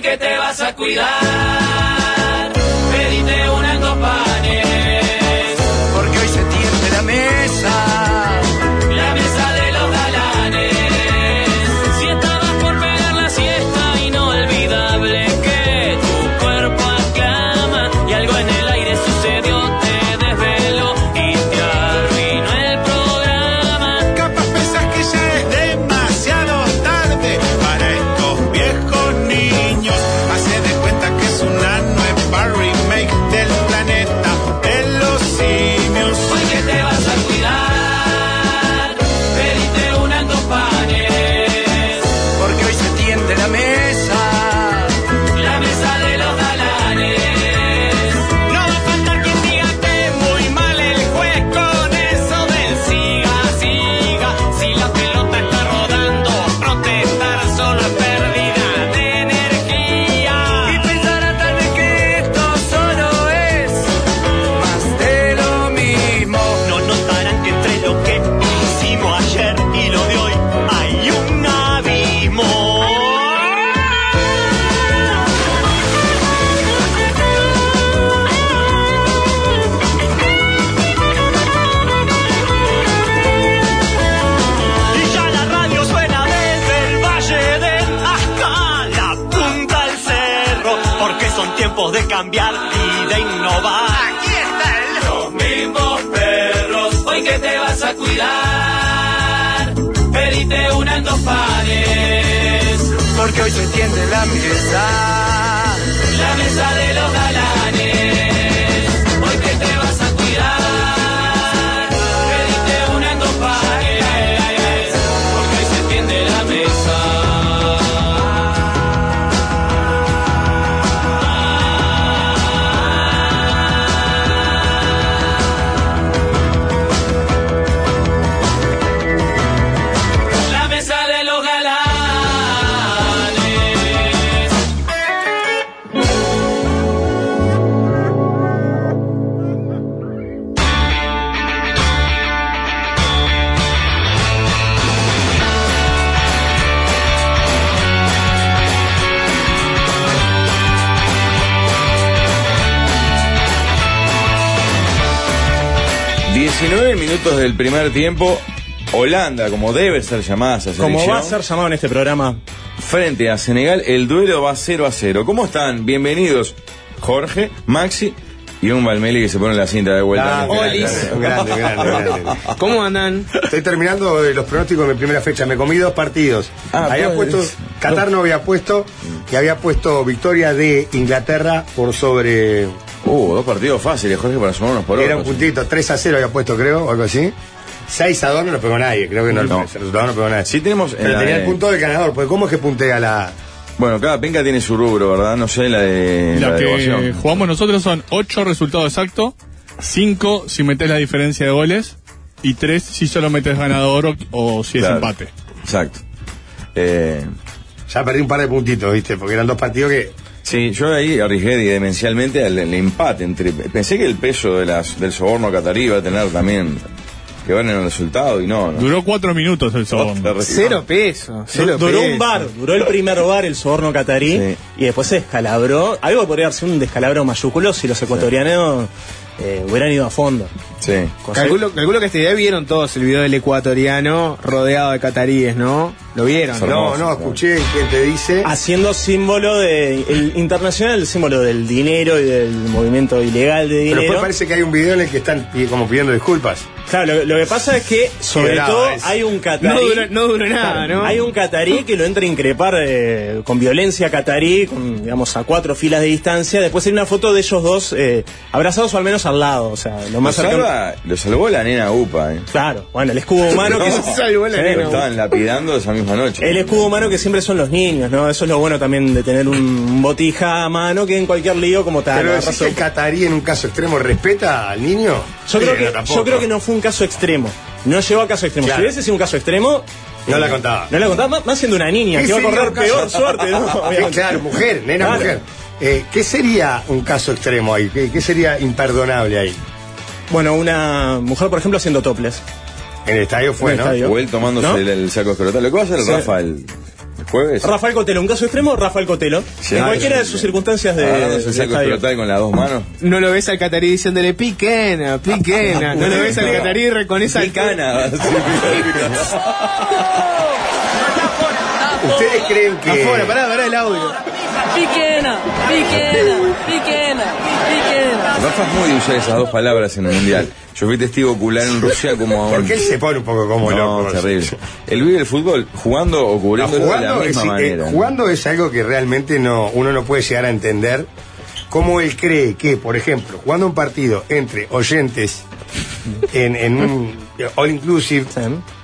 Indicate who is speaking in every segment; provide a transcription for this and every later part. Speaker 1: que te vas a cuidar. Pedite una en dos panes,
Speaker 2: porque hoy se tiende la mesa.
Speaker 1: la mesa de los galanes. Si estabas por pegar la siesta, inolvidable que tu cuerpo aclama. Y algo en el aire sucedió, te desveló y te arruinó el programa.
Speaker 2: Capaz pensás que ya es demasiado tarde para estos viejos niños. Hace de cuenta que es una nueva remake del planeta de los simios.
Speaker 1: Hoy que te vas a cuidar, pediste una en dos panes,
Speaker 2: Porque hoy se tiende la mesa.
Speaker 1: la mesa de los galanes.
Speaker 2: No va a faltar quien diga que muy mal el juez con eso del siga, siga.
Speaker 1: Si la pelota está rodando, protestar solo es pérdida de
Speaker 2: Y
Speaker 1: energía.
Speaker 2: pensará tal vez que esto solo es más de lo mismo.
Speaker 3: No notarán que entre lo que hicimos ayer y lo de hoy hay un abismo. Y ya la radio suena desde el valle del hasta la punta del cerro, porque son tiempos de cambiar y de innovar.
Speaker 1: Los mismos perros, hoy que te vas a cuidar, pediste una en dos panes,
Speaker 2: Porque hoy se tiende la mesa.
Speaker 1: la mesa de los galanes. Hoy que te vas a cuidar, pediste una en dos panes, porque hoy se tiende la mesa. La mesa de los galanes.
Speaker 4: Bien. 19 minutos del primer tiempo. Holanda, como debe ser llamada esa
Speaker 5: Como
Speaker 4: selección,
Speaker 5: va a ser llamado en este programa,
Speaker 4: frente a Senegal, el duelo va 0 a 0. ¿Cómo están? Bienvenidos Jorge, Maxi y un Valmeli que se pone la cinta de vuelta.
Speaker 6: Ah, grande, grande, grande, grande.
Speaker 7: ¿Cómo andan?
Speaker 6: Estoy terminando eh, los pronósticos de mi primera fecha. Me comí dos partidos.
Speaker 4: Ah,
Speaker 6: había
Speaker 4: pues,
Speaker 6: puesto, Qatar no había puesto y había puesto victoria de Inglaterra por sobre.
Speaker 4: Uh, dos partidos fáciles, Jorge, para sumar unos por
Speaker 6: Era un
Speaker 4: otros.
Speaker 6: puntito, 3 a 0 había puesto, creo, o algo así. 6 a 2 no lo pegó nadie, creo que no,
Speaker 4: No.
Speaker 6: el resultado no pegó nadie.
Speaker 4: Sí tenemos en
Speaker 6: Pero
Speaker 4: la
Speaker 6: tenía
Speaker 4: de-
Speaker 6: el punto del ganador, porque ¿cómo es que puntea la.?
Speaker 4: Bueno, cada penca tiene su rubro, ¿verdad? No sé, la de la,
Speaker 8: La
Speaker 4: de
Speaker 8: que
Speaker 4: Ovación.
Speaker 8: jugamos nosotros son 8 resultados exactos, 5 si metes la diferencia de goles y 3 si solo metes ganador o, o si
Speaker 4: Claro.
Speaker 8: es empate.
Speaker 4: Exacto. Eh,
Speaker 6: Ya perdí un par de puntitos, ¿viste? Porque eran dos partidos que.
Speaker 4: sí, yo ahí arriesgué demencialmente al, al empate. Entre, pensé que el peso de las, del soborno catarí iba a tener también que ver en el resultado y no. no.
Speaker 8: Duró 4 minutos el soborno.
Speaker 7: Cero peso. Cero
Speaker 5: duró
Speaker 7: peso.
Speaker 5: un bar, duró el primer bar, el soborno catarí,
Speaker 4: Sí.
Speaker 3: Y después se descalabró. Algo podría ser un descalabro mayúsculo si los ecuatorianos eh, hubieran ido a fondo.
Speaker 4: Sí.
Speaker 3: Pues
Speaker 7: Calculo, calculo que este día vieron todos el video del ecuatoriano rodeado de cataríes, ¿no? Lo vieron.
Speaker 4: Hermoso,
Speaker 6: no, no,
Speaker 4: claro.
Speaker 6: escuché quien te dice.
Speaker 3: Haciendo símbolo de. El internacional, el símbolo del dinero y del movimiento ilegal de
Speaker 6: Pero
Speaker 3: dinero.
Speaker 6: después parece que hay un video en el que están pi- como pidiendo disculpas.
Speaker 3: Claro, lo, lo que pasa es que, sobre
Speaker 6: Quebrado
Speaker 3: todo,
Speaker 6: ese.
Speaker 3: hay un catarí.
Speaker 7: No duró, no duró nada, ¿no?
Speaker 3: Hay un catarí que lo entra a increpar eh, con violencia catarí, con, digamos, a cuatro filas de distancia. Después hay una foto de ellos dos eh, abrazados o al menos al lado. O sea, lo
Speaker 4: Lo,
Speaker 3: más cercano-
Speaker 4: salva- lo salvó la nena UPA, ¿eh?
Speaker 3: Claro, bueno, el escudo humano que
Speaker 4: No, sí, lo estaban lapidando esa misma noche.
Speaker 3: El escudo humano que siempre son los niños, ¿no? Eso es lo bueno también de tener un botija a mano que en cualquier lío como tal.
Speaker 6: Pero decís que el catarí en un caso extremo respeta al niño.
Speaker 3: Yo, creo
Speaker 6: Sí,
Speaker 3: que,
Speaker 6: tampoco.
Speaker 3: yo creo que no fue un caso extremo. No llegó a caso extremo.
Speaker 6: Claro.
Speaker 3: Si hubiese sido un caso extremo.
Speaker 6: No
Speaker 3: eh,
Speaker 6: la contaba.
Speaker 3: No la contaba, más, más siendo una niña,
Speaker 6: ¿Qué
Speaker 3: que va a
Speaker 6: sería
Speaker 3: correr
Speaker 6: un caso?
Speaker 3: peor suerte, ¿no?
Speaker 6: Sí,
Speaker 3: Obviamente.
Speaker 6: claro, mujer, nena,
Speaker 3: Claro.
Speaker 6: mujer. Eh, ¿Qué sería un caso extremo ahí? ¿Qué, qué sería imperdonable ahí?
Speaker 3: Bueno, una mujer, por ejemplo, haciendo toples.
Speaker 6: En el estadio fue,
Speaker 3: En el
Speaker 6: ¿no?
Speaker 3: estadio.
Speaker 4: O él tomándose
Speaker 3: ¿No?
Speaker 4: el, el saco escrotal. Lo que va a hacer
Speaker 3: Sí.
Speaker 4: Rafa el, el jueves.
Speaker 3: Rafael Cotelo, un caso extremo, Rafael Cotelo.
Speaker 4: Sí,
Speaker 3: en
Speaker 4: ah,
Speaker 3: cualquiera
Speaker 4: sí,
Speaker 3: de
Speaker 4: sí.
Speaker 3: sus circunstancias
Speaker 6: Ah,
Speaker 3: de.
Speaker 4: Agarrándose
Speaker 3: del
Speaker 4: el saco
Speaker 3: estadio.
Speaker 4: escrotal con las dos manos.
Speaker 7: No lo ves al catarí diciéndole piquena, piquena. No lo ves al catarí re- con esa
Speaker 4: Picana.
Speaker 6: ¿Ustedes creen que.?
Speaker 7: Afuera, pará, pará el audio.
Speaker 1: Piquena, piquena, piquena, piquena.
Speaker 4: Rafa es muy de usar esas dos palabras en el mundial. Yo fui testigo ocular en Rusia como.
Speaker 6: Porque él se pone un poco como
Speaker 4: No,
Speaker 6: loco.
Speaker 4: terrible. Él vive el fútbol jugando o
Speaker 6: No,
Speaker 4: cubriendo de la
Speaker 6: jugando, es,
Speaker 4: misma
Speaker 6: eh,
Speaker 4: manera.
Speaker 6: jugando es algo que realmente no, uno no puede llegar a entender. Cómo él cree que, por ejemplo, jugando un partido entre oyentes en, en un all inclusive,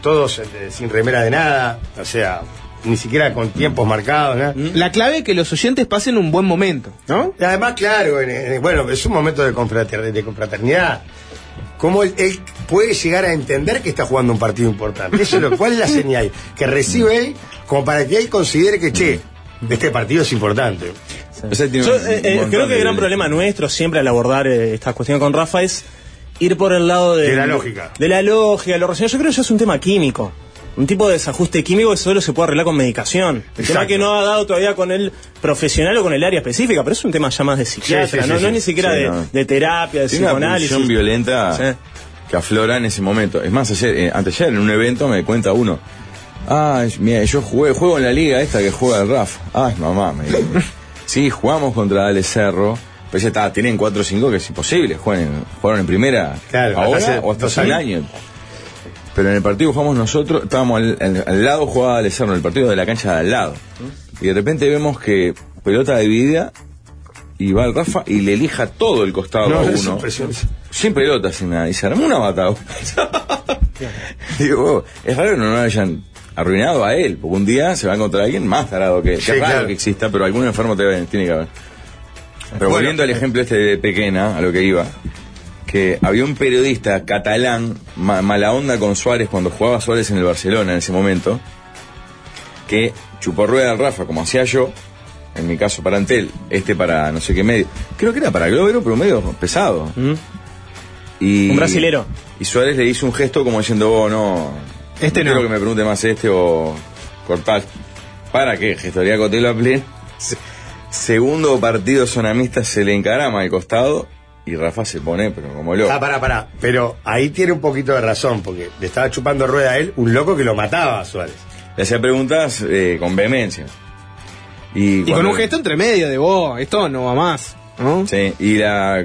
Speaker 6: todos eh, sin remera de nada, o sea, ni siquiera con tiempos marcados, nada.
Speaker 7: Mm. La clave es que los oyentes pasen un buen momento, ¿no?
Speaker 6: Y además, claro, en- en- bueno, es un momento de, confrater- de confraternidad. ¿Cómo él, él puede llegar a entender que está jugando un partido importante? Eso es lo, ¿Cuál es la señal? Que recibe él como para que él considere que, che, este partido es importante.
Speaker 4: O sea, tiene
Speaker 3: Yo
Speaker 4: un
Speaker 3: eh, eh,
Speaker 4: montón
Speaker 3: creo que
Speaker 4: de-
Speaker 3: el gran problema nuestro siempre al abordar eh, esta cuestión con Rafa es ir por el lado de,
Speaker 6: De la lógica.
Speaker 3: De la lógica, lo racional. Yo creo que ya es un tema químico. Un tipo de desajuste químico que solo se puede arreglar con medicación. El tema
Speaker 6: Exacto.
Speaker 3: que no ha dado todavía con el profesional o con el área específica, pero es un tema ya más de psiquiatra,
Speaker 6: Sí, sí, sí,
Speaker 3: ¿no?
Speaker 6: sí.
Speaker 3: no es ni siquiera
Speaker 4: Sí,
Speaker 3: de,
Speaker 4: no.
Speaker 3: de terapia, de
Speaker 4: Tiene una
Speaker 3: psicoanálisis.
Speaker 4: pulsión violenta que aflora en ese momento. Es más, ayer, eh, anteayer en un evento me cuenta uno. Ah, es- mira, yo jugué, juego en la liga esta que juega el Raf. Ay, mamá, me dice. Sí, jugamos contra Ale Cerro. Pero ya está, tienen 4 o 5 que es imposible. Juegan, jugaron en primera
Speaker 6: Claro, hasta
Speaker 4: ahora
Speaker 6: hace
Speaker 4: o hasta
Speaker 6: dos
Speaker 4: hace un
Speaker 6: años.
Speaker 4: año. Pero en el partido jugamos nosotros, estábamos al, al- al lado, jugaba Ale Cerro, en el partido de la cancha de al lado. Y de repente vemos que pelota dividida y va el Rafa y le elija todo el costado a
Speaker 6: No,
Speaker 4: uno
Speaker 6: es impresionante.
Speaker 4: sin pelota, sin nada. Y se armó una batalla. Digo, es raro que no lo hayan arruinado a él, porque un día se va a encontrar alguien más tarado que él.
Speaker 6: Sí,
Speaker 4: es raro
Speaker 6: claro.
Speaker 4: que exista, pero algún enfermo te- tiene que haber. Pero
Speaker 6: Bueno. eh.
Speaker 4: volviendo al ejemplo este de Pequena, a lo que iba, que había un periodista catalán, ma- mala onda con Suárez cuando jugaba Suárez en el Barcelona en ese momento, que chupó rueda al Rafa, como hacía yo, en mi caso para Antel, este para no sé qué medio. Creo que era para Globero, pero medio pesado. Y,
Speaker 3: Un brasilero.
Speaker 4: Y Suárez le hizo un gesto como diciendo, oh, no.
Speaker 7: Este no.
Speaker 4: Quiero que me pregunte más este o cortar. ¿Para qué? Gestoría Cotelo a plen. Se- Segundo partido sonamista se le encarama al costado y Rafa se pone, pero como loco.
Speaker 6: Ah, pará, pará. Pero ahí tiene un poquito de razón, porque le estaba chupando rueda a él un loco que lo mataba a Suárez.
Speaker 4: Le hacía preguntas eh, con vehemencia. Y,
Speaker 7: Y con
Speaker 4: cuando-
Speaker 7: un gesto entre medio de vos, esto no va más, ¿no?
Speaker 4: Sí, y la.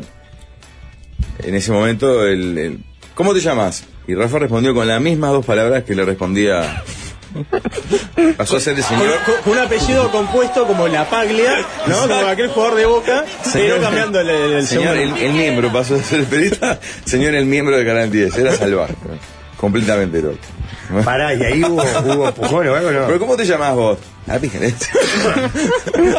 Speaker 4: En ese momento, el, el- ¿Cómo te llamas? Y Rafa respondió con las mismas dos palabras que le respondía. Pasó a ser el
Speaker 3: Con,
Speaker 4: señor.
Speaker 3: con- con un apellido compuesto como La Paglia, ¿no? Como aquel jugador de Boca, pero cambiando el, el- el
Speaker 4: Señor, el,
Speaker 3: segundo.
Speaker 4: el miembro pasó a ser el periodista. Señor, el miembro de Canal 10. Era salvaje. Completamente loco.
Speaker 6: Pará, y ahí hubo, hubo empujón o algo,
Speaker 4: ¿Pero
Speaker 6: ¿no?
Speaker 4: cómo te llamas vos? Ah, fíjate.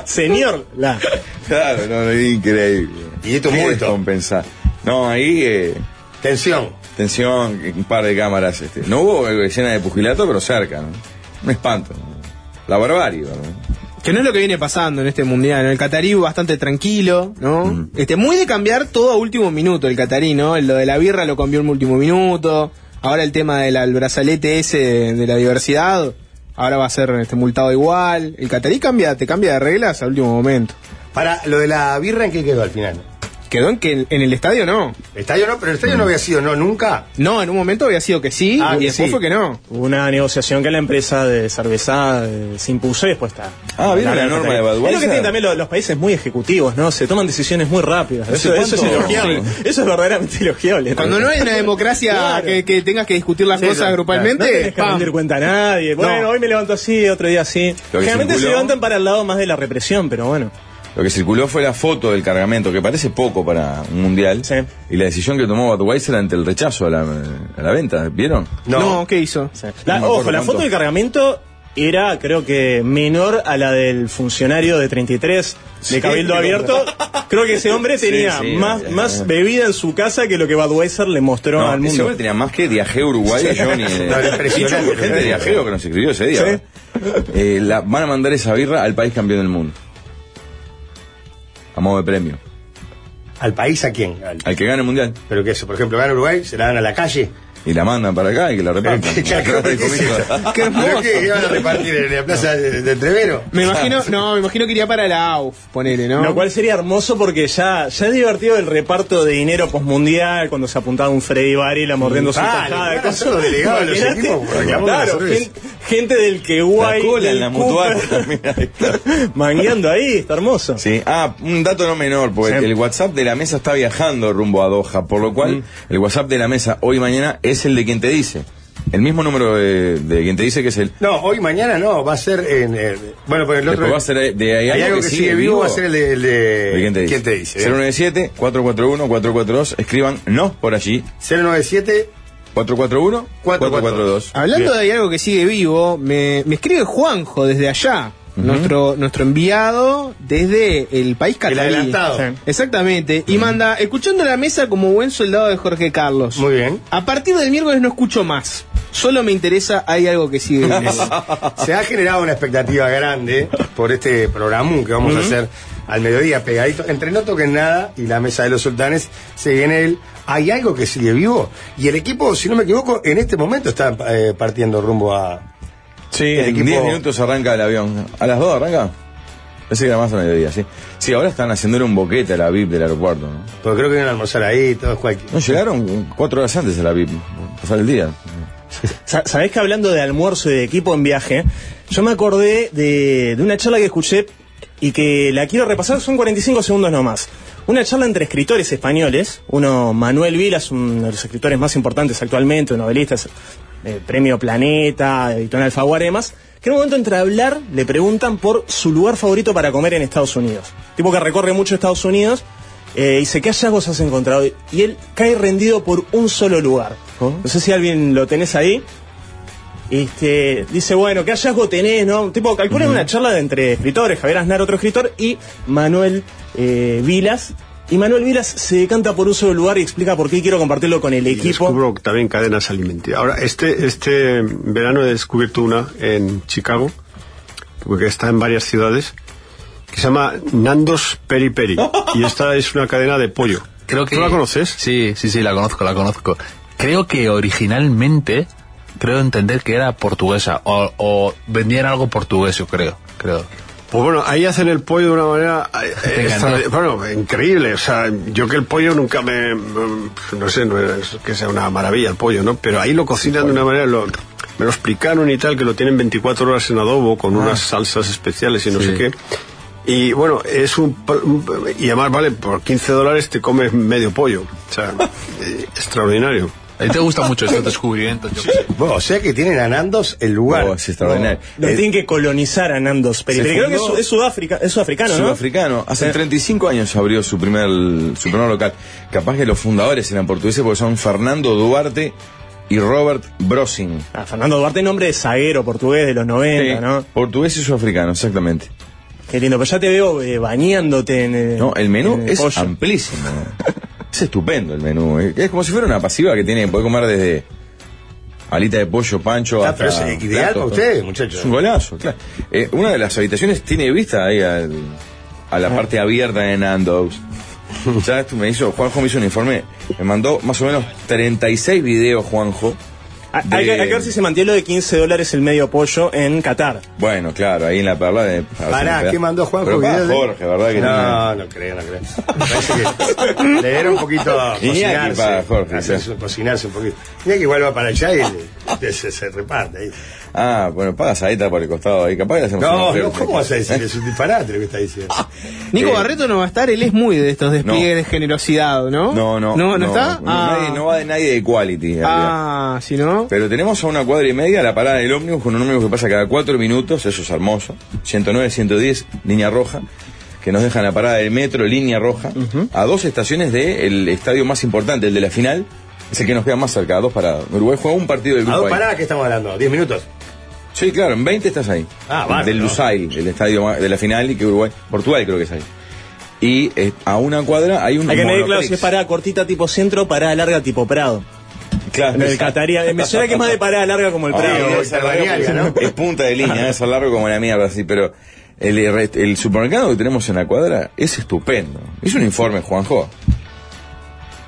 Speaker 3: Señor La.
Speaker 4: claro, no, no, increíble.
Speaker 6: Y esto
Speaker 4: Qué
Speaker 6: muerto.
Speaker 4: descompensado. No, ahí. eh,
Speaker 6: Tensión.
Speaker 4: Tensión, un par de cámaras. Este. No hubo eh, escena de pugilato, pero cerca. ¿no? Un espanto. ¿no? La barbarie. ¿no?
Speaker 7: Que no es lo que viene pasando en este mundial. ¿no? El catarí bastante tranquilo, ¿no? Este, muy de cambiar todo a último minuto el catarí, ¿no? Lo de la birra lo cambió en último minuto. Ahora el tema del al brazalete ese de, de la diversidad. Ahora va a ser este, multado igual. El catarí cambia, te cambia de reglas al último momento.
Speaker 6: Para lo de la birra, ¿en qué quedó al final?
Speaker 7: Quedó en que en- en el estadio no.
Speaker 6: Estadio no, pero el estadio no había sido, no, nunca.
Speaker 7: No, en un momento había sido que sí
Speaker 6: Ah,
Speaker 7: y
Speaker 6: que
Speaker 7: después
Speaker 6: sí.
Speaker 7: fue que no.
Speaker 3: Hubo una negociación que la empresa de cerveza eh, se impuso y después está.
Speaker 4: Ah, ¿vieron la norma de Budweiser?
Speaker 3: Es lo que tienen también los, los países muy ejecutivos, ¿no? Se toman decisiones muy rápidas.
Speaker 4: ¿Hace
Speaker 3: Eso, eso es
Speaker 4: cuánto?
Speaker 3: elogiable.
Speaker 4: Sí.
Speaker 3: Eso es verdaderamente elogiable.
Speaker 7: Cuando no hay una democracia
Speaker 3: Claro.
Speaker 7: que, que tengas que discutir las
Speaker 6: Sí,
Speaker 7: cosas
Speaker 6: no,
Speaker 3: No
Speaker 7: grupalmente,
Speaker 3: tenés que
Speaker 7: ¡pam!
Speaker 3: rendir cuenta a nadie. Bueno,
Speaker 7: No.
Speaker 3: hoy me levanto así, otro día así.
Speaker 4: Lo que
Speaker 3: Generalmente se
Speaker 4: circuló-
Speaker 3: levantan para el lado más de la represión, pero bueno.
Speaker 4: Lo que circuló fue la foto del cargamento, que parece poco para un mundial.
Speaker 3: Sí.
Speaker 4: Y la decisión que tomó Budweiser ante el rechazo a la, a la venta. ¿Vieron?
Speaker 7: no. ¿qué hizo?
Speaker 3: La-
Speaker 4: No me acuerdo
Speaker 3: ojo, la
Speaker 4: cuánto.
Speaker 3: foto del cargamento era, creo que, menor a la del funcionario de 33 de Cabildo Abierto. Creo que ese hombre tenía
Speaker 4: sí,
Speaker 3: más,
Speaker 4: ya, ya.
Speaker 3: más bebida en su casa que lo que Budweiser le mostró
Speaker 4: No,
Speaker 3: al
Speaker 4: ese
Speaker 3: mundo.
Speaker 4: hombre tenía más que Diageo Uruguay y Johnny. eh,
Speaker 6: No, era impresionante.
Speaker 4: mucha gente de Diageo que nos escribió ese día.
Speaker 3: Sí.
Speaker 4: ¿verdad? Eh, la- van a mandar esa birra al país campeón del mundo. A modo de premio.
Speaker 6: ¿Al país a quién? Al-
Speaker 4: Al que gane el mundial.
Speaker 6: Pero que eso, por ejemplo, gana Uruguay, se la dan a la calle.
Speaker 4: Y la mandan para acá y que la repartan.
Speaker 6: Claro, porque sí.
Speaker 4: Qué
Speaker 6: Creo que iban a repartir en la plaza de, de Trevero.
Speaker 7: Me imagino, no, me imagino que iría para la AUF, ponele, ¿no?
Speaker 3: Lo cual sería hermoso porque ya, ya es divertido el reparto de dinero postmundial cuando se apuntaba un Freddy Varela mordiendo su
Speaker 6: Ah, le
Speaker 3: tajada.
Speaker 6: van a hacer los delegados de los
Speaker 3: Imagínate,
Speaker 6: equipos, porque vamos a
Speaker 3: claro,
Speaker 6: hacer
Speaker 3: gen-
Speaker 6: eso.
Speaker 3: gente, del que guay.
Speaker 4: La cola en
Speaker 3: del
Speaker 4: la
Speaker 3: Cooper,
Speaker 4: mutual. Mira, ahí está.
Speaker 3: Mangueando ahí, está hermoso.
Speaker 4: Sí. Ah, un dato no menor, porque
Speaker 3: Sí.
Speaker 4: el WhatsApp de la mesa está viajando rumbo a Doha, por lo cual el WhatsApp de la mesa hoy y mañana es el de quien te dice. El mismo número de, de quien te dice que es el...
Speaker 6: No, hoy mañana no, va a ser en. eh, bueno, pero el otro.
Speaker 4: Después va a ser de ahí
Speaker 6: hay algo que sigue vivo, va a ser el de. el de-
Speaker 4: ¿De quién te dice?
Speaker 6: ¿Quién te dice?
Speaker 4: 097-441-442. Escriban no por allí.
Speaker 6: 097.
Speaker 4: 441-442.
Speaker 7: Hablando de ahí algo que sigue vivo, me, me escribe Juanjo desde allá, nuestro, nuestro enviado desde el país catalán.
Speaker 6: adelantado. Sí.
Speaker 7: Exactamente. Y manda, escuchando la mesa como buen soldado de Jorge Carlos.
Speaker 6: Muy bien.
Speaker 7: A partir del miércoles no escucho más. Solo me interesa, hay algo que sigue vivo.
Speaker 6: Se ha generado una expectativa grande por este programón que vamos a hacer al mediodía, pegadito. Entre No Toquen Nada y la Mesa de los Sultanes, se viene el Hay algo que sigue vivo. Y el equipo, si no me equivoco, en este momento está eh, partiendo rumbo a.
Speaker 4: Sí,
Speaker 6: El
Speaker 4: en
Speaker 6: equipo-
Speaker 4: 10 minutos arranca el avión. ¿A las 2 arranca? Pensé que era más a mediodía, sí. Sí, ahora están haciéndole un boquete a la VIP del aeropuerto. ¿no?
Speaker 6: Porque creo que vienen a almorzar ahí, todos cualquier.
Speaker 4: No llegaron cuatro horas antes a la VIP. Pasar el día.
Speaker 3: Sa- Sabés que hablando de almuerzo y de equipo en viaje, yo me acordé de, de una charla que escuché y que la quiero repasar, son 45 segundos nomás. Una charla entre escritores españoles, uno Manuel Vilas, uno de los escritores más importantes actualmente, un novelista, es- eh, premio Planeta, editor Alfaguara y demás, que en un momento entre hablar le preguntan por su lugar favorito para comer en Estados Unidos. Tipo que recorre mucho Estados Unidos eh, dice, ¿qué hallazgos has encontrado? Y él cae rendido por un solo lugar. No sé si alguien lo tenés ahí. Este, dice, bueno, ¿qué hallazgo tenés? No? Tipo, calculen una charla de entre escritores, Javier Aznar, otro escritor, y Manuel eh, Vilas. Y Manuel Vilas se decanta por un solo lugar y explica por qué y quiero compartirlo con el equipo.
Speaker 9: Descubro también cadenas alimenticias. Ahora, este, este verano he descubierto una en Chicago, porque está en varias ciudades, que se llama Nandos Peri Peri. Y esta es una cadena de pollo.
Speaker 10: Creo que,
Speaker 9: ¿Tú la conoces?
Speaker 10: Sí, sí, sí, la conozco, la conozco. Creo que originalmente, creo entender que era portuguesa, o, o vendían algo portugués, yo creo, creo.
Speaker 9: Pues bueno, ahí hacen el pollo de una manera eh,
Speaker 10: Te encantó.
Speaker 9: extra- bueno, increíble. O sea, yo que el pollo nunca me no sé, no es que sea una maravilla el pollo, ¿no? Pero ahí lo cocinan de una manera lo- me lo explicaron y tal que lo tienen 24 horas en adobo con unas salsas especiales y no
Speaker 10: Ah. Sí.
Speaker 9: sé qué. Y bueno, es un, pr- un- y además vale por 15 dólares te comes medio pollo, o sea, eh, extraordinario.
Speaker 10: A ti te gusta mucho estos descubrimientos. yo creo.
Speaker 6: Bueno, o sea que tienen a Nandos el lugar.
Speaker 4: Oh, es extraordinario.
Speaker 3: Lo
Speaker 4: Eh,
Speaker 3: tienen que colonizar a Nandos Peri.
Speaker 4: se
Speaker 3: Peri. Creo que es,
Speaker 4: fundó-
Speaker 3: es Sudáfrica, es sudafricano, ¿no? Eh.
Speaker 4: Sudafricano. Hace 35 años abrió su primer, su primer local. Capaz que los fundadores eran portugueses porque son Fernando Duarte y Robert Brosing.
Speaker 3: Ah, Fernando Duarte, nombre de zaguero portugués de los 90, ¿no?
Speaker 4: Portugués y sudafricano, exactamente.
Speaker 3: Qué lindo, pero ya te veo eh, bañándote en eh,
Speaker 4: No, el menú
Speaker 3: en
Speaker 4: es
Speaker 3: pollo.
Speaker 4: amplísimo. Es estupendo el menú. eh. Es como si fuera una pasiva que tiene, puede comer desde alita de pollo, pancho
Speaker 6: Ah,
Speaker 4: hasta
Speaker 6: pero es ideal
Speaker 4: platos,
Speaker 6: para
Speaker 4: todo.
Speaker 6: ustedes, muchachos.
Speaker 4: Es un golazo, claro. Eh, una de las habitaciones tiene vista ahí al- a
Speaker 6: Ah.
Speaker 4: la parte abierta de Nando's. Ya esto me hizo, Juanjo me hizo un informe, me mandó más o menos 36 videos, Juanjo.
Speaker 3: Ah, Hay, que,
Speaker 4: de-
Speaker 3: hay que ver si se mantiene lo de 15 dólares el medio pollo en Qatar.
Speaker 4: Bueno, claro, ahí en la perla de... a ver si me
Speaker 6: Pará,
Speaker 4: pega.
Speaker 6: ¿qué mandó Juanjo?
Speaker 4: Pero para
Speaker 6: Vidal?
Speaker 4: Jorge, ¿verdad? Que
Speaker 6: no, no creo, no creo. Me parece que le dieron un poquito a
Speaker 4: Iñaki
Speaker 6: cocinarse.
Speaker 4: para Jorge,
Speaker 6: hacer
Speaker 4: sí.
Speaker 6: su- cocinarse un poquito. Mira que igual va para allá y le- se, se reparte ahí.
Speaker 4: tiene- Ah, bueno, paga saeta por el costado ahí, capaz que le hacemos una
Speaker 6: No,
Speaker 4: oferta.
Speaker 6: no, ¿cómo vas a decir? Es un disparate lo que está diciendo.
Speaker 7: Nico
Speaker 4: Eh,
Speaker 7: Barreto no va a estar, él es muy de estos despliegues
Speaker 4: no.
Speaker 7: de generosidad, ¿no?
Speaker 4: No, no.
Speaker 7: ¿No, no está?
Speaker 4: No,
Speaker 7: ah,
Speaker 4: nadie- no va de nadie de quality. en realidad.
Speaker 7: ah, si no.
Speaker 4: Pero tenemos a una cuadra y media la parada del ómnibus con un ómnibus que pasa cada cuatro minutos, eso es hermoso. 109, 110, línea roja, que nos dejan la parada del metro, línea roja, a dos estaciones del estadio más importante, el de la final, es el que nos queda más cerca, a dos paradas. Uruguay juega un partido del
Speaker 6: A
Speaker 4: grupo
Speaker 6: dos
Speaker 4: ahí.
Speaker 6: paradas que Ah, estamos hablando, 10 minutos.
Speaker 4: Sí, claro, en 20 estás ahí.
Speaker 6: Ah, bárbaro.
Speaker 4: Del Lusail, el estadio ma- de la final, y que Uruguay, Portugal creo que es ahí. Y eh, a una cuadra hay un
Speaker 3: Hay que medir, claro,
Speaker 4: monoprix.
Speaker 3: si es parada cortita tipo centro, parada larga tipo Prado.
Speaker 4: Claro,
Speaker 3: En el
Speaker 4: exacto.
Speaker 3: Qatarí, eh, me suena que es más de parada larga como el
Speaker 4: Ah,
Speaker 3: Prado.
Speaker 4: bueno,
Speaker 6: Prado,
Speaker 4: es largo,
Speaker 6: Salvaniaga, ¿no?
Speaker 4: Es punta de línea, es largo como la mierda, así, pero el, el supermercado que tenemos en la cuadra es estupendo. Hizo un informe, Juanjo.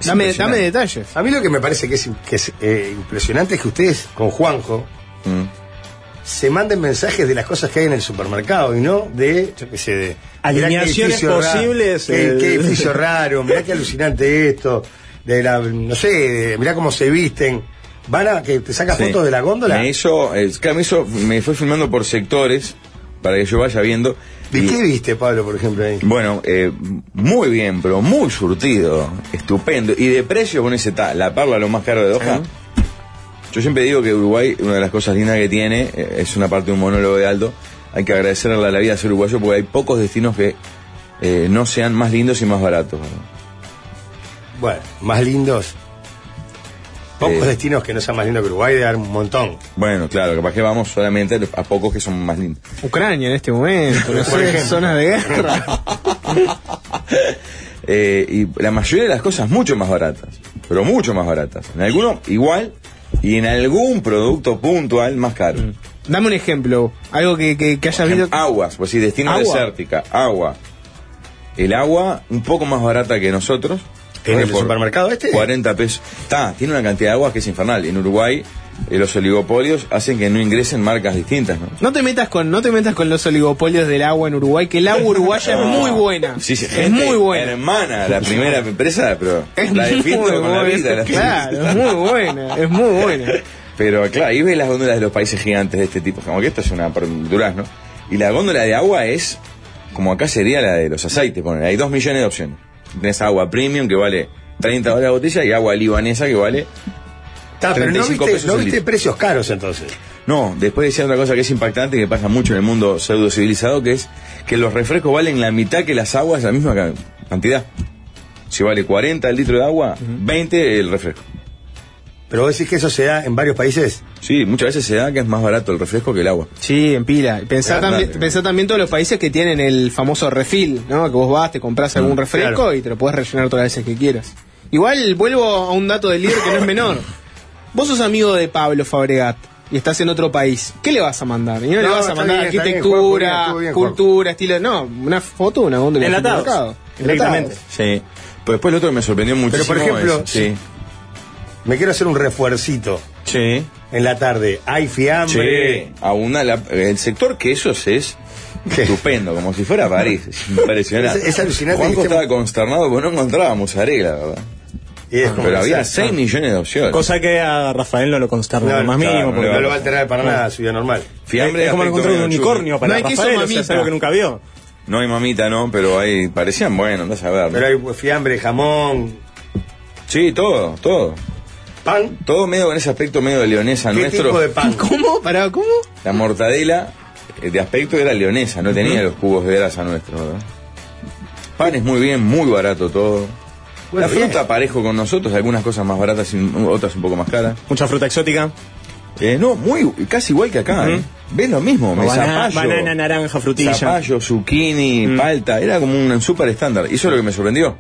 Speaker 6: Es
Speaker 7: Dame, dame
Speaker 6: impresionante.
Speaker 7: detalles.
Speaker 6: A mí lo que me parece que es, que es, eh, impresionante es que ustedes, con Juanjo,
Speaker 4: Mm.
Speaker 6: se manden mensajes de las cosas que hay en el supermercado y no de, yo qué sé, de. mirá qué
Speaker 3: Alineaciones
Speaker 6: edificio raro,
Speaker 3: posibles,
Speaker 6: Qué,
Speaker 3: eh.
Speaker 6: qué edificio raro, mirá qué alucinante esto. De la, no sé, de- mirá cómo se visten. Van a que te sacas
Speaker 4: Sí.
Speaker 6: fotos de la góndola.
Speaker 4: Me hizo, eh, claro, me hizo, me fue filmando por sectores para que yo vaya viendo.
Speaker 6: ¿De
Speaker 4: Y,
Speaker 6: qué viste, Pablo, por ejemplo, ahí?
Speaker 4: Bueno, eh, muy bien, pero muy surtido, estupendo. Y de precio, con ese ta- la parla lo más caro de Doha. Yo siempre digo que Uruguay, una de las cosas lindas que tiene, eh, es una parte de un monólogo de Aldo, hay que agradecerle a la vida de ser uruguayo porque hay pocos destinos que eh, no sean más lindos y más baratos. ¿no?
Speaker 6: Bueno, más lindos. Pocos
Speaker 4: Eh.
Speaker 6: destinos que no sean más lindos que Uruguay, de dar un montón.
Speaker 4: Bueno, claro, capaz que vamos solamente a pocos que son más lindos.
Speaker 7: Ucrania en este momento, no
Speaker 6: Por
Speaker 7: sé,
Speaker 6: ejemplo.
Speaker 7: zonas de guerra.
Speaker 4: Eh, y la mayoría de las cosas mucho más baratas, pero mucho más baratas. En alguno igual y en algún producto puntual más caro.
Speaker 7: Dame un ejemplo, algo que, que, que hayas
Speaker 4: Por
Speaker 7: visto.
Speaker 4: ejemplo, Aguas, pues sí, destino
Speaker 7: Agua.
Speaker 4: desértica, agua. El agua un poco más barata que nosotros.
Speaker 6: ¿En
Speaker 4: Creo
Speaker 6: el
Speaker 4: por
Speaker 6: supermercado este?
Speaker 4: 40 pesos. Está, tiene una cantidad de agua que es infernal. En Uruguay eh, los oligopolios hacen que no ingresen marcas distintas, ¿no?
Speaker 7: No te metas con, no te metas con los oligopolios del agua en Uruguay, que el agua uruguaya es muy buena.
Speaker 4: Sí, sí,
Speaker 7: Ah. es
Speaker 4: gente
Speaker 7: muy buena.
Speaker 4: Hermana, la primera empresa, pero
Speaker 7: Es
Speaker 4: la
Speaker 7: muy
Speaker 4: defiendo con
Speaker 7: buena,
Speaker 4: la vida. la-
Speaker 7: Claro, es muy buena, es muy buena.
Speaker 4: Pero claro, ahí ves las góndolas de los países gigantes de este tipo, como que esto es una por- durazno. Y la góndola de agua es, como acá sería la de los aceites, ponen, hay dos millones de opciones. Tienes agua premium que vale 30 dólares la botella y agua libanesa que vale...
Speaker 6: Ta, pero no
Speaker 4: 35
Speaker 6: viste,
Speaker 4: pesos
Speaker 6: no
Speaker 4: el
Speaker 6: viste
Speaker 4: litro.
Speaker 6: precios caros entonces.
Speaker 4: No, después decía otra cosa que es impactante, que pasa mucho en el mundo pseudo civilizado, que es que los refrescos valen la mitad que las aguas, la misma ca- cantidad. Si vale 40 el litro de agua, 20 el refresco.
Speaker 6: Pero vos decís que eso se da en varios países.
Speaker 4: Sí, muchas veces se da que es más barato el refresco que el agua.
Speaker 7: Sí, en pila. Pensá,
Speaker 4: Ah,
Speaker 7: también,
Speaker 4: dale.
Speaker 7: pensá también todos los países que tienen el famoso refil, ¿no? Que vos vas, te compras algún refresco
Speaker 6: Mm, claro.
Speaker 7: y te lo puedes rellenar todas las veces que quieras. Igual vuelvo a un dato del líder que no es menor. Vos sos amigo de Pablo Fabregat y estás en otro país. ¿Qué le vas a mandar? Y no, le
Speaker 6: No,
Speaker 7: vas a
Speaker 6: está
Speaker 7: mandar
Speaker 6: bien, está bien,
Speaker 7: arquitectura,
Speaker 6: Juanjo, bien, estuvo bien, Juanjo.
Speaker 7: cultura, estilo. No, una foto, una góndola. de
Speaker 3: Enlatados.
Speaker 7: supermercado.
Speaker 3: Directamente.
Speaker 7: Enlatados.
Speaker 4: Sí. Pero después lo otro que me sorprendió muchísimo
Speaker 6: por ejemplo,
Speaker 4: es- sí.
Speaker 6: Me quiero hacer un refuercito
Speaker 4: Sí.
Speaker 6: en la tarde. Hay fiambre.
Speaker 4: A una, la- el sector quesos es
Speaker 6: ¿Qué?
Speaker 4: estupendo, como si fuera París. Es impresionante.
Speaker 6: Es- es alucinante
Speaker 4: Juanjo
Speaker 6: que estemos-
Speaker 4: estaba consternado porque no encontrábamos arena, la verdad.
Speaker 6: Y es como
Speaker 4: Pero
Speaker 6: que
Speaker 4: había
Speaker 6: sea-
Speaker 4: 6 millones de opciones.
Speaker 3: Cosa que a Rafael no lo consterna
Speaker 6: No,
Speaker 3: lo más
Speaker 6: claro,
Speaker 3: mínimo.
Speaker 6: no
Speaker 3: porque
Speaker 6: lo va a alterar para nada su vida normal. Eh,
Speaker 4: Fiambre
Speaker 3: es como
Speaker 4: afecto
Speaker 3: encontrar un
Speaker 4: medio
Speaker 3: unicornio para
Speaker 7: No hay queso
Speaker 3: Rafael, o sea, es
Speaker 7: mamita.
Speaker 3: algo que nunca vio.
Speaker 4: chulo. No hay mamita, no, pero ahí parecían bueno, andás a ver. ¿no?
Speaker 6: Pero hay fiambre, jamón,
Speaker 4: Sí, todo, todo.
Speaker 6: pan.
Speaker 4: Todo medio con ese aspecto medio de leonesa
Speaker 6: ¿Qué
Speaker 4: nuestro.
Speaker 6: tipo de pan?
Speaker 7: ¿Cómo? ¿Para cómo?
Speaker 4: La mortadela eh, de aspecto era leonesa, no tenía los cubos de grasa nuestro. ¿verdad? Panes muy bien, muy barato todo. la
Speaker 6: Bueno,
Speaker 4: fruta
Speaker 6: bien.
Speaker 4: parejo con nosotros, algunas cosas más baratas y un- otras un poco más caras.
Speaker 3: Mucha fruta exótica.
Speaker 4: Eh, no, muy casi igual que acá. ¿eh? ¿Ves lo mismo? me
Speaker 3: Banana,
Speaker 4: zapallo,
Speaker 3: banana, naranja, frutilla.
Speaker 4: zapallo, zucchini,
Speaker 6: Mm.
Speaker 4: palta. Era como un super estándar. Y eso es lo que me sorprendió.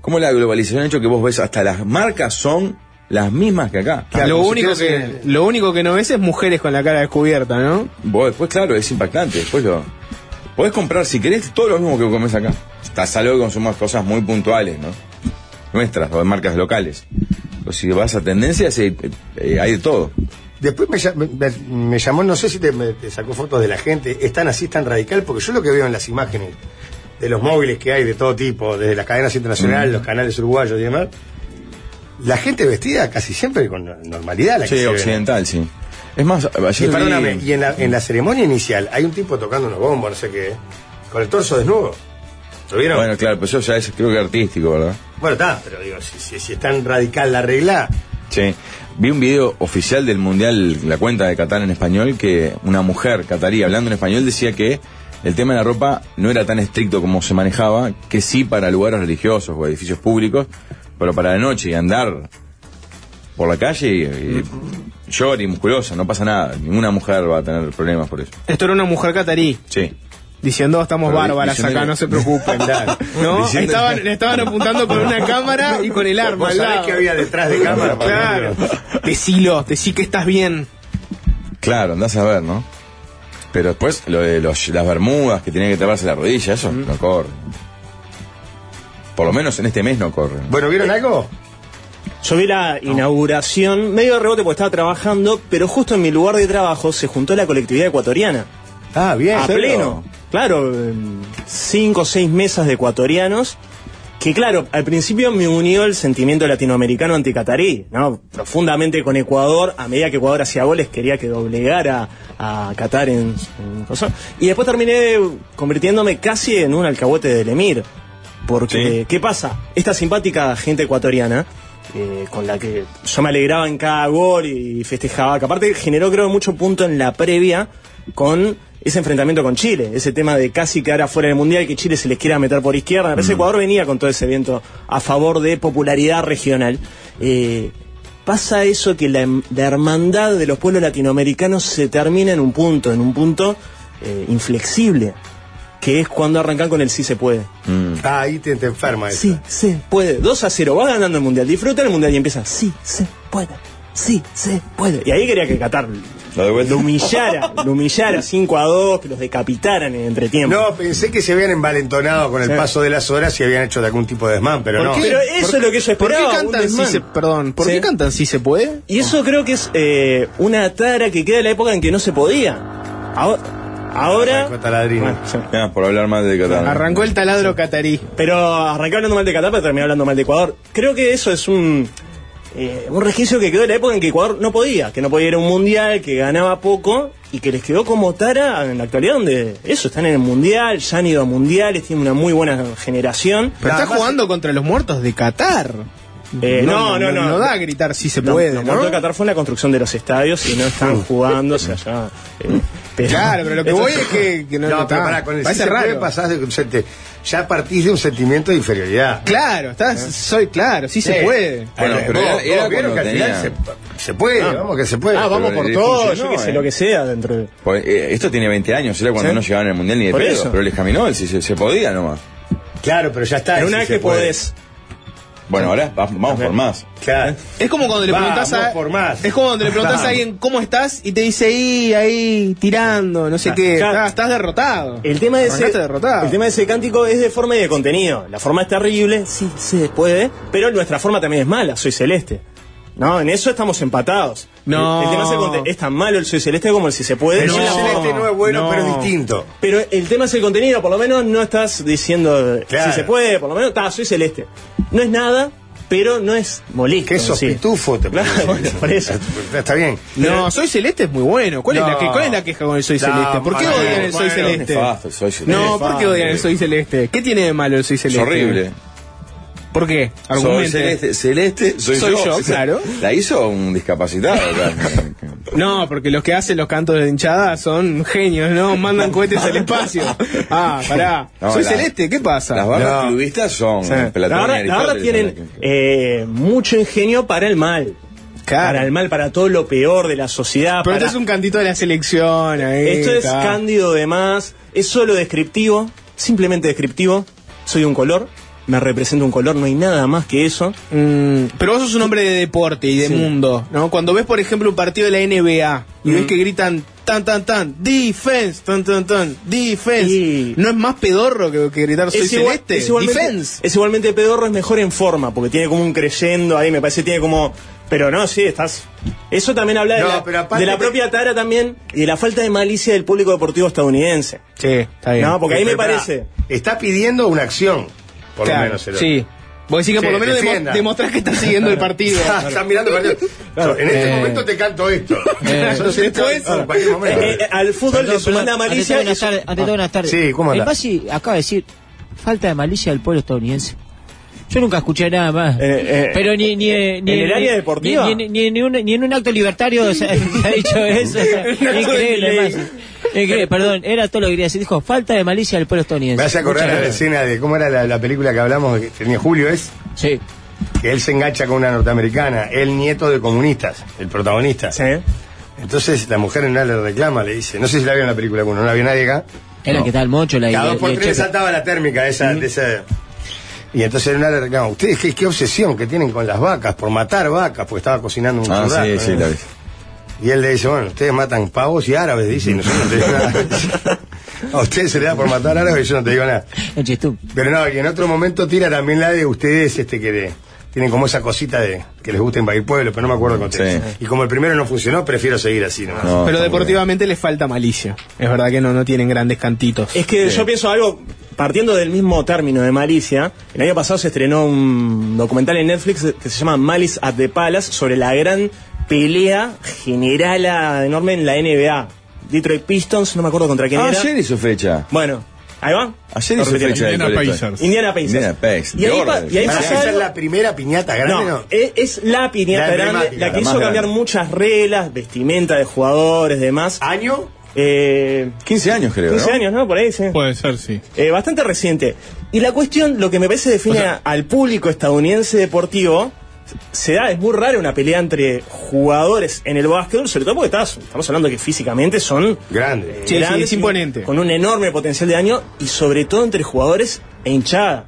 Speaker 4: Cómo la globalización ha hecho que vos ves hasta las marcas son las mismas que acá.
Speaker 6: Claro,
Speaker 7: lo,
Speaker 6: como si
Speaker 7: único
Speaker 6: quieras,
Speaker 7: que, lo único que no ves es mujeres con la cara descubierta, ¿no?
Speaker 4: Vos después, claro, es impactante. Después lo. Podés comprar, si querés, todo lo mismo que comes acá. Está salvo que consumas cosas muy puntuales, ¿no? Nuestras, o de marcas locales. Pero si vas a tendencias, eh, eh, hay de todo.
Speaker 6: Después me, llam- me- me llamó, no sé si te, me- te sacó fotos de la gente, es tan así, es tan radical, porque yo lo que veo en las imágenes de los móviles que hay de todo tipo, desde las cadenas
Speaker 4: Mm.
Speaker 6: internacionales, los canales uruguayos y demás, la gente vestida casi siempre con normalidad. La que
Speaker 4: Sí,
Speaker 6: se ve, ¿no?
Speaker 4: occidental, sí. Es más,
Speaker 6: Y,
Speaker 4: ayer vi-
Speaker 6: perdóname, y en la, en la ceremonia inicial hay un tipo tocando unos bombos, no sé qué, con el torso desnudo. ¿Lo vieron?
Speaker 4: Bueno, claro, pero eso ya es, creo que artístico, ¿verdad?
Speaker 6: Bueno, está, pero digo, si, si, si es tan radical la regla,
Speaker 4: Sí. Vi un video oficial del Mundial, la cuenta de Qatar en español, que una mujer catarí hablando en español decía que el tema de la ropa no era tan estricto como se manejaba, que sí para lugares religiosos o edificios públicos, pero para la noche y andar por la calle y, y short y musculosa, no pasa nada. Ninguna mujer va a tener problemas por eso.
Speaker 7: Esto era una mujer catarí.
Speaker 4: Sí.
Speaker 7: Diciendo estamos
Speaker 4: Pero
Speaker 7: bárbaras
Speaker 4: diciendo-
Speaker 7: acá, no se preocupen. ¿No?
Speaker 4: Diciendo-
Speaker 7: Estaban, le estaban apuntando con una cámara y con el arma
Speaker 6: vos
Speaker 7: al
Speaker 6: sabés
Speaker 7: lado.
Speaker 6: que había detrás de cámara. por
Speaker 7: Claro.
Speaker 6: ejemplo.
Speaker 7: Decilo, decí que estás bien.
Speaker 4: Claro, andás a ver, ¿no? Pero después lo de los- las bermudas que tienen que taparse la
Speaker 7: Mm.
Speaker 4: rodilla, eso no corre. Por lo menos en este mes no corre.
Speaker 6: Bueno, ¿vieron algo?
Speaker 3: Yo vi la inauguración, medio de rebote porque estaba trabajando, pero justo en mi lugar de trabajo se juntó la colectividad ecuatoriana.
Speaker 6: Ah, bien.
Speaker 3: a
Speaker 6: Pedro.
Speaker 3: pleno. Claro, em, cinco o seis mesas de ecuatorianos. Que claro, al principio me unió el sentimiento latinoamericano anticatarí, ¿no? Profundamente con Ecuador, a medida que Ecuador hacía goles quería que doblegara a Qatar en, en cosa. Y después terminé convirtiéndome casi en un alcahuete del Emir. Porque, ¿qué pasa? Esta simpática gente ecuatoriana, eh, con la que yo me alegraba en cada gol y festejaba, que aparte generó creo mucho punto en la previa con ese enfrentamiento con Chile, ese tema de casi quedar afuera del Mundial, que Chile se les quiera meter por izquierda. Me parece que Ecuador venía con todo ese viento a favor de popularidad regional. Eh, pasa eso que la, hem- la hermandad de los pueblos latinoamericanos se termina en un punto, en un punto eh, inflexible, que es cuando arrancan con el sí se puede.
Speaker 4: Mm.
Speaker 6: Ah, ahí te, te enferma eso.
Speaker 3: Sí, se puede. 2 a 0, va ganando el mundial. Disfruta el mundial y empieza. Sí, se puede. Sí, se puede. Y ahí quería que Qatar
Speaker 4: ¿Lo de vuelta?
Speaker 3: lo humillara, lo humillara 5 a 2, que los decapitaran en entretiempo.
Speaker 6: No, pensé que se habían envalentonado con el
Speaker 3: Sí.
Speaker 6: paso de las horas y habían hecho de algún tipo de desmán, pero
Speaker 7: ¿Por
Speaker 6: no.
Speaker 7: qué?
Speaker 3: Pero eso
Speaker 7: ¿Por-
Speaker 3: es lo que yo
Speaker 7: ¿Por qué
Speaker 3: esperaba, un
Speaker 7: cantan si
Speaker 3: desmán.
Speaker 7: se, perdón, ¿por
Speaker 3: Sí.
Speaker 7: qué cantan si se puede?
Speaker 3: Y eso creo que es eh, una tara que queda de la época en que no se podía. Ahora.
Speaker 6: Con
Speaker 3: ahora
Speaker 6: taladrino.
Speaker 3: Bueno, sí.
Speaker 4: Ah, por hablar más de Qatar.
Speaker 7: Arrancó el taladro catarí.
Speaker 3: Pero arranqué hablando mal de Qatar, pero terminé hablando mal de Ecuador. Creo que eso es un, eh, un registro que quedó de la época en que Ecuador no podía, que no podía ir a un mundial, que ganaba poco y que les quedó como tara en la actualidad, donde eso, están en el mundial, ya han ido a mundiales, tienen una muy buena generación.
Speaker 7: Pero
Speaker 6: Nada
Speaker 7: está
Speaker 6: más-
Speaker 7: jugando contra los muertos de Qatar.
Speaker 3: Eh, no, no, no.
Speaker 7: No da a gritar si se
Speaker 3: No,
Speaker 7: puede,
Speaker 3: lo que
Speaker 7: ¿no?
Speaker 3: mató a Qatar fue en la construcción de los estadios y no están jugando, o sea, ya. eh, pero-
Speaker 7: Claro, pero lo que
Speaker 3: Esto-
Speaker 7: voy es que, que no,
Speaker 6: No,
Speaker 7: no
Speaker 6: pero
Speaker 7: está.
Speaker 6: pará, con el sí
Speaker 7: Parece
Speaker 6: se puede
Speaker 7: raro.
Speaker 6: pasás de un senti- ya partís de un sentimiento de inferioridad.
Speaker 7: Claro, estás, soy claro, sí se
Speaker 6: Eh,
Speaker 7: puede.
Speaker 4: Bueno,
Speaker 6: eh,
Speaker 4: pero
Speaker 6: vos-
Speaker 4: era-
Speaker 6: vos
Speaker 4: era
Speaker 6: vieron que
Speaker 4: cuando
Speaker 6: al final se,
Speaker 4: tenía-
Speaker 6: se puede, vamos que se puede.
Speaker 3: Ah, vamos
Speaker 4: Pero
Speaker 3: por
Speaker 4: le
Speaker 3: todo, yo
Speaker 4: funcionó,
Speaker 3: qué sé,
Speaker 4: eh.
Speaker 3: lo que sea dentro de.
Speaker 4: Pues, eh, esto tiene 20 años, era cuando
Speaker 3: Sí.
Speaker 4: no llegaban al mundial ni de
Speaker 3: Por
Speaker 4: pedo,
Speaker 3: eso.
Speaker 4: pero les caminó el si se, se podía nomás.
Speaker 6: Claro, pero ya está.
Speaker 3: Pero
Speaker 6: ese
Speaker 3: una vez
Speaker 6: se
Speaker 3: que
Speaker 6: puede.
Speaker 3: podés.
Speaker 4: Bueno, ahora va- vamos por más.
Speaker 6: Claro.
Speaker 7: Es como cuando le
Speaker 6: Vamos
Speaker 7: preguntas a.
Speaker 6: por más.
Speaker 7: Es como cuando le preguntas
Speaker 6: Vamos.
Speaker 7: a alguien cómo estás y te dice ahí, ahí, tirando, no sé qué.
Speaker 3: ya.
Speaker 7: Estás, estás derrotado.
Speaker 3: El tema, de ese,
Speaker 7: Arrancaste derrotado.
Speaker 3: el tema de ese cántico es de forma y de contenido. La forma es terrible, sí se puede, pero nuestra forma también es mala, soy celeste. No, en eso estamos empatados.
Speaker 7: No.
Speaker 3: El, el tema es, el conte- es tan malo el soy celeste como el si se puede.
Speaker 6: El
Speaker 3: No.
Speaker 6: Soy celeste no es bueno,
Speaker 7: no.
Speaker 6: pero es distinto.
Speaker 3: Pero el tema es el contenido, por lo menos no estás diciendo eh,
Speaker 6: Claro.
Speaker 3: si se puede, por lo menos, ta, soy celeste. No es nada, pero no es molesto.
Speaker 6: Que sos
Speaker 3: sí.
Speaker 6: pitufo, te
Speaker 3: Claro,
Speaker 6: parece.
Speaker 3: bueno, por eso.
Speaker 6: Está bien.
Speaker 7: No, soy celeste es muy bueno. ¿Cuál, es, la que, ¿Cuál es la queja con el soy
Speaker 6: No,
Speaker 7: celeste? ¿Por qué
Speaker 6: bueno,
Speaker 7: odian el soy
Speaker 6: bueno,
Speaker 7: celeste?
Speaker 4: Nefasto, soy yo.
Speaker 7: No, ¿por qué odian el soy celeste? ¿Qué tiene de malo el soy
Speaker 4: es
Speaker 7: celeste?
Speaker 4: horrible.
Speaker 7: ¿Por qué?
Speaker 4: Soy
Speaker 7: Argumente.
Speaker 4: celeste, celeste, soy,
Speaker 7: Soy yo, claro.
Speaker 4: La hizo un discapacitado. claro.
Speaker 7: No, porque los que hacen los cantos de hinchada son genios, ¿no? Mandan cohetes al espacio. Ah, pará.
Speaker 4: No,
Speaker 7: soy
Speaker 4: la-
Speaker 7: celeste, ¿qué pasa?
Speaker 4: Las barras
Speaker 6: No.
Speaker 4: clubistas son
Speaker 3: O sea,
Speaker 4: Platón
Speaker 3: la
Speaker 4: y
Speaker 3: verdad, la verdad
Speaker 4: Aristóteles
Speaker 3: tienen
Speaker 4: son las que-
Speaker 3: eh, mucho ingenio para el mal.
Speaker 7: Claro.
Speaker 3: Para el mal, para todo lo peor de la sociedad.
Speaker 7: Pero
Speaker 3: para-
Speaker 7: esto es un cantito de la selección. ahí,
Speaker 3: Ah, Esto es
Speaker 7: está.
Speaker 3: cándido de más, es solo descriptivo, simplemente descriptivo. Soy un color, me represento un color, no hay nada más que eso.
Speaker 7: Mm, pero vos sos un hombre de deporte y de mundo, ¿no? Cuando ves, por ejemplo, un partido de la NBA y ves que gritan tan, tan, tan, defense, tan, tan, tan, defense,
Speaker 3: Y-
Speaker 7: ¿no es más pedorro que, que gritar soy
Speaker 3: igual-
Speaker 7: celeste?
Speaker 3: es igualmente,
Speaker 7: defense.
Speaker 3: es igualmente pedorro, es mejor en forma, porque tiene como un creyendo ahí, me parece tiene como... Pero no, sí, estás... Eso también habla de,
Speaker 6: No,
Speaker 3: la,
Speaker 6: pero aparte
Speaker 3: de la
Speaker 6: te-
Speaker 3: propia tara también y de la falta de malicia del público deportivo estadounidense.
Speaker 7: Sí, está bien.
Speaker 3: No, porque ahí me
Speaker 6: Pero pará,
Speaker 3: parece...
Speaker 6: Está pidiendo una acción, por
Speaker 7: Claro,
Speaker 6: lo menos. el otro.
Speaker 7: Sí. Vos decís que
Speaker 6: Sí,
Speaker 7: por lo menos demo-
Speaker 6: defienda.
Speaker 7: demostrás que estás siguiendo el partido.
Speaker 6: Está, está mirando para allá.
Speaker 3: Claro.
Speaker 6: En este
Speaker 7: Eh.
Speaker 6: momento te canto esto.
Speaker 7: Eh.
Speaker 6: Sos esto,
Speaker 7: Después-
Speaker 6: esto, en cualquier momento. Ah.
Speaker 3: Eh, eh, al fútbol le sumás la malicia...
Speaker 1: Ante todo, buenas
Speaker 3: y su-
Speaker 1: tardes. ante todo, buenas tardes.
Speaker 6: Sí, ¿cómo
Speaker 1: El
Speaker 6: andás?
Speaker 1: Pasi acaba de decir falta de malicia del pueblo estadounidense. Yo nunca escuché nada más.
Speaker 3: Eh, eh,
Speaker 1: Pero ni, ni, eh, ni
Speaker 3: ¿en el
Speaker 1: ni-
Speaker 3: área deportiva?
Speaker 1: Ni, ni- ni- ni un, ni en un acto libertario se, se ha dicho eso. o sea, increíble, Pasi. Increíble, perdón, era todo lo que quería decir. Dijo falta de malicia del pueblo estadounidense.
Speaker 6: Me hace acordar a la escena de cómo era la, la película que hablamos que tenía Julio, es
Speaker 1: Sí.
Speaker 6: que él se engancha con una norteamericana, el nieto de comunistas, el protagonista.
Speaker 3: Sí.
Speaker 6: Entonces la mujer en una le reclama, le dice, no sé si la vio en la película alguno, no la vio nadie acá.
Speaker 1: Era que estaba el mocho, la
Speaker 6: Cada
Speaker 1: idea.
Speaker 6: dos por tres saltaba la térmica de esa, de esa- Y entonces en una le reclama, ustedes qué, qué obsesión que tienen con las vacas, por matar vacas, porque estaba cocinando un
Speaker 4: Ah,
Speaker 6: churrasco,
Speaker 4: sí, sí,
Speaker 6: ¿no?
Speaker 4: la vi.
Speaker 6: Y él le dice, bueno, ustedes matan pavos y árabes, dice, y nosotros no te digo nada. A ustedes se le da por matar árabes y yo no te digo nada.
Speaker 1: El chistú.
Speaker 6: Pero no, y en otro momento tira también la de ustedes, este que de- tienen como esa cosita de que les gusta invadir pueblo, pero no me acuerdo el contexto.
Speaker 4: Sí.
Speaker 6: Y como el primero no funcionó, prefiero seguir así nomás.
Speaker 4: No,
Speaker 7: Pero
Speaker 4: está muy
Speaker 7: deportivamente les falta malicia. Es verdad que no, no tienen grandes cantitos.
Speaker 3: Es que yo pienso algo, partiendo del mismo término de malicia, el año pasado se estrenó un documental en Netflix que se llama Malice at the Palace sobre la gran pelea general enorme en la NBA. Detroit Pistons, no me acuerdo contra quién
Speaker 4: bien.
Speaker 3: era.
Speaker 4: Ah, Ayer hizo fecha.
Speaker 3: Bueno, ahí va.
Speaker 4: Ayer
Speaker 3: Lo
Speaker 4: hizo
Speaker 3: repitieron.
Speaker 4: fecha. de
Speaker 8: Indiana
Speaker 4: colecta.
Speaker 8: Pacers.
Speaker 3: Indiana Pacers.
Speaker 4: Indiana Pacers.
Speaker 3: Y ahí,
Speaker 4: De
Speaker 3: pa-
Speaker 4: orden.
Speaker 3: y ahí
Speaker 6: Para
Speaker 3: pasa
Speaker 6: que esa es
Speaker 3: algo-
Speaker 6: la primera piñata grande, ¿no?
Speaker 3: no, e- es la piñata
Speaker 6: La
Speaker 3: grande,
Speaker 6: emblemática,
Speaker 3: la que
Speaker 6: la
Speaker 3: hizo
Speaker 6: más
Speaker 3: cambiar
Speaker 4: grande.
Speaker 3: muchas reglas, vestimenta de jugadores, demás.
Speaker 6: Año,
Speaker 3: Eh,
Speaker 4: 15 años creo,
Speaker 3: 15
Speaker 4: ¿no?
Speaker 3: años, ¿no? Por ahí, sí.
Speaker 8: Puede ser, sí.
Speaker 3: Eh, bastante reciente. Y la cuestión, lo que me parece define a- al público estadounidense deportivo, se da, es muy raro una pelea entre jugadores en el básquetbol, sobre todo porque estás- estamos hablando que físicamente son
Speaker 6: grande.
Speaker 7: Sí, sí,
Speaker 3: grandes
Speaker 7: es
Speaker 3: y-
Speaker 7: imponente.
Speaker 3: Con un enorme potencial de daño y sobre todo entre jugadores e hinchada.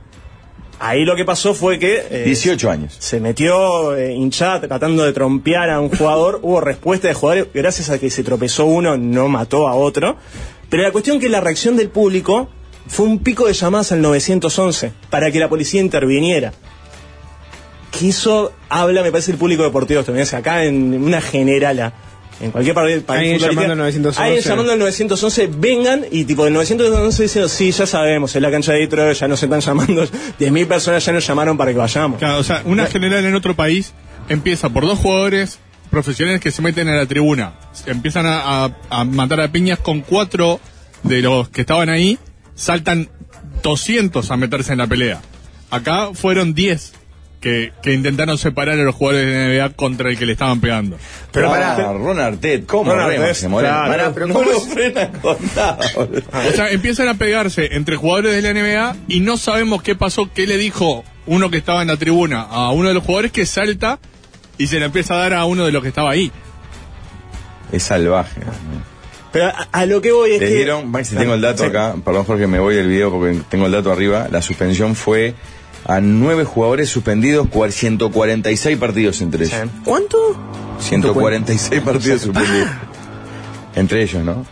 Speaker 3: Ahí lo que pasó fue que... eh,
Speaker 4: 18 años.
Speaker 3: se metió eh, hinchada tratando de trompear a un jugador, hubo respuesta de jugadores, gracias a que se tropezó uno, no mató a otro. Pero la cuestión que la reacción del público fue un pico de llamadas al 911 para que la policía interviniera. Que eso habla, me parece, el público deportivo estadounidense, acá en una generala. En cualquier parte del país.
Speaker 7: Alguien
Speaker 3: futbolístico,
Speaker 7: llamando al 911.
Speaker 3: alguien llamando al 911, vengan y tipo del 911 diciendo, sí, ya sabemos, en la cancha de Detroit ya nos están llamando, 10.000 personas ya nos llamaron para que vayamos.
Speaker 8: Claro, o sea, una general en otro país empieza por dos jugadores profesionales que se meten a la tribuna. Se Empiezan a, a- a matar a piñas con cuatro de los que estaban ahí. Saltan 200 a meterse en la pelea. Acá fueron 10 que, que intentaron separar a los jugadores de la NBA contra el que le estaban pegando.
Speaker 6: Pero
Speaker 4: Ah,
Speaker 6: pará.
Speaker 4: Ron Artet, ¿cómo
Speaker 3: Ron
Speaker 4: rema?
Speaker 3: Artet,
Speaker 4: se morena?
Speaker 3: claro.
Speaker 4: Pará,
Speaker 6: Pero
Speaker 4: no
Speaker 6: ¿cómo
Speaker 4: lo
Speaker 6: es?
Speaker 4: frena con nada, boludo.
Speaker 8: O sea, empiezan a pegarse entre jugadores de la NBA y no sabemos qué pasó, qué le dijo uno que estaba en la tribuna a uno de los jugadores que salta y se le empieza a dar a uno de los que estaba ahí.
Speaker 4: Es salvaje.
Speaker 3: Pero a, a lo que voy es
Speaker 4: Les
Speaker 3: que.
Speaker 4: dieron, Maxi, tengo el dato
Speaker 3: Sí.
Speaker 4: acá, perdón Jorge, me voy del video porque tengo el dato arriba. La suspensión fue a nueve jugadores suspendidos, cua- 146 partidos entre ellos.
Speaker 3: ¿Cuánto?
Speaker 4: 146 partidos suspendidos. Entre ellos, ¿no?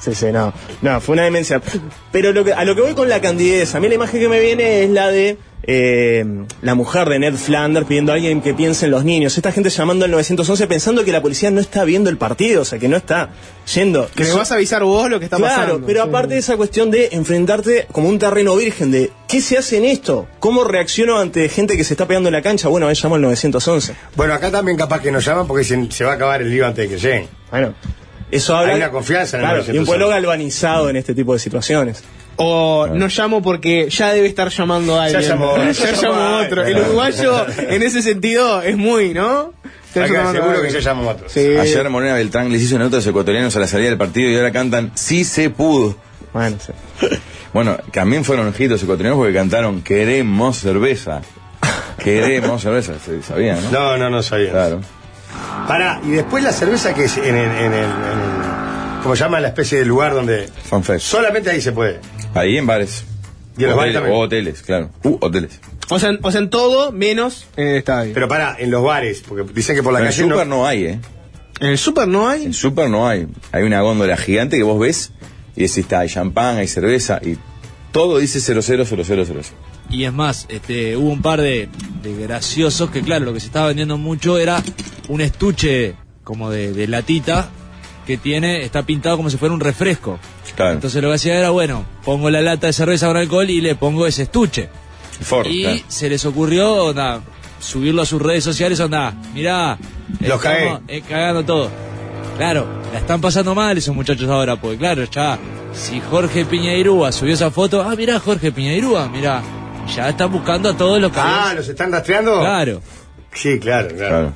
Speaker 3: Sí, sí, no. No, fue una demencia. Pero lo que, a lo que voy con la candidez, a mí la imagen que me viene es la de eh, la mujer de Ned Flanders pidiendo a alguien que piense en los niños. Esta gente llamando al 911 pensando que la policía no está viendo el partido, o sea, que no está yendo.
Speaker 7: Que me
Speaker 3: Eso-
Speaker 7: vas a avisar vos lo que está
Speaker 3: claro,
Speaker 7: pasando.
Speaker 3: pero
Speaker 7: Sí.
Speaker 3: aparte de esa cuestión de enfrentarte como un terreno virgen de ¿qué se hace en esto? ¿Cómo reacciono ante gente que se está pegando en la cancha? Bueno, ahí llamo al 911.
Speaker 6: Bueno, acá también capaz que nos llaman porque se, se va a acabar el lío antes de que lleguen.
Speaker 3: Bueno, eso habla.
Speaker 6: Hay una confianza en el
Speaker 3: claro, y un
Speaker 6: 911.
Speaker 3: pueblo galvanizado en este tipo de situaciones.
Speaker 7: O no llamo porque ya debe estar llamando a alguien.
Speaker 6: llamó, ya
Speaker 7: Ya
Speaker 6: llamó
Speaker 7: llamó
Speaker 6: a
Speaker 7: otro. El
Speaker 6: alguien.
Speaker 7: uruguayo, en ese sentido, es muy, ¿no? Está
Speaker 6: Acá
Speaker 7: llamando a
Speaker 6: seguro que
Speaker 7: alguien.
Speaker 6: yo llamo a otros.
Speaker 7: Sí.
Speaker 4: Ayer Morena Beltrán les hizo notas a los ecuatorianos a la salida del partido y ahora cantan Sí se pudo.
Speaker 3: Bueno, sí.
Speaker 4: Bueno, también fueron ojitos ecuatorianos porque cantaron Queremos cerveza. Queremos cerveza, se sabía, ¿no?
Speaker 6: No, no, no sabía.
Speaker 4: Claro.
Speaker 6: Pará, y después la cerveza que es en el, en el, en el- como llaman la especie de lugar donde
Speaker 4: Fanfest.
Speaker 6: solamente ahí se puede.
Speaker 4: Ahí en bares.
Speaker 6: Y en los bares
Speaker 4: Hoteles-
Speaker 6: también.
Speaker 4: o hoteles, claro. Uh, hoteles.
Speaker 7: O sea, en- o sea, en todo menos en el estadio.
Speaker 6: Pero pará, en los bares, porque dicen que por la
Speaker 4: en el
Speaker 6: calle no-
Speaker 4: super no... hay, ¿eh?
Speaker 7: en el super no hay.
Speaker 4: En super no hay. Hay una góndola gigante que vos ves y decís, está, hay champán, hay cerveza y todo dice 000000.
Speaker 1: Y es más, este, hubo un par de, de graciosos que, claro, lo que se estaba vendiendo mucho era un estuche como de, de latita que tiene, está pintado como si fuera un refresco.
Speaker 4: Claro.
Speaker 1: Entonces lo que hacía era, bueno, pongo la lata de cerveza con alcohol y le pongo ese estuche.
Speaker 4: Ford,
Speaker 1: y
Speaker 4: claro.
Speaker 1: se les ocurrió, onda, subirlo a sus redes sociales, onda, mirá,
Speaker 6: Los
Speaker 1: estamos, eh, cagando todo. Claro, la están pasando mal esos muchachos ahora, porque claro, ya, si Jorge Piñeirúa subió esa foto, ah, mirá Jorge Piñeirúa, mirá, ya están buscando a todos los que...
Speaker 6: Ah, los están rastreando.
Speaker 1: Claro.
Speaker 6: Sí, claro, claro.
Speaker 4: Claro.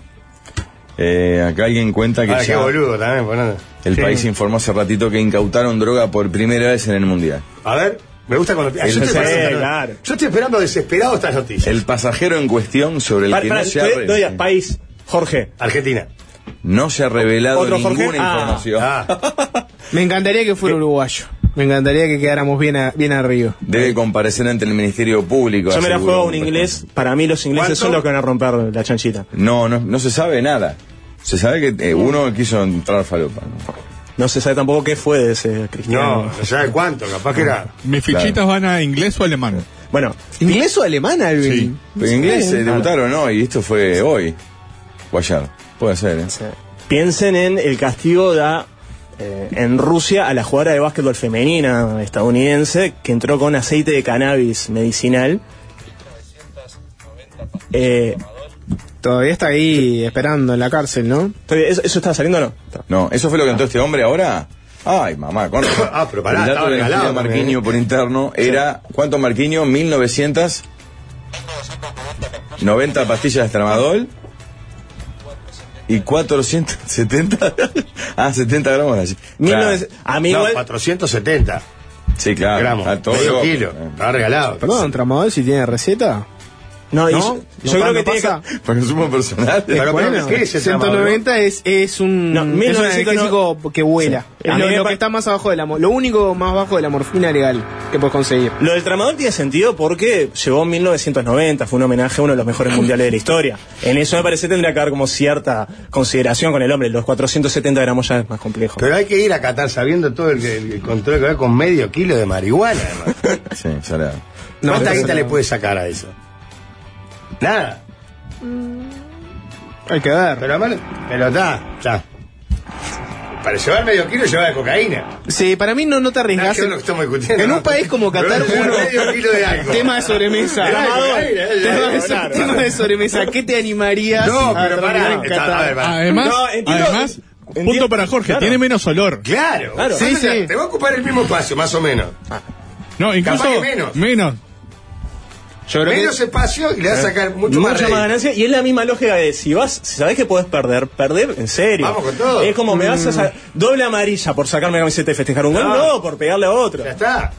Speaker 4: Eh, acá alguien cuenta que
Speaker 6: Ahora qué
Speaker 4: ya
Speaker 6: boludo también, por nada.
Speaker 4: el
Speaker 6: Sí.
Speaker 4: país informó hace ratito que incautaron droga por primera vez en el mundial.
Speaker 6: A ver, me gusta cuando Ah, yo, estoy
Speaker 4: Sí,
Speaker 6: esperando,
Speaker 3: claro.
Speaker 6: yo estoy esperando desesperado estas noticias.
Speaker 4: El pasajero en cuestión sobre el
Speaker 3: Para,
Speaker 4: que
Speaker 3: para,
Speaker 4: no se ha
Speaker 3: doy-
Speaker 4: re-
Speaker 3: doy a país, Jorge.
Speaker 6: Argentina.
Speaker 4: no se ha revelado
Speaker 3: ¿Otro
Speaker 4: ninguna
Speaker 3: Jorge? Ah.
Speaker 4: información.
Speaker 6: Ah,
Speaker 7: Me encantaría que
Speaker 6: Eh.
Speaker 7: fuera uruguayo. Me encantaría que quedáramos bien, a- bien arriba.
Speaker 4: Debe comparecer ante el Ministerio Público.
Speaker 3: Yo me la
Speaker 4: aseguró
Speaker 3: juego a un inglés. Para mí los ingleses
Speaker 6: ¿Cuánto?
Speaker 3: son los que van a romper la chanchita.
Speaker 4: No, no, no se sabe nada. Se sabe que eh, uno quiso entrar falopa. ¿no?
Speaker 3: No se sabe tampoco qué fue de ese cristiano.
Speaker 6: No, no sabe cuánto, capaz que era.
Speaker 8: ¿Mis fichitas van a inglés o alemán?
Speaker 3: Bueno,
Speaker 7: ¿Inglés o alemán, Alvin?
Speaker 8: Sí.
Speaker 4: Pero en inglés eh, debutaron hoy, y esto fue hoy. O ayer. Puede ser, ¿eh?
Speaker 3: piensen en el castigo da eh, en Rusia a la jugadora de básquetbol femenina estadounidense que entró con aceite de cannabis medicinal. Eh,
Speaker 7: Todavía está ahí esperando en la cárcel, ¿no?
Speaker 3: estoy- ¿eso, ¿Eso estaba saliendo o no? Está.
Speaker 4: No, ¿eso fue lo que cantó este hombre ahora? Ay, mamá, con
Speaker 6: Ah, pero pará,
Speaker 4: El dato
Speaker 6: estaba
Speaker 4: de
Speaker 6: regalado
Speaker 4: Julián
Speaker 6: también,
Speaker 4: Marquinho por interno era, ¿cuánto Marquinho? 1900... 90 pastillas de tramadol y 470... ah, 70 gramos. así. Claro.
Speaker 3: 1900 a mí
Speaker 6: No,
Speaker 3: igual-
Speaker 6: 470
Speaker 4: Sí, claro.
Speaker 6: gramos.
Speaker 4: a todo. Eh.
Speaker 6: medio kilo. Estaba regalado.
Speaker 7: No, don Tramadol, si tiene receta.
Speaker 3: no, y
Speaker 7: ¿No?
Speaker 3: yo,
Speaker 7: ¿No
Speaker 3: yo creo
Speaker 7: cuando
Speaker 3: que tiene
Speaker 7: pasa?
Speaker 3: que-
Speaker 4: Para consumo personal.
Speaker 6: Pero, pero, ¿qué es el
Speaker 7: 190 es, es un,
Speaker 3: No,
Speaker 7: es un
Speaker 3: 1990
Speaker 7: analgésico que vuela.
Speaker 3: Sí.
Speaker 7: A
Speaker 3: Lo
Speaker 7: mí
Speaker 3: que
Speaker 7: lo
Speaker 3: pa-
Speaker 7: que está más abajo de la mo- lo único más bajo de la morfina legal que puedes conseguir.
Speaker 3: Lo del tramador tiene sentido porque llegó en 1990, fue un homenaje a uno de los mejores mundiales de la historia. En eso me parece tendría que haber como cierta consideración con el hombre. Los 470 gramos ya es más complejo.
Speaker 6: Pero hay que ir a Qatar sabiendo todo el, el- el control que va con medio kilo de marihuana. hermano.
Speaker 4: Sí, salado.
Speaker 7: No,
Speaker 6: ¿Cuánta
Speaker 7: pero
Speaker 6: guita
Speaker 7: eso
Speaker 6: le
Speaker 7: no.
Speaker 6: puede sacar a eso? Nada.
Speaker 7: Hay que ver.
Speaker 6: Pero además, pero da, ya. Para llevar medio kilo lleva de cocaína.
Speaker 7: Sí, para mí no, no te
Speaker 6: Nada
Speaker 7: arriesgas.
Speaker 6: que ver lo que estamos discutiendo,
Speaker 7: en
Speaker 6: ¿no?
Speaker 7: un país como
Speaker 6: Pero
Speaker 7: Qatar,
Speaker 6: llevar medio
Speaker 7: uno.
Speaker 6: kilo de algo.
Speaker 7: Tema de sobremesa.
Speaker 6: Tema de cocaína, eh,
Speaker 7: Tema de,
Speaker 6: eh,
Speaker 7: so-
Speaker 6: claro.
Speaker 7: tema de sobremesa. ¿Qué te animarías
Speaker 6: No,
Speaker 7: a
Speaker 6: pero
Speaker 7: terminar
Speaker 6: pará.
Speaker 7: en
Speaker 6: está- a
Speaker 7: Qatar?
Speaker 6: ver, pará.
Speaker 8: Además,
Speaker 3: No, entiendo-
Speaker 8: además
Speaker 3: entiendo-
Speaker 8: punto para Jorge,
Speaker 3: claro.
Speaker 8: tiene menos olor.
Speaker 6: Claro.
Speaker 3: Claro. Ah.
Speaker 6: Sí,
Speaker 7: Sí,
Speaker 6: sí.
Speaker 7: sí.
Speaker 6: Te va a ocupar el mismo espacio, más o menos.
Speaker 8: No, incluso
Speaker 6: Capaz que menos.
Speaker 8: menos.
Speaker 7: Yo creo que-
Speaker 6: Menos espacio y le vas a sacar
Speaker 3: Eh.
Speaker 6: mucho, más
Speaker 3: Mucha
Speaker 6: rédito.
Speaker 3: más ganancia y es la misma lógica de si vas, si sabés que podés perder, perder en serio.
Speaker 6: Vamos con todo. Mm.
Speaker 3: Es como me vas a sa- doble amarilla por sacarme la camiseta y festejar un gol,
Speaker 6: No.
Speaker 3: no, por pegarle a otro.
Speaker 6: Ya está.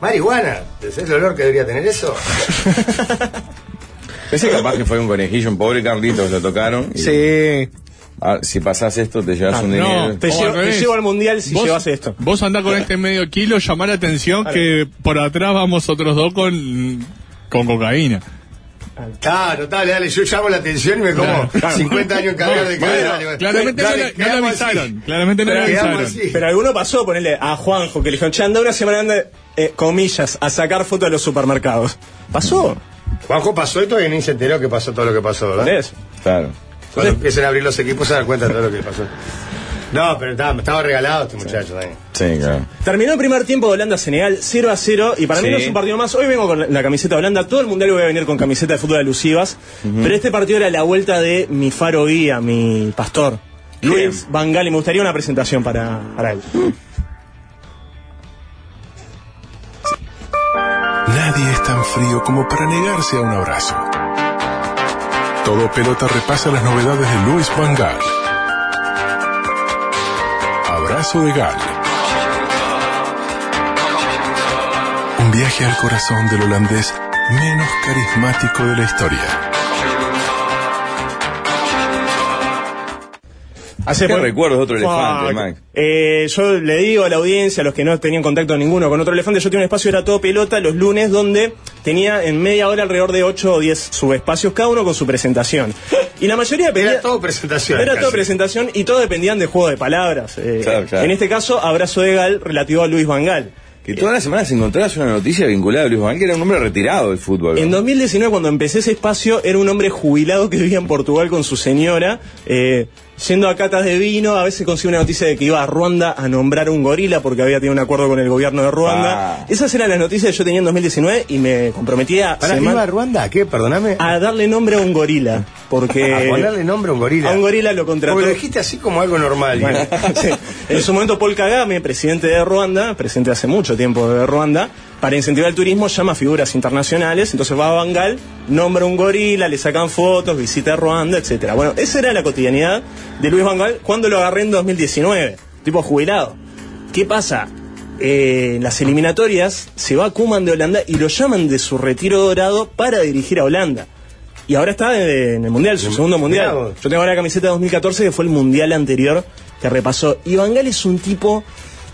Speaker 6: Marihuana. ¿Es el olor que debería tener eso?
Speaker 4: Ese capaz que fue un conejillo, un pobre Carlitos, lo tocaron. y-
Speaker 7: Sí.
Speaker 4: Ah, si pasás esto, te llevas un dinero.
Speaker 8: Ah, No,
Speaker 3: Ah, Te
Speaker 8: o
Speaker 3: llevo-
Speaker 8: al
Speaker 3: te
Speaker 8: revés.
Speaker 3: llevo al mundial si llevas esto.
Speaker 8: Vos andás con este medio kilo, llamar la atención que por atrás vamos otros dos con, con cocaína.
Speaker 6: Claro, dale, dale. Yo llamo la atención y me como
Speaker 8: Claro, claro.
Speaker 6: 50 años en caviar de
Speaker 8: Bueno,
Speaker 6: cadera. Dale,
Speaker 8: claramente
Speaker 6: dale,
Speaker 8: no, la- no le
Speaker 6: quedamos así.
Speaker 8: avisaron. Claramente no le
Speaker 6: Quedamos
Speaker 8: avisaron.
Speaker 6: así.
Speaker 3: Pero alguno pasó, ponerle a Juanjo, que le dijeron, che, anda una semana, anda, eh, comillas, a sacar fotos de los supermercados. Pasó.
Speaker 6: Juanjo pasó esto y ni se enteró que pasó todo lo que pasó, ¿verdad?
Speaker 3: ¿Entendés?
Speaker 4: Claro.
Speaker 6: Cuando empiecen a abrir los equipos se dan cuenta de todo lo que pasó. No, pero estaba, estaba regalado este muchacho también.
Speaker 4: Sí, claro.
Speaker 3: Terminó el primer tiempo de Holanda-Senegal 0 a 0 y para mí
Speaker 4: Sí.
Speaker 3: no es un partido más. Hoy vengo con la, la camiseta de Holanda, todo el mundial voy a venir con camiseta de fútbol alusivas, pero este partido era la vuelta de mi faro guía, mi pastor, Luis Vangali. Me gustaría una presentación para, para él.
Speaker 11: Nadie es tan frío como para negarse a un abrazo. Todo Pelota repasa las novedades de Luis Van Gaal. Abrazo de Gaal. Un viaje al corazón del holandés menos carismático de la historia.
Speaker 3: Hace
Speaker 4: Qué
Speaker 3: poco-
Speaker 4: recuerdos de otro
Speaker 3: Fuck.
Speaker 4: elefante, Mac.
Speaker 3: Eh, yo le digo a la audiencia, a los que no tenían contacto ninguno con otro elefante, yo tenía un espacio, era todo pelota los lunes, donde tenía en media hora alrededor de 8 o 10 subespacios, cada uno con su presentación. Y la mayoría pedía-
Speaker 6: Era todo presentación.
Speaker 3: Era
Speaker 6: casi.
Speaker 3: toda presentación y todo dependían de juego de palabras. Eh,
Speaker 4: Claro, claro.
Speaker 3: En este caso, abrazo de Gal relativo a Luis Van Gaal.
Speaker 4: Que todas las semanas encontrabas una noticia vinculada a Luis Van, que era un hombre retirado del fútbol.
Speaker 3: En 2019, cuando empecé ese espacio, era un hombre jubilado que vivía en Portugal con su señora, eh, yendo a catas de vino, a veces consigue una noticia de que iba a Ruanda a nombrar un gorila porque había tenido un acuerdo con el gobierno de Ruanda.
Speaker 4: Ah.
Speaker 3: Esas eran las noticias que yo tenía en 2019 y me comprometía
Speaker 6: Pará,
Speaker 3: semana-
Speaker 6: ¿iba a Ruanda? ¿Qué? Perdóname.
Speaker 3: a darle nombre a un gorila. Porque...
Speaker 6: a ponerle nombre a un gorila.
Speaker 3: a un gorila lo contrató.
Speaker 6: Porque lo dijiste así como algo normal.
Speaker 3: Bueno, sí. En su momento Paul Kagame, presidente de Ruanda, presidente hace mucho tiempo de Ruanda, para incentivar el turismo llama a figuras internacionales, entonces va a Bangal, nombra un gorila, le sacan fotos, visita Ruanda, etcétera. Bueno, esa era la cotidianidad de Luis Bangal cuando lo agarré en 2019, tipo jubilado. ¿Qué pasa? Eh, en las eliminatorias se va Kuman de Holanda y lo llaman de su retiro dorado para dirigir a Holanda. Y ahora está en en el Mundial, su segundo
Speaker 6: Mm, mirá
Speaker 3: Mundial.
Speaker 6: vos.
Speaker 3: Yo tengo la camiseta de 2014 que fue el Mundial anterior que repasó. Y Van Gaal es un tipo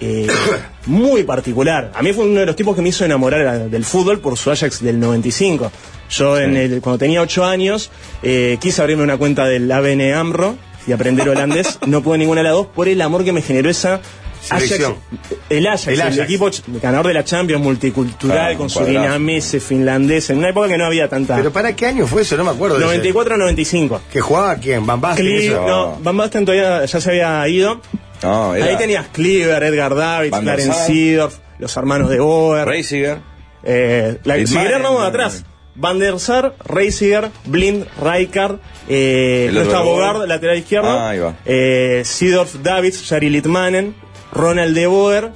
Speaker 3: eh, muy particular. A mí fue uno de los tipos que me hizo enamorar a- del fútbol por su Ajax del 95. Yo en el- cuando tenía 8 años eh, quise abrirme una cuenta del ABN AMRO y aprender holandés. No pude ninguna de las dos por el amor que me generó esa.
Speaker 6: Selección.
Speaker 3: Ajax- el Ajax,
Speaker 6: El
Speaker 3: el,
Speaker 6: Ajax.
Speaker 3: equipo ch- ganador de la Champions, multicultural,
Speaker 6: Ah,
Speaker 3: con
Speaker 6: cuadrazo.
Speaker 3: surinameses, finlandeses, en una época que no había tanta.
Speaker 6: ¿Pero para qué año fue eso? No me acuerdo. de ese.
Speaker 3: 94 95.
Speaker 6: ¿Que jugaba quién? ¿Van Basten?
Speaker 3: Clive-
Speaker 6: eso?
Speaker 3: no, Van Basten todavía ya se había ido.
Speaker 4: No, era
Speaker 3: Ahí tenías Cleaver, Edgar Davids,
Speaker 4: Van der
Speaker 3: Clarence
Speaker 4: Sar.
Speaker 3: Seedorf, los hermanos de Boer.
Speaker 4: Reisiger.
Speaker 3: Eh, la, si
Speaker 4: Littman.
Speaker 3: querés, vamos de atrás. Van der Sar, Reisiger, Blind, Rijkaard, eh,
Speaker 4: El
Speaker 3: no
Speaker 4: otro
Speaker 3: está
Speaker 4: de Boer.
Speaker 3: Bogard, lateral izquierdo.
Speaker 4: Ah, ahí va.
Speaker 3: Eh, Seedorf, Davids, Jari Litmanen, Ronald de Boer.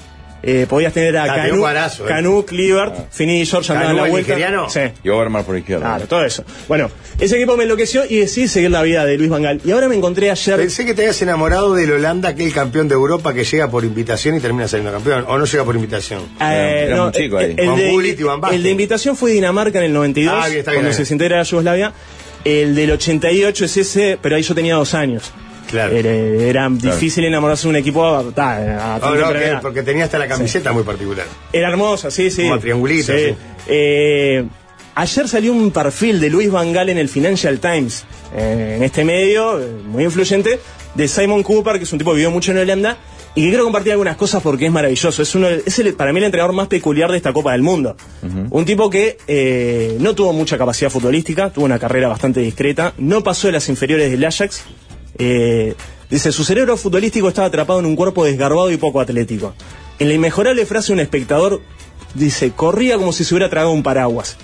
Speaker 3: Eh, podías tener a
Speaker 6: Ah, tenía
Speaker 3: Canu,
Speaker 6: un guarazo, eh.
Speaker 3: Canu, Clivert, Fini y George andaban
Speaker 6: Canu,
Speaker 3: a la
Speaker 6: el
Speaker 3: vuelta.
Speaker 6: nigeriano.
Speaker 3: Sí.
Speaker 4: Y Overmars por izquierda.
Speaker 3: Claro, todo eso. Bueno, ese equipo me enloqueció y decidí seguir la vida de Luis Vangal. Y ahora me encontré ayer.
Speaker 6: Pensé que te habías enamorado del Holanda, aquel campeón de Europa que llega por invitación y termina saliendo campeón. O no llega por invitación.
Speaker 3: Eh,
Speaker 4: Era
Speaker 3: no,
Speaker 4: un chico
Speaker 3: eh,
Speaker 4: ahí.
Speaker 3: El,
Speaker 6: Van
Speaker 3: de,
Speaker 6: Gullit y Van Basten.
Speaker 3: el de invitación fue Dinamarca en el 92,
Speaker 6: Ah, bien, está bien,
Speaker 3: cuando
Speaker 6: está bien.
Speaker 3: se integra Yugoslavia. El del 88 es ese, pero ahí yo tenía dos años.
Speaker 6: Claro.
Speaker 3: Era, era difícil enamorarse de un equipo a, ta, a- a tan
Speaker 6: Oh, No, no,
Speaker 3: temprana
Speaker 6: que-
Speaker 3: edad.
Speaker 6: Ah, porque tenía hasta la camiseta muy particular.
Speaker 3: Era hermosa, sí, sí.
Speaker 6: Como triangulito,
Speaker 3: Sí.
Speaker 6: sí.
Speaker 3: Eh, ayer salió un perfil de Luis Vangal en el Financial Times, eh, en este medio, eh, muy influyente, de Simon Cooper, que es un tipo que vivió mucho en Holanda, y que quiero compartir algunas cosas porque es maravilloso. Es uno, es el- para mí el entrenador más peculiar de esta Copa del Mundo. Un tipo que eh, no tuvo mucha capacidad futbolística, tuvo una carrera bastante discreta, no pasó de las inferiores del Ajax. eh, dice, su cerebro futbolístico estaba atrapado en un cuerpo desgarbado y poco atlético. En la inmejorable frase, un espectador dice, corría como si se hubiera tragado un paraguas.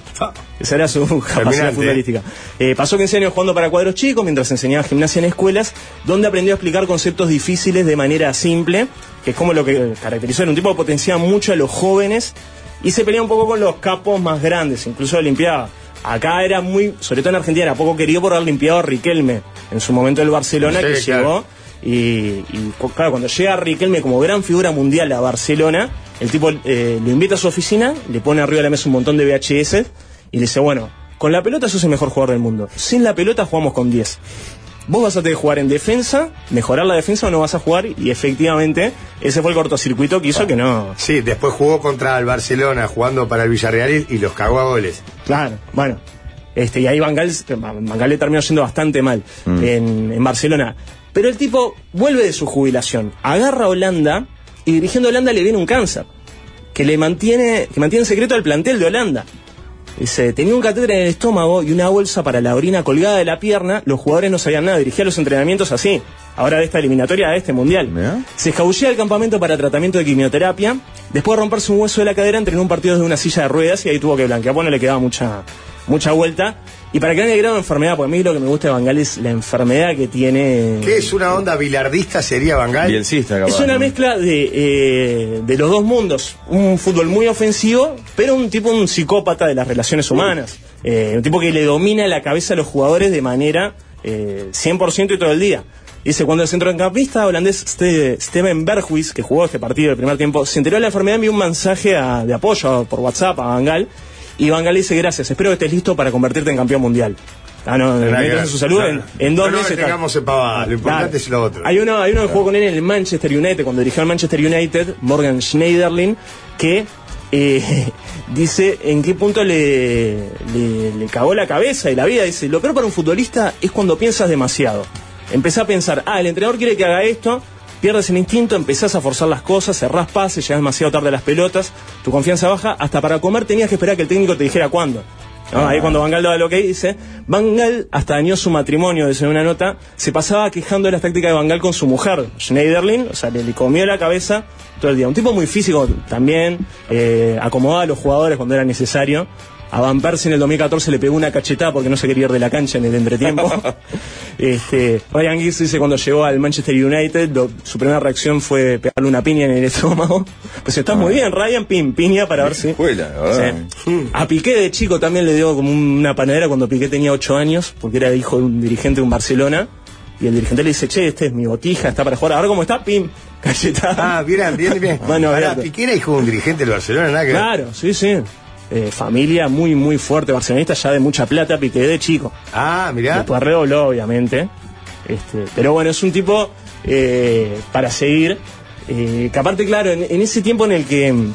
Speaker 3: Esa era su capacidad
Speaker 6: Terminante,
Speaker 3: futbolística. Eh, pasó 15 años jugando para cuadros chicos mientras enseñaba gimnasia en escuelas, donde aprendió a explicar conceptos difíciles de manera simple, que es como lo que caracterizó. Era un tipo que potenciaba mucho a los jóvenes y se peleaba un poco con los capos más grandes, incluso la Olimpiada. Acá era muy, sobre todo en Argentina, era poco querido por haber limpiado a Riquelme en su momento el Barcelona,
Speaker 6: Sí,
Speaker 3: que
Speaker 6: claro.
Speaker 3: llegó. Y, y, cu- claro, cuando llega Riquelme como gran figura mundial a Barcelona, el tipo eh, lo invita a su oficina, le pone arriba de la mesa un montón de VHS y le dice, bueno, con la pelota sos el mejor jugador del mundo. Sin la pelota jugamos con 10. Vos vas a tener que jugar en defensa, mejorar la defensa o no vas a jugar. Y efectivamente, ese fue el cortocircuito que hizo que no.
Speaker 6: Ah. Sí, después jugó contra el Barcelona jugando para el Villarreal y- y los cagó a goles.
Speaker 3: Claro, bueno. Este, y ahí Van Gaal, Van Gaal le terminó yendo bastante mal en, en Barcelona. Pero el tipo vuelve de su jubilación, agarra a Holanda y dirigiendo a Holanda le viene un cáncer que le mantiene, que mantiene en secreto al plantel de Holanda. Dice, tenía un catéter en el estómago y una bolsa para la orina colgada de la pierna, los jugadores no sabían nada, dirigía los entrenamientos así, ahora de esta eliminatoria a este mundial.
Speaker 4: Mirá.
Speaker 3: Se escabullía al campamento para tratamiento de quimioterapia, después de romperse un hueso de la cadera entrenó un partido de una silla de ruedas y ahí tuvo que blanquear, bueno, le quedaba mucha, mucha vuelta. Y para que no haya grado de enfermedad, porque a mí lo que me gusta de Bangal es la enfermedad que tiene...
Speaker 6: ¿Qué es una onda bilardista sería Van Gaal?
Speaker 4: Bielcista, capaz.
Speaker 3: Es una
Speaker 4: ¿no?
Speaker 3: mezcla de, eh, de los dos mundos. Un fútbol muy ofensivo, pero un tipo, un psicópata de las relaciones humanas. Eh, un tipo que le domina la cabeza a los jugadores de manera eh, 100% y todo el día. Dice, cuando el centrocampista holandés Ste- Steven Berghuis, que jugó este partido el primer tiempo, se enteró de la enfermedad, envió un mensaje a- de apoyo por WhatsApp a Bangal. Y Bangal dice, gracias, espero que estés listo para convertirte en campeón mundial. Ah, no, entonces su salud en, en dos
Speaker 6: no, no,
Speaker 3: meses. tal.
Speaker 6: tengamos sepavada, lo importante
Speaker 3: Claro.
Speaker 6: es lo otro.
Speaker 3: Hay uno, hay uno que jugó con él en el Manchester United, cuando dirigió al Manchester United, Morgan Schneiderlin, que eh, dice en qué punto le, le, le cagó la cabeza y la vida. Dice, lo peor para un futbolista es cuando piensas demasiado. Empezás a pensar, ah, el entrenador quiere que haga esto, pierdes el instinto, empezás a forzar las cosas, cerrás pases, llegás demasiado tarde a las pelotas, tu confianza baja, hasta para comer tenías que esperar a que el técnico te dijera cuándo. ¿no? Ah, Ahí cuando Van Gaal daba lo que dice, Van Gaal hasta dañó su matrimonio, dice en una nota, se pasaba quejando de las tácticas de Van Gaal con su mujer, Schneiderlin, o sea, le, le comió la cabeza todo el día. Un tipo muy físico también, eh, acomodaba a los jugadores cuando era necesario. A Van Persie en el 2014 le pegó una cachetada porque no se quería ir de la cancha en el entretiempo. este, Ryan Giggs dice cuando llegó al Manchester United, lo- su primera reacción fue pegarle una piña en el estómago. Pues está muy bien, Ryan, pin, piña para ver si...
Speaker 4: Escuela, la verdad.
Speaker 3: Sí. A Piqué de chico también le dio como una panadera cuando Piqué tenía 8 años, porque era hijo de un dirigente de un Barcelona. Y el dirigente le dice, che, este es mi botija, está para jugar. Ahora cómo está, pim, cachetada.
Speaker 6: Ah, bien, bien, bien.
Speaker 3: Bueno,
Speaker 6: Pará,
Speaker 3: bien.
Speaker 6: Piqué era hijo de un dirigente del Barcelona, nada que ver.
Speaker 3: Claro, sí, sí. Eh, familia muy, muy fuerte, barcelonista, ya de mucha plata, Piqué de chico.
Speaker 6: Ah, mirá.
Speaker 3: Después redobló, obviamente. Este, pero bueno, es un tipo eh, para seguir. Eh, que aparte, claro, en, en ese tiempo en el que... En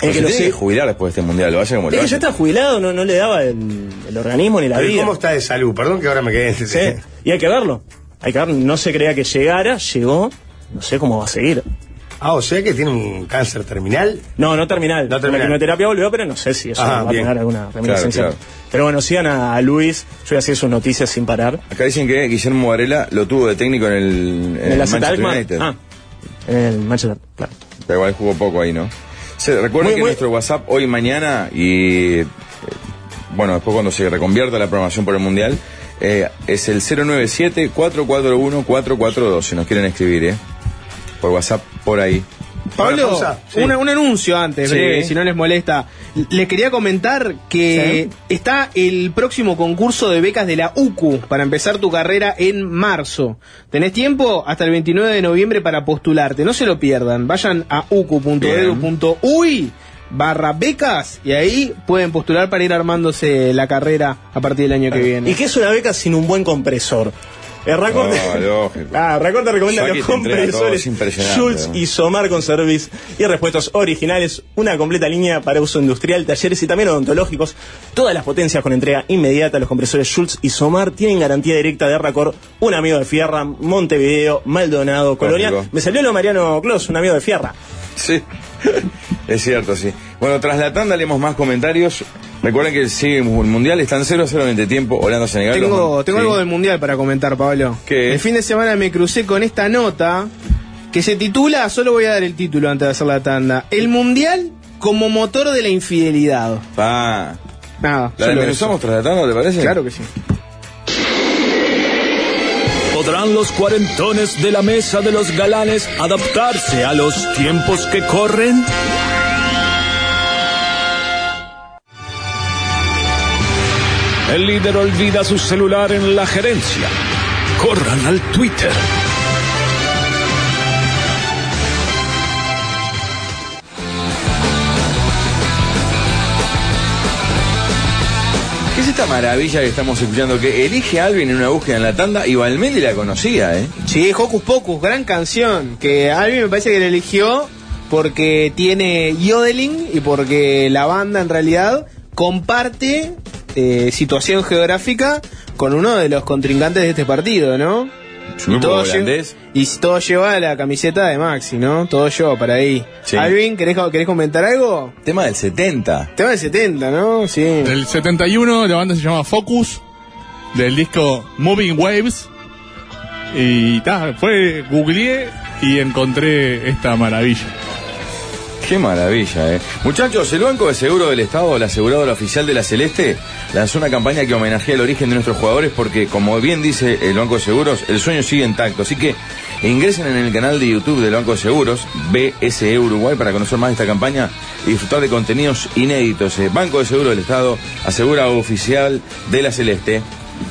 Speaker 3: el
Speaker 4: Pero se
Speaker 3: que lo
Speaker 4: tiene
Speaker 3: sé-
Speaker 4: que jubilar después de este mundial, vaya como
Speaker 3: es
Speaker 4: lo
Speaker 3: que ya
Speaker 4: vaya.
Speaker 3: está jubilado, no, no le daba el, el organismo ni la
Speaker 6: Pero
Speaker 3: vida.
Speaker 6: ¿Cómo está de salud? Perdón que ahora me quedé en
Speaker 3: Sí, y hay que verlo. Hay que ver, no se creía que llegara, llegó, no sé cómo va a seguir.
Speaker 6: Ah, o sea que tiene un cáncer terminal.
Speaker 3: No, no terminal.
Speaker 6: No terminal.
Speaker 3: La quimioterapia volvió, pero no sé si eso
Speaker 6: Ah,
Speaker 3: va
Speaker 6: bien.
Speaker 3: a tener alguna
Speaker 6: Claro,
Speaker 3: reminiscencia.
Speaker 4: claro.
Speaker 3: Pero bueno, sigan a, a Luis, yo voy a hacer sus noticias sin parar.
Speaker 4: Acá dicen que Guillermo Varela lo tuvo de técnico en el, en
Speaker 6: Eh,
Speaker 3: ¿En
Speaker 4: el
Speaker 3: el AZ
Speaker 4: Manchester
Speaker 3: Alkmaar?
Speaker 4: United.
Speaker 3: Ah, en el Manchester, claro.
Speaker 4: Pero igual jugó poco ahí, ¿no? Se, recuerden
Speaker 3: Muy,
Speaker 4: que
Speaker 3: muy-
Speaker 4: nuestro WhatsApp hoy y mañana y eh, bueno, después cuando se reconvierta la programación por el Mundial, eh, es el 097-441-442, si nos quieren escribir, ¿eh? Por WhatsApp, por ahí.
Speaker 7: Pablo,
Speaker 6: pausa. Sí.
Speaker 7: una- un anuncio antes,
Speaker 4: Sí.
Speaker 7: breve, si no les molesta. L- Les quería comentar que está el próximo concurso de becas de la UCU para empezar tu carrera en marzo. Tenés tiempo hasta el 29 de noviembre para postularte. No se lo pierdan. Vayan a e ucu.edu.uy barra becas y ahí pueden postular para ir armándose la carrera a partir del año que viene.
Speaker 3: ¿Y qué es una beca sin un buen compresor? El Raccord-
Speaker 4: No, lógico.
Speaker 3: Ah, Raccord te recomienda
Speaker 4: Saki
Speaker 3: los
Speaker 4: te entrega todo,
Speaker 3: compresores
Speaker 4: es impresionante,
Speaker 3: Schultz
Speaker 4: ¿no?
Speaker 3: y Somar con service y repuestos originales, una completa línea para uso industrial, talleres y también odontológicos. Todas las potencias con entrega inmediata, los compresores Schultz y Somar tienen garantía directa de Raccord, un amigo de Fierra, Montevideo, Maldonado, Colonia.
Speaker 4: Lógico.
Speaker 3: Me salió lo Mariano Clos, un amigo de Fierra.
Speaker 4: Sí, es cierto, sí. Bueno, tras la tanda leemos más comentarios. Recuerden que sigue el Mundial, están 0 a 0 en este tiempo, Holanda-Senegal.
Speaker 7: Tengo,
Speaker 4: Los-
Speaker 7: tengo
Speaker 4: sí.
Speaker 7: algo del mundial para comentar, Pablo.
Speaker 4: ¿Qué?
Speaker 7: El fin de semana me crucé con esta nota que se titula, solo voy a dar el título antes de hacer la tanda, El mundial como motor de la infidelidad.
Speaker 4: Ah,
Speaker 7: Nada.
Speaker 4: ¿La
Speaker 7: solo
Speaker 4: desmenuzamos tras la tanda, te parece?
Speaker 7: eso. Claro que sí.
Speaker 1: ¿Podrán los cuarentones de la mesa de los galanes adaptarse a los tiempos que corren? El líder olvida su celular en la gerencia. Corran al Twitter.
Speaker 4: ¿Qué es esta maravilla que estamos escuchando? Que elige a alguien en una búsqueda en la tanda y Valmeldi la conocía, ¿eh?
Speaker 7: Sí, Hocus Pocus, gran canción, que a mí me parece que la eligió porque tiene yodeling y porque la banda en realidad comparte eh, situación geográfica con uno de los contrincantes de este partido, ¿no?
Speaker 4: Su grupo
Speaker 7: todo
Speaker 4: holandés.
Speaker 7: lle- y todo lleva la camiseta de Maxi, ¿no? Todo lleva para ahí.
Speaker 4: Sí.
Speaker 7: Alvin, ¿querés, querés comentar algo?
Speaker 4: Tema del 70.
Speaker 7: Tema del 70, ¿no? Sí.
Speaker 8: Del 71, la banda se llama Focus, del disco Moving Waves. Y ta, fue, googleé y encontré esta maravilla.
Speaker 4: Qué maravilla, ¿eh? Muchachos, el Banco de Seguro del Estado, la aseguradora oficial de la Celeste, lanzó una campaña que homenajea el origen de nuestros jugadores porque, como bien dice el Banco de Seguros, el sueño sigue intacto. Así que ingresen en el canal de YouTube del Banco de Seguros, BSE Uruguay, para conocer más de esta campaña y disfrutar de contenidos inéditos. Eh, Banco de Seguro del Estado, asegura oficial de la Celeste.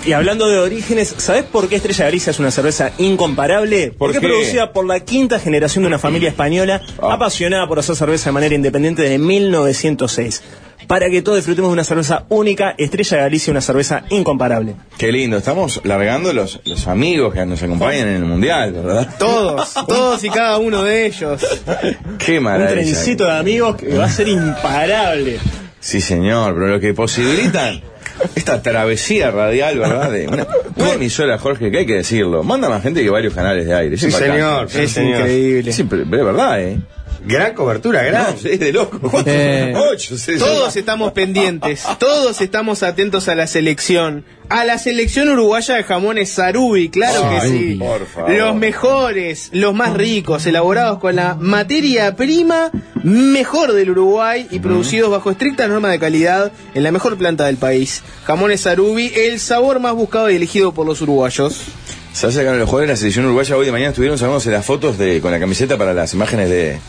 Speaker 3: Y hablando de orígenes, ¿sabés por qué Estrella Galicia es una cerveza incomparable?
Speaker 4: ¿Por
Speaker 3: Porque
Speaker 4: qué?
Speaker 3: es producida por la quinta generación de una familia española
Speaker 4: Ah.
Speaker 3: apasionada por hacer cerveza de manera independiente desde 1906. Para que todos disfrutemos de una cerveza única, Estrella Galicia una cerveza incomparable.
Speaker 4: Qué lindo, estamos largando los, los amigos que nos acompañan en el Mundial, ¿verdad?
Speaker 7: Todos, todos y cada uno de ellos.
Speaker 4: Qué
Speaker 3: Un
Speaker 4: maravilla.
Speaker 3: trencito de amigos que va a ser imparable.
Speaker 4: Sí, señor, pero lo que posibilitan esta travesía radial, ¿verdad? De una, una emisora, Jorge, que hay que decirlo. Manda más gente que varios canales de aire. es
Speaker 6: Sí,
Speaker 4: impactante.
Speaker 6: señor. Sí,
Speaker 7: es
Speaker 6: señor.
Speaker 7: increíble.
Speaker 4: Sí, pero pero es verdad, ¿eh?
Speaker 6: Gran cobertura, gran.
Speaker 4: No, sí, es de loco. ¿Cuántos?
Speaker 7: Eh,
Speaker 4: Ocho, sí,
Speaker 7: Todos
Speaker 4: sí.
Speaker 7: estamos pendientes, todos estamos atentos a la selección. A la selección uruguaya de jamones Sarubi, claro que
Speaker 4: Ay,
Speaker 7: sí.
Speaker 4: por favor.
Speaker 7: Los mejores, los más ricos, elaborados con la materia prima mejor del Uruguay y producidos bajo estrictas normas de calidad en la mejor planta del país. Jamones Sarubi, el sabor más buscado y elegido por los uruguayos.
Speaker 4: Se acercaron los jugadores de la selección uruguaya hoy de mañana. Estuvieron sacándose las fotos de, con la camiseta para las imágenes de. del-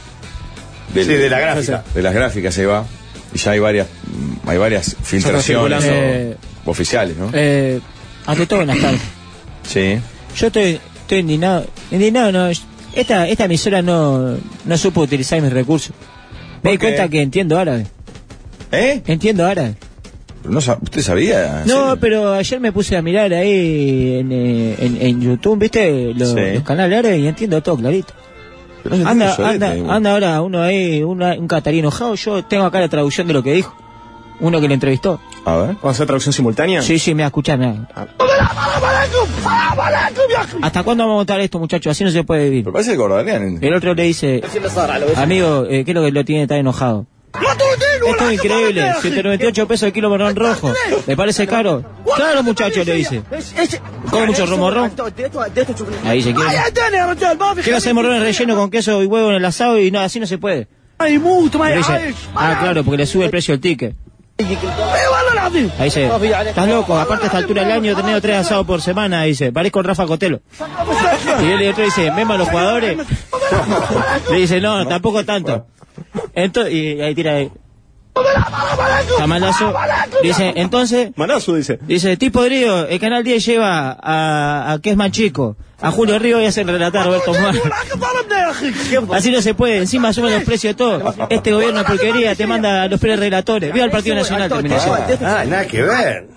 Speaker 6: Sí, de la gráfica.
Speaker 4: De las gráficas, ahí va. Y ya hay varias, mm, hay varias filtraciones
Speaker 12: circulando.
Speaker 4: o- oficiales, ¿no?
Speaker 12: Eh, ante todo, buenas tardes.
Speaker 4: Sí.
Speaker 12: Yo estoy, estoy indignado. Indignado, no. Esta, esta emisora no, no supo utilizar mis recursos. Me di
Speaker 4: ¿Por qué?
Speaker 12: cuenta que entiendo árabe.
Speaker 4: ¿Eh?
Speaker 12: Entiendo árabe.
Speaker 4: No, sa- ¿Usted sabía?
Speaker 12: No,
Speaker 4: Sí.
Speaker 12: pero ayer me puse a mirar ahí en, eh, en, en YouTube, ¿viste? Los,
Speaker 4: Sí.
Speaker 12: los canales árabes y entiendo todo clarito.
Speaker 4: Pero no se
Speaker 12: Anda,
Speaker 4: tiene un
Speaker 12: anda,
Speaker 4: solete,
Speaker 12: anda ahora uno ahí, una- un catarí enojado. Yo tengo acá la traducción de lo que dijo. uno que lo entrevistó.
Speaker 4: A ver.
Speaker 3: ¿Vamos a hacer traducción simultánea? Ah.
Speaker 12: Sí, sí, mira, escuchame. ¿Hasta cuándo vamos a votar esto, muchachos? Así no se puede vivir.
Speaker 4: parece el Gordanian.
Speaker 12: El otro le dice, amigo, eh, ¿qué es lo que lo tiene tan enojado? Esto es increíble, 198 pesos el kilo morrón rojo. ¿Le parece caro? Claro, muchachos, le dice. Come mucho romorrón. Ahí se queda. Quiero hacer morrones relleno con queso y huevo en el asado y no, así no se puede. Le dice, ah, claro, porque le sube el precio del ticket. Ahí dice, estás loco, aparte a esta altura del año he tenido tres asados por semana, dice, parezco Rafa Cotelo. Y él y otro dice, mema a los jugadores. Le dice, no, tampoco tanto. Entonces, y ahí tira ahí. Camalazo. Dice, entonces.
Speaker 3: Malazo dice.
Speaker 12: Dice, tipo podrido, el canal 10 lleva a, a que es más chico, a Julio Río y hacen relatar a Roberto Muar. Así no se puede, encima suben los precios de todo. Este gobierno de porquería te manda a los pre relatores. Viva el Partido Nacional termina diciendo.
Speaker 6: Ah, nada que ver.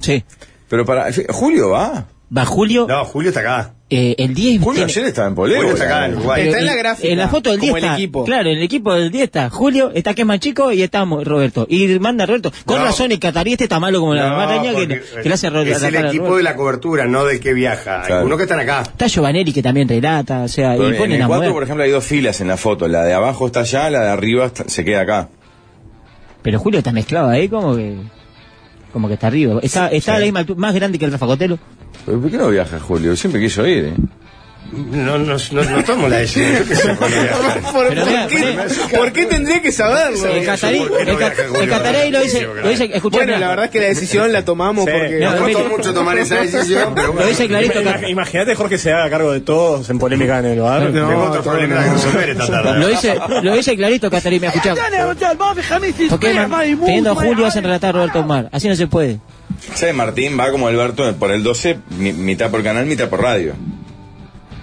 Speaker 12: Sí.
Speaker 4: Pero para. en fin, ¿Julio va?
Speaker 12: Va Julio.
Speaker 6: No, Julio está acá.
Speaker 12: Eh, el 10
Speaker 4: Julio
Speaker 12: tiene-
Speaker 4: ayer estaba en Poleo.
Speaker 6: Julio está acá en Uruguay.
Speaker 12: Pero
Speaker 7: Está en la
Speaker 12: el-
Speaker 7: gráfica,
Speaker 12: En la foto del 10
Speaker 7: como el
Speaker 12: está.
Speaker 7: equipo.
Speaker 12: Claro, en el equipo del 10 está Julio, está que es más chico y está Mo- Roberto. Y manda a Roberto. Con
Speaker 6: No.
Speaker 12: razón, el catarí este está malo como la
Speaker 6: No,
Speaker 12: maraña que,
Speaker 6: porque,
Speaker 12: que le hace Roberto.
Speaker 6: Es el equipo de la cobertura, no del que viaja.
Speaker 4: Claro.
Speaker 6: Algunos que están acá.
Speaker 12: Está Giovanelli que también relata, o sea,
Speaker 4: Pero
Speaker 12: y
Speaker 4: en
Speaker 12: pone
Speaker 4: el
Speaker 12: una
Speaker 4: 4,
Speaker 12: mujer.
Speaker 4: por ejemplo, hay dos filas en la foto. La de abajo está allá, la de arriba está- se queda acá.
Speaker 12: Pero Julio está mezclado ahí como que. Como que está arriba. Está, está a la misma altura, más grande que el Rafa Cotelo.
Speaker 4: ¿Pero ¿Por qué no viaja Julio? Siempre quiso ir, ¿eh?
Speaker 6: No, no, no, no tomo la
Speaker 12: Ah,
Speaker 6: decisión. Yo qué sé por qué viaja.
Speaker 7: ¿Por,
Speaker 12: Pero
Speaker 7: por
Speaker 12: vea,
Speaker 7: qué,
Speaker 6: vea.
Speaker 7: por qué tendría que saberlo?
Speaker 12: El catarí,
Speaker 6: ¿por qué no
Speaker 12: el, ca-
Speaker 6: viaja Julio?
Speaker 12: el catarí lo dice, lo dice, escuchá,
Speaker 7: Bueno,
Speaker 12: mirá,
Speaker 7: la verdad es que la decisión la tomamos
Speaker 3: Sí.
Speaker 7: porque...
Speaker 12: No,
Speaker 6: Me
Speaker 12: mire.
Speaker 6: costó mucho tomar esa decisión, pero
Speaker 12: lo
Speaker 6: bueno.
Speaker 12: dice clarito,
Speaker 3: Ima-
Speaker 12: Cat-
Speaker 3: Imagínate, Jorge, se haga cargo de todos en polémica en el bar.
Speaker 7: No.
Speaker 6: Ah, Tengo otros problemas que resolver esta
Speaker 12: lo
Speaker 6: tarde.
Speaker 12: dice, lo dice clarito Catarí, me escuchá. ¿Por qué man- teniendo a Julio hacen relatar a Roberto Omar? Así no se puede.
Speaker 4: ¿Sabe? Martín va como Alberto por el 12, mi- mitad por canal, mitad por radio.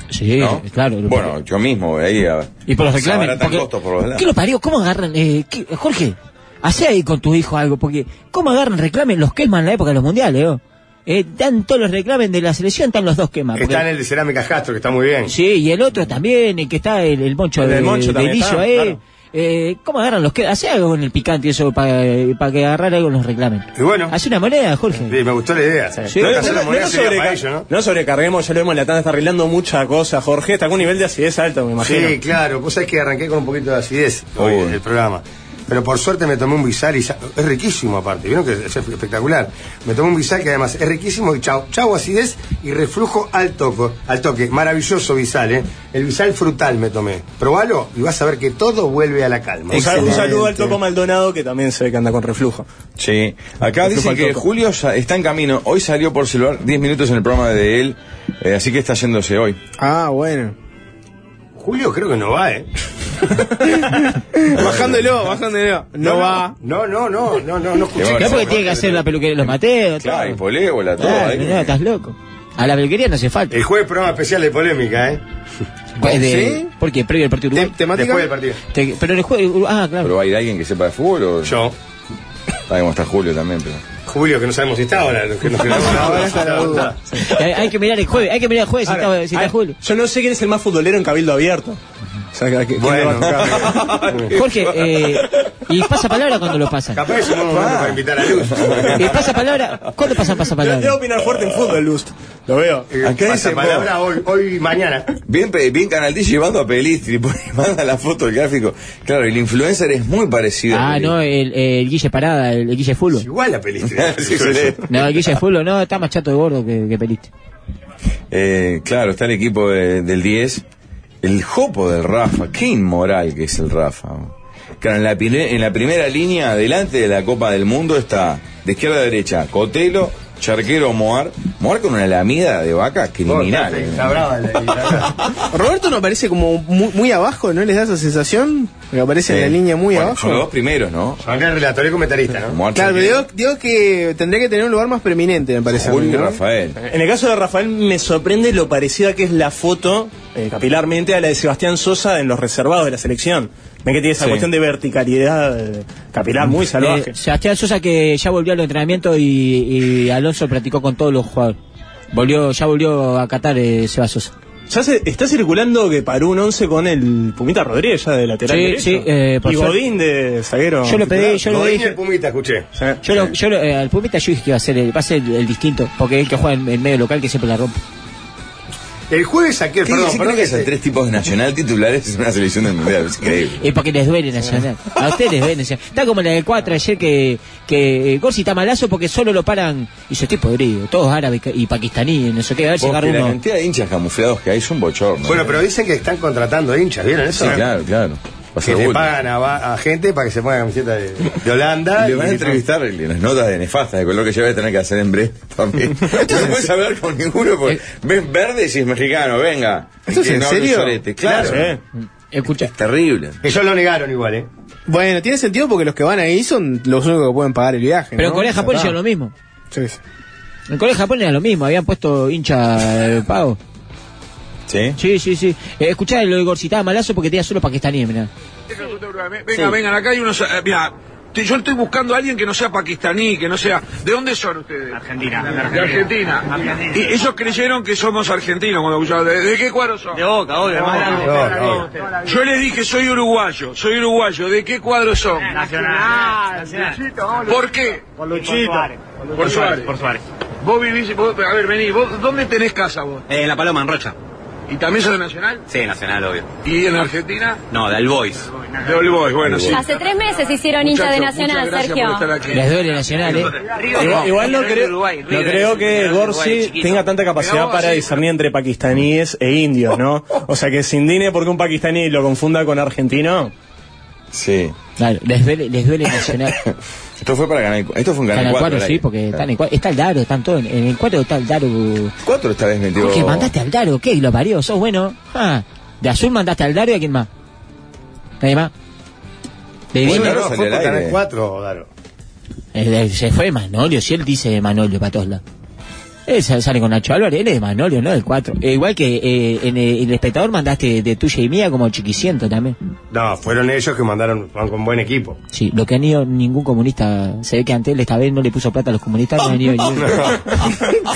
Speaker 12: Sí,
Speaker 4: ¿no?
Speaker 12: claro. lo-
Speaker 4: Bueno, yo mismo, ahí. a-
Speaker 12: y por los
Speaker 4: se
Speaker 12: reclames.
Speaker 4: abaratan
Speaker 12: porque-
Speaker 4: costos por los lados.
Speaker 12: ¿Qué lo parió? ¿Cómo agarran? eh, qué- Jorge, hacé ahí con tu hijo algo, porque ¿cómo agarran reclamen los queman en la época de los mundiales? Oh? Eh, dan todos los reclamen de la selección, están los dos quemas.
Speaker 6: Está en el de Cerámicas Castro, que está muy bien.
Speaker 12: Sí, y el otro también, el que está el, el moncho
Speaker 3: El del
Speaker 12: de,
Speaker 3: Moncho
Speaker 12: de
Speaker 3: también
Speaker 12: Lillo
Speaker 3: está,
Speaker 12: ahí.
Speaker 3: claro.
Speaker 12: Eh, ¿Cómo agarran los que Hacé algo con el picante y eso para que agarrar algo en los reclamen.
Speaker 6: Y bueno,
Speaker 12: Hace una moneda, Jorge.
Speaker 6: sí, me gustó la idea. Creo que
Speaker 3: No,
Speaker 6: hacer la
Speaker 3: no,
Speaker 6: moneda
Speaker 3: no
Speaker 6: sería
Speaker 3: sobreca-
Speaker 6: para ello, ¿no?
Speaker 3: no sobrecarguemos, ya lo vemos en la tanda, está arreglando mucha cosa, Jorge. Está con un nivel de acidez alto, me imagino.
Speaker 6: Sí, claro. Vos sabés que arranqué con un poquito de acidez hoy
Speaker 4: Uy.
Speaker 6: en el programa. Pero por suerte me tomé un bisal y sa- es riquísimo aparte, vieron que es es espectacular. Me tomé un bisal que además es riquísimo y chau, chau acidez y reflujo al toco, al toque. Maravilloso bisal, eh. El bisal frutal me tomé. Probalo y vas a ver que todo vuelve a la calma.
Speaker 3: Un, sal- un saludo al
Speaker 6: Excelente.
Speaker 3: Topo Maldonado, que también se ve que anda con reflujo.
Speaker 4: Sí, acá dicen que Julio sa- está en camino. Hoy salió por celular 10 minutos en el programa de él, eh, así que está yéndose hoy.
Speaker 7: Ah, bueno.
Speaker 6: Julio creo que no va, eh.
Speaker 7: Bajándolo, bajándolo. No, va.
Speaker 6: No, no, no, no, no, no escuché.
Speaker 4: Bueno,
Speaker 12: No porque
Speaker 4: no,
Speaker 12: tiene que hacer la peluquería de los mateos.
Speaker 4: Claro, y
Speaker 12: todo.
Speaker 4: polébola, todo.
Speaker 12: Claro,
Speaker 4: ahí.
Speaker 12: no, estás loco. A la peluquería no hace falta.
Speaker 6: El jueves programa especial de polémica, eh.
Speaker 12: Pues de-
Speaker 7: ¿Sí?
Speaker 12: Porque previo al partido
Speaker 7: Te-
Speaker 12: Uruguay.
Speaker 7: temática.
Speaker 6: Después del partido.
Speaker 12: Te- pero el juego. Ah, claro.
Speaker 4: Pero va a ir alguien que sepa de fútbol o.
Speaker 6: Yo.
Speaker 4: Está como está Julio también, pero.
Speaker 6: Julio, que no sabemos si está ahora, los que nos quedamos ahora. si está, no Ah, está.
Speaker 12: Hay, hay que mirar el jueves. Hay que mirar el jueves si
Speaker 3: Ahora,
Speaker 12: está, si está
Speaker 3: ay,
Speaker 12: Julio.
Speaker 3: Yo no sé quién es el más futbolero en Cabildo Abierto. O sea, que- que-
Speaker 6: Bueno,
Speaker 3: ¿quién lo va a-
Speaker 6: capaz
Speaker 12: Jorge, eh, y pasa palabra cuando lo pasan.
Speaker 6: capaz es un buen momento para invitar a Luz.
Speaker 12: Eh, pasa palabra. ¿Cuándo pasan pasa
Speaker 3: Debe debe
Speaker 12: palabra?
Speaker 3: opinar fuerte en fútbol, Lust. Lo veo.
Speaker 4: Acá dice,
Speaker 6: Eh, Pasa palabra hoy, hoy y mañana.
Speaker 4: Bien, pe- bien Canal D llevando a Pelistri, porque manda la foto del gráfico. Claro, el influencer es muy parecido. a
Speaker 12: Ah, no,
Speaker 4: Pelistri.
Speaker 12: el, el Guille Parada, el, el Guille Fulo.
Speaker 6: Es igual a Pelistri. ¿eh?
Speaker 4: Sí, excelente.
Speaker 12: No, el Guille Fulo, no, está más chato de gordo que, que peliste.
Speaker 4: Eh, claro, está el equipo de- del 10. El jopo del Rafa, qué inmoral que es el Rafa. Claro, en la, pine- en la primera línea, delante de la Copa del Mundo, está de izquierda a derecha Cotelo, Charquero, Moar. Moar con una lamida de vaca criminal.
Speaker 6: Está-
Speaker 4: ¿eh?
Speaker 6: está brava la- la-
Speaker 7: Roberto no aparece como muy, muy abajo, ¿no les da esa sensación? Que aparece en la
Speaker 4: Sí.
Speaker 7: línea muy
Speaker 4: Bueno,
Speaker 7: abajo.
Speaker 4: Son los dos primeros, ¿no?
Speaker 6: Arranca el relator y comentarista, ¿no?
Speaker 4: Moar,
Speaker 7: Claro, pero
Speaker 4: Charquero,
Speaker 7: digo, digo que tendría que tener un lugar más preeminente, me parece. a mí,
Speaker 4: Julio y
Speaker 7: ¿no?
Speaker 4: Rafael.
Speaker 3: En el caso de Rafael, me sorprende lo parecida que es la foto, eh, capilarmente, a la de Sebastián Sosa en los reservados de la selección. Ven que tiene esa
Speaker 4: Sí.
Speaker 3: cuestión de verticalidad eh, capilar muy salvaje.
Speaker 12: Eh, Sebastián Sosa que ya volvió a los entrenamientos y, y Alonso practicó con todos los jugadores. Volvió, ya volvió a Qatar eh, Seba Sosa.
Speaker 3: Ya se está circulando que paró un 11 con el Pumita Rodríguez ya de lateral
Speaker 12: Sí,
Speaker 3: derecho.
Speaker 12: sí, eh, por
Speaker 3: Y
Speaker 12: suerte.
Speaker 3: Godín de zaguero.
Speaker 12: Yo lo pedí, yo lo
Speaker 3: Godín
Speaker 12: dije.
Speaker 3: y el
Speaker 6: Pumita, escuché.
Speaker 12: Yo, lo, yo lo- eh, al Pumita yo dije que iba a ser el, va a ser el, el distinto, porque es el que juega en, en medio local que siempre la rompe.
Speaker 6: El jueves aquel,
Speaker 4: ¿Qué,
Speaker 12: perdón,
Speaker 4: ¿sí
Speaker 12: perdón,
Speaker 4: cree que
Speaker 12: este-
Speaker 4: esos tres tipos de nacional titulares es una selección del mundial, es increíble.
Speaker 12: Es porque les duele Nacional. A ustedes les duele Nacional. Está como la del 4 ayer que, que eh, Gorsi está malazo porque solo lo paran. Y yo estoy podrido. Todos árabes ca- y pakistaníes, no sé qué. A ver si
Speaker 4: Porque
Speaker 12: agarra
Speaker 4: la
Speaker 12: uno.
Speaker 4: cantidad de hinchas camuflados que hay es un bochorno.
Speaker 6: Bueno, pero dicen que están contratando hinchas, ¿vieron eso?
Speaker 4: Sí, claro, claro. Va a
Speaker 6: Que
Speaker 4: ser
Speaker 6: le
Speaker 4: bullying.
Speaker 6: pagan a, va- a gente para que se ponga camiseta de, de Holanda.
Speaker 4: Le van a
Speaker 6: y-
Speaker 4: entrevistar en las notas de nefastas de color que ya voy a tener que hacer en breve también. Esto no puedes hablar con ninguno porque ven verde si es mexicano, venga.
Speaker 7: ¿Esto es
Speaker 4: Que
Speaker 7: en
Speaker 4: no hable
Speaker 7: serio?
Speaker 4: sorete. Claro.
Speaker 7: Claro, eh. Escucha.
Speaker 4: Terrible.
Speaker 6: Ellos lo negaron igual, ¿eh?
Speaker 7: Bueno, tiene sentido porque los que van ahí son los únicos que pueden pagar el viaje.
Speaker 12: Pero en
Speaker 7: ¿no?
Speaker 12: Corea y Japón
Speaker 7: Ya está.
Speaker 12: hicieron lo mismo.
Speaker 7: Sí, sí.
Speaker 12: En Corea y Japón era lo mismo. Habían puesto hincha eh, pago.
Speaker 4: ¿Sí?
Speaker 12: Sí, sí, sí. Eh, escuchá lo de Gorsi. Estaba malazo porque tenía solo pakistaníes, mirá.
Speaker 13: Venga, vengan, acá hay unos. eh, Mira, te- yo estoy buscando a alguien que no sea pakistaní, que no sea. ¿De dónde son ustedes? Argentina. De Argentina. Y eh, ellos creyeron que somos argentinos cuando escuchaban. ¿De, de qué cuadro son? De Boca, obvio, Yo les dije, soy uruguayo, soy uruguayo. ¿De qué cuadro son?
Speaker 14: Nacional.
Speaker 13: Ah, ¿Por qué?
Speaker 14: Por
Speaker 13: Luchito.
Speaker 14: Por
Speaker 13: Por
Speaker 14: Suárez.
Speaker 13: Suárez.
Speaker 14: Por Suárez.
Speaker 13: Vos vivís. vos- a ver, vení, vos, ¿dónde tenés casa vos?
Speaker 14: En Eh, La Paloma, en Rocha.
Speaker 13: ¿Y también sos de Nacional?
Speaker 14: Sí, Nacional, obvio.
Speaker 13: ¿Y en Argentina?
Speaker 14: No, del Boys.
Speaker 13: De All Boys, bueno, sí.
Speaker 15: Hace tres meses hicieron hincha de
Speaker 13: Muchachos,
Speaker 15: Nacional,
Speaker 13: muchas gracias
Speaker 15: Sergio.
Speaker 13: por estar aquí.
Speaker 12: Les duele Nacional, eh.
Speaker 3: Igual, igual no creo, no creo que Gorsi tenga tanta capacidad para discernir entre pakistaníes e indios, ¿no? O sea, que se indine porque un pakistaní lo confunda con argentino.
Speaker 4: Sí.
Speaker 12: Claro, les duele, les duele Nacional.
Speaker 4: Esto fue para Canal Esto fue un
Speaker 12: Están
Speaker 4: Canal
Speaker 12: en
Speaker 4: 4.
Speaker 12: cuatro, sí, porque están en cuatro. Está el Daro, están todos. En, en el cuatro está el Daro.
Speaker 4: Cuatro esta vez metió.
Speaker 12: Jorge, mandaste al Daro, ¿qué? Lo parió, sos bueno. Ah, de azul mandaste al Daro y a quién más. ¿Nadie más? De
Speaker 6: Bueno,
Speaker 12: Vini.
Speaker 6: no, fue por Canal 4, Daro.
Speaker 12: El de- se fue Manolio, si él dice de Manolio para todos lados. Él sa- sale con Nacho Álvarez, él es de Manolio, no del 4. igual que eh, en eh, el espectador mandaste de tuya y mía como chiquiciento también.
Speaker 6: No, fueron ellos que mandaron, van con buen equipo.
Speaker 12: Sí, lo que han ido ningún comunista. Se ve que antes él esta vez no le puso plata a los comunistas, no han ido ni uno.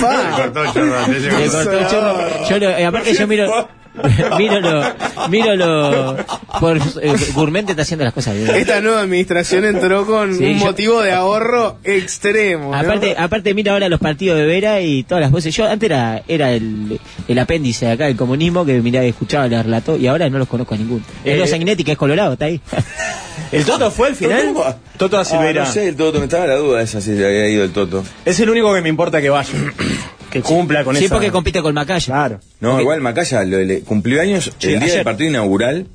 Speaker 12: Le cortó el chorro. Yo lo- eh, aparte yo miro. miro lo. Miro lo. Por, eh, Gourmet está haciendo las cosas bien.
Speaker 7: Esta nueva administración entró con
Speaker 12: Sí,
Speaker 7: un
Speaker 12: yo-
Speaker 7: motivo de ahorro extremo. ¿no?
Speaker 12: Aparte, aparte mira ahora los partidos de Vera y todas las voces. Yo antes era, era el, el apéndice de acá del comunismo que miraba y escuchaba los relatos y ahora no los conozco a ninguno. Es
Speaker 3: Eh,
Speaker 12: los Sanguinetti que es colorado, está ahí.
Speaker 3: ¿El Toto fue al final? Toto da Silveira.
Speaker 4: Ah, no sé, el Toto, me estaba la duda esa si le había ido el Toto.
Speaker 3: Es el único que me importa que vaya. Que cumpla con
Speaker 12: sí,
Speaker 3: esa-
Speaker 12: porque compite con Macaya.
Speaker 3: Claro.
Speaker 4: No, igual Macaya lo- le- cumplió años
Speaker 3: Sí,
Speaker 4: el día
Speaker 3: ayer.
Speaker 4: del partido inaugural.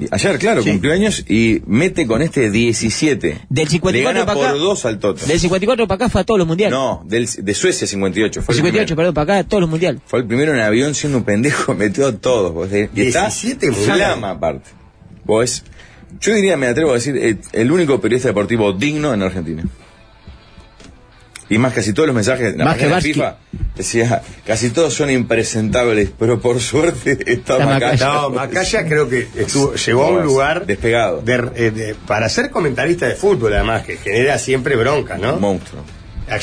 Speaker 4: Y- Ayer, claro, cumplió años y mete con este 17.
Speaker 12: Del 54
Speaker 4: Le gana
Speaker 12: para acá.
Speaker 4: por dos al Toto.
Speaker 12: Del 54 para acá fue a todos los mundiales.
Speaker 4: No, del, de Suecia 58. Fue el
Speaker 12: 58,
Speaker 4: primero.
Speaker 12: perdón, para acá, todos los mundiales.
Speaker 4: Fue el primero en avión siendo un pendejo, metió a todos. vos decís. Y está
Speaker 6: 17
Speaker 4: flama aparte. Vos, yo diría, me atrevo a decir, el, el único periodista deportivo digno en Argentina. Y más, casi todos los mensajes de la
Speaker 12: Más que
Speaker 4: página de
Speaker 12: Barsky.
Speaker 4: FIFA decía, casi todos son impresentables, pero por suerte está Macaya.
Speaker 6: No, Macaya creo que estuvo- llegó a un lugar
Speaker 4: despegado.
Speaker 6: de- eh, de- para ser comentarista de fútbol, además, que genera siempre bronca, ¿no? Ah,
Speaker 4: Monstruo.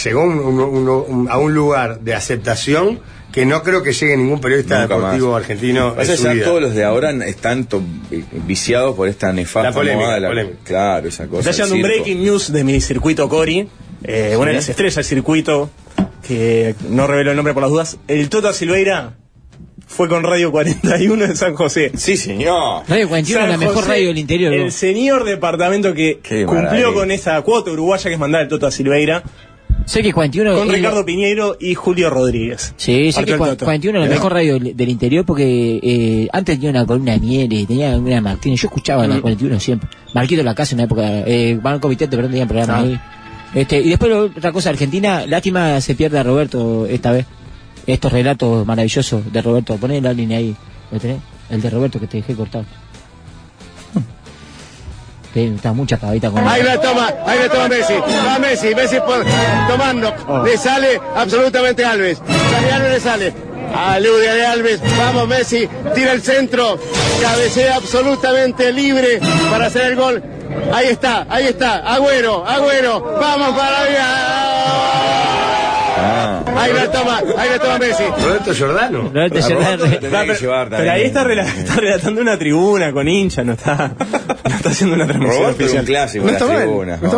Speaker 6: Llegó un- un- un- un- a un lugar de aceptación que no creo que llegue ningún periodista
Speaker 4: Nunca
Speaker 6: deportivo
Speaker 4: más.
Speaker 6: argentino.
Speaker 4: Pasa
Speaker 6: en su
Speaker 4: ya
Speaker 6: vida.
Speaker 4: todos los de ahora están to- eh, viciados por esta nefasta
Speaker 6: La polémica,
Speaker 4: moda de la-
Speaker 6: polémica.
Speaker 4: Claro, esa cosa.
Speaker 3: Está llegando
Speaker 4: el
Speaker 3: un
Speaker 4: circo.
Speaker 3: breaking news de mi circuito Cori, eh, una de las estrellas del circuito, que no reveló el nombre por las dudas. El Toto Silveira fue con Radio 41 en San José.
Speaker 4: Sí, señor.
Speaker 12: Radio 41 es la mejor radio del interior,
Speaker 3: El
Speaker 12: vos.
Speaker 3: señor departamento que
Speaker 4: Qué
Speaker 3: cumplió
Speaker 4: maravilla.
Speaker 3: con esa cuota uruguaya que es mandar el Toto Silveira.
Speaker 12: Sé que 41
Speaker 3: Con
Speaker 12: es
Speaker 3: Ricardo Piñeiro y Julio Rodríguez.
Speaker 12: Sí, sé
Speaker 3: Partió
Speaker 12: que
Speaker 3: el
Speaker 12: cua-
Speaker 3: Toto.
Speaker 12: 41 es la
Speaker 3: Pero-
Speaker 12: mejor radio del del interior porque eh, antes tenía una columna de Mieres, tenía una de Martínez. Yo escuchaba
Speaker 3: Mm.
Speaker 12: la 41 siempre. Marquito la casa en una época. Eh, Banco Vitete, perdón, tenía programa
Speaker 3: Ah.
Speaker 12: ahí. Este, y después lo- otra cosa, Argentina. Lástima se pierde a Roberto esta vez. Estos relatos maravillosos de Roberto. Poné la línea ahí. ¿Lo tenés? El de Roberto que te dejé cortado.
Speaker 3: Hmm.
Speaker 12: Te- Está mucha cabita con
Speaker 16: Ahí la toma, ahí la toma Messi. Va Messi, Messi por- tomando.
Speaker 6: Oh.
Speaker 16: Le sale absolutamente Alves. Italiano le sale. Alude de Alves. Vamos Messi, tira el centro. Cabecea absolutamente libre para hacer el gol. Ahí está, ahí está. Agüero, Agüero. Vamos para allá. Ahí la toma, ahí la toma Messi.
Speaker 6: Roberto Giordano.
Speaker 12: Roberto
Speaker 6: A Roberto
Speaker 12: Giordano.
Speaker 6: lo tendría que llevar también.
Speaker 3: Pero ahí está, rela- está relatando una tribuna con hincha, no está, no está haciendo una transmisión
Speaker 4: Roberto es
Speaker 3: oficial.
Speaker 4: un clásico de las tribunas, ¿no?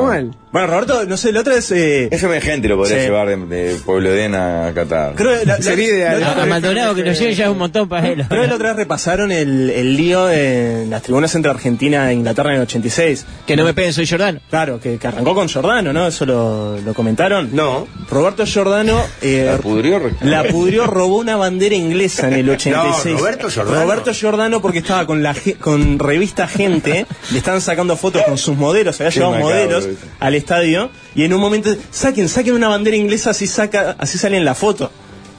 Speaker 3: Bueno, Roberto, no sé, la otra es. Eh,
Speaker 4: Ese gente lo podría
Speaker 3: Sí.
Speaker 4: llevar de, de Pueblo Edén a Qatar.
Speaker 3: Creo que la- la- Sería ideal.
Speaker 12: A, a Maldonado que nos lleve ya es un montón para él.
Speaker 3: Creo que la otra vez repasaron el, el lío en las tribunas entre Argentina e Inglaterra en el 86.
Speaker 12: Que no me peguen, soy Jordano.
Speaker 3: Claro, que, que arrancó con Jordano, ¿no? Eso lo, lo comentaron. No. Roberto Jordano eh,
Speaker 4: La pudrió.
Speaker 3: la pudrió, robó una bandera inglesa en el 86.
Speaker 6: No, Roberto Giordano.
Speaker 3: Roberto Giordano porque estaba con la ge- con revista Gente, le estaban sacando fotos con sus modelos, se había
Speaker 6: Qué
Speaker 3: llevado
Speaker 6: macabro,
Speaker 3: modelos
Speaker 6: viste.
Speaker 3: al estadio y en un momento saquen, saquen una bandera inglesa así saca, así sale en la foto.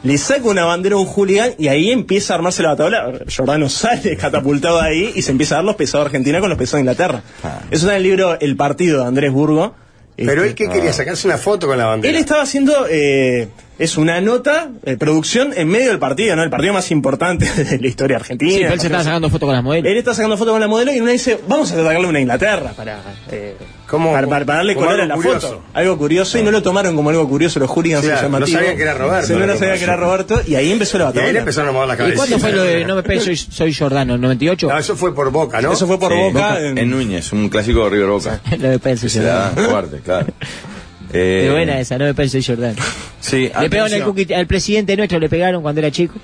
Speaker 3: Le saca una bandera a un hooligan y ahí empieza a armarse la batalla. Giordano sale catapultado de ahí y se empieza a dar los pesados de Argentina con los pesados de Inglaterra. Eso está en el libro El partido de Andrés Burgo.
Speaker 6: Pero
Speaker 3: Este,
Speaker 6: él que quería sacarse una foto con la bandera.
Speaker 3: él estaba haciendo, eh, es una nota, eh, producción en medio del partido, ¿no? El partido más importante de la historia argentina.
Speaker 12: Sí, pero él se estaba sacando fotos con las modelos.
Speaker 3: Él está sacando fotos con la modelo y una dice, vamos a atacarle una Inglaterra para, eh, para, para- para darle
Speaker 6: como
Speaker 3: color a
Speaker 6: algo
Speaker 3: la
Speaker 6: curioso.
Speaker 3: foto. Algo curioso y no lo tomaron como algo curioso los hooligans
Speaker 6: Claro,
Speaker 3: y
Speaker 6: no
Speaker 3: llamativos.
Speaker 6: sabían que era Roberto.
Speaker 3: Sí, no, no sabían que era Roberto y ahí empezó la
Speaker 6: Y
Speaker 3: batalla.
Speaker 6: ahí le empezaron a mover la
Speaker 12: ¿Y
Speaker 6: cabeza.
Speaker 12: cuándo fue lo de No me peguen, soy, soy Jordano? ¿El 98?
Speaker 6: No, eso fue por boca, ¿Ah, ah, ¿no?
Speaker 3: Eso fue por
Speaker 4: Sí,
Speaker 3: Boca.
Speaker 4: en...
Speaker 3: en-
Speaker 4: Núñez, un clásico de River Boca.
Speaker 12: No me peguen, soy
Speaker 4: Se la
Speaker 12: Jordano.
Speaker 4: dan fuerte, claro.
Speaker 12: Qué
Speaker 4: Eh,
Speaker 12: buena esa, no me peguen, soy Jordano.
Speaker 6: Ah,
Speaker 4: Sí,
Speaker 12: Le pegaron al,
Speaker 4: atención.
Speaker 12: Cookie- al presidente nuestro, le pegaron cuando era chico.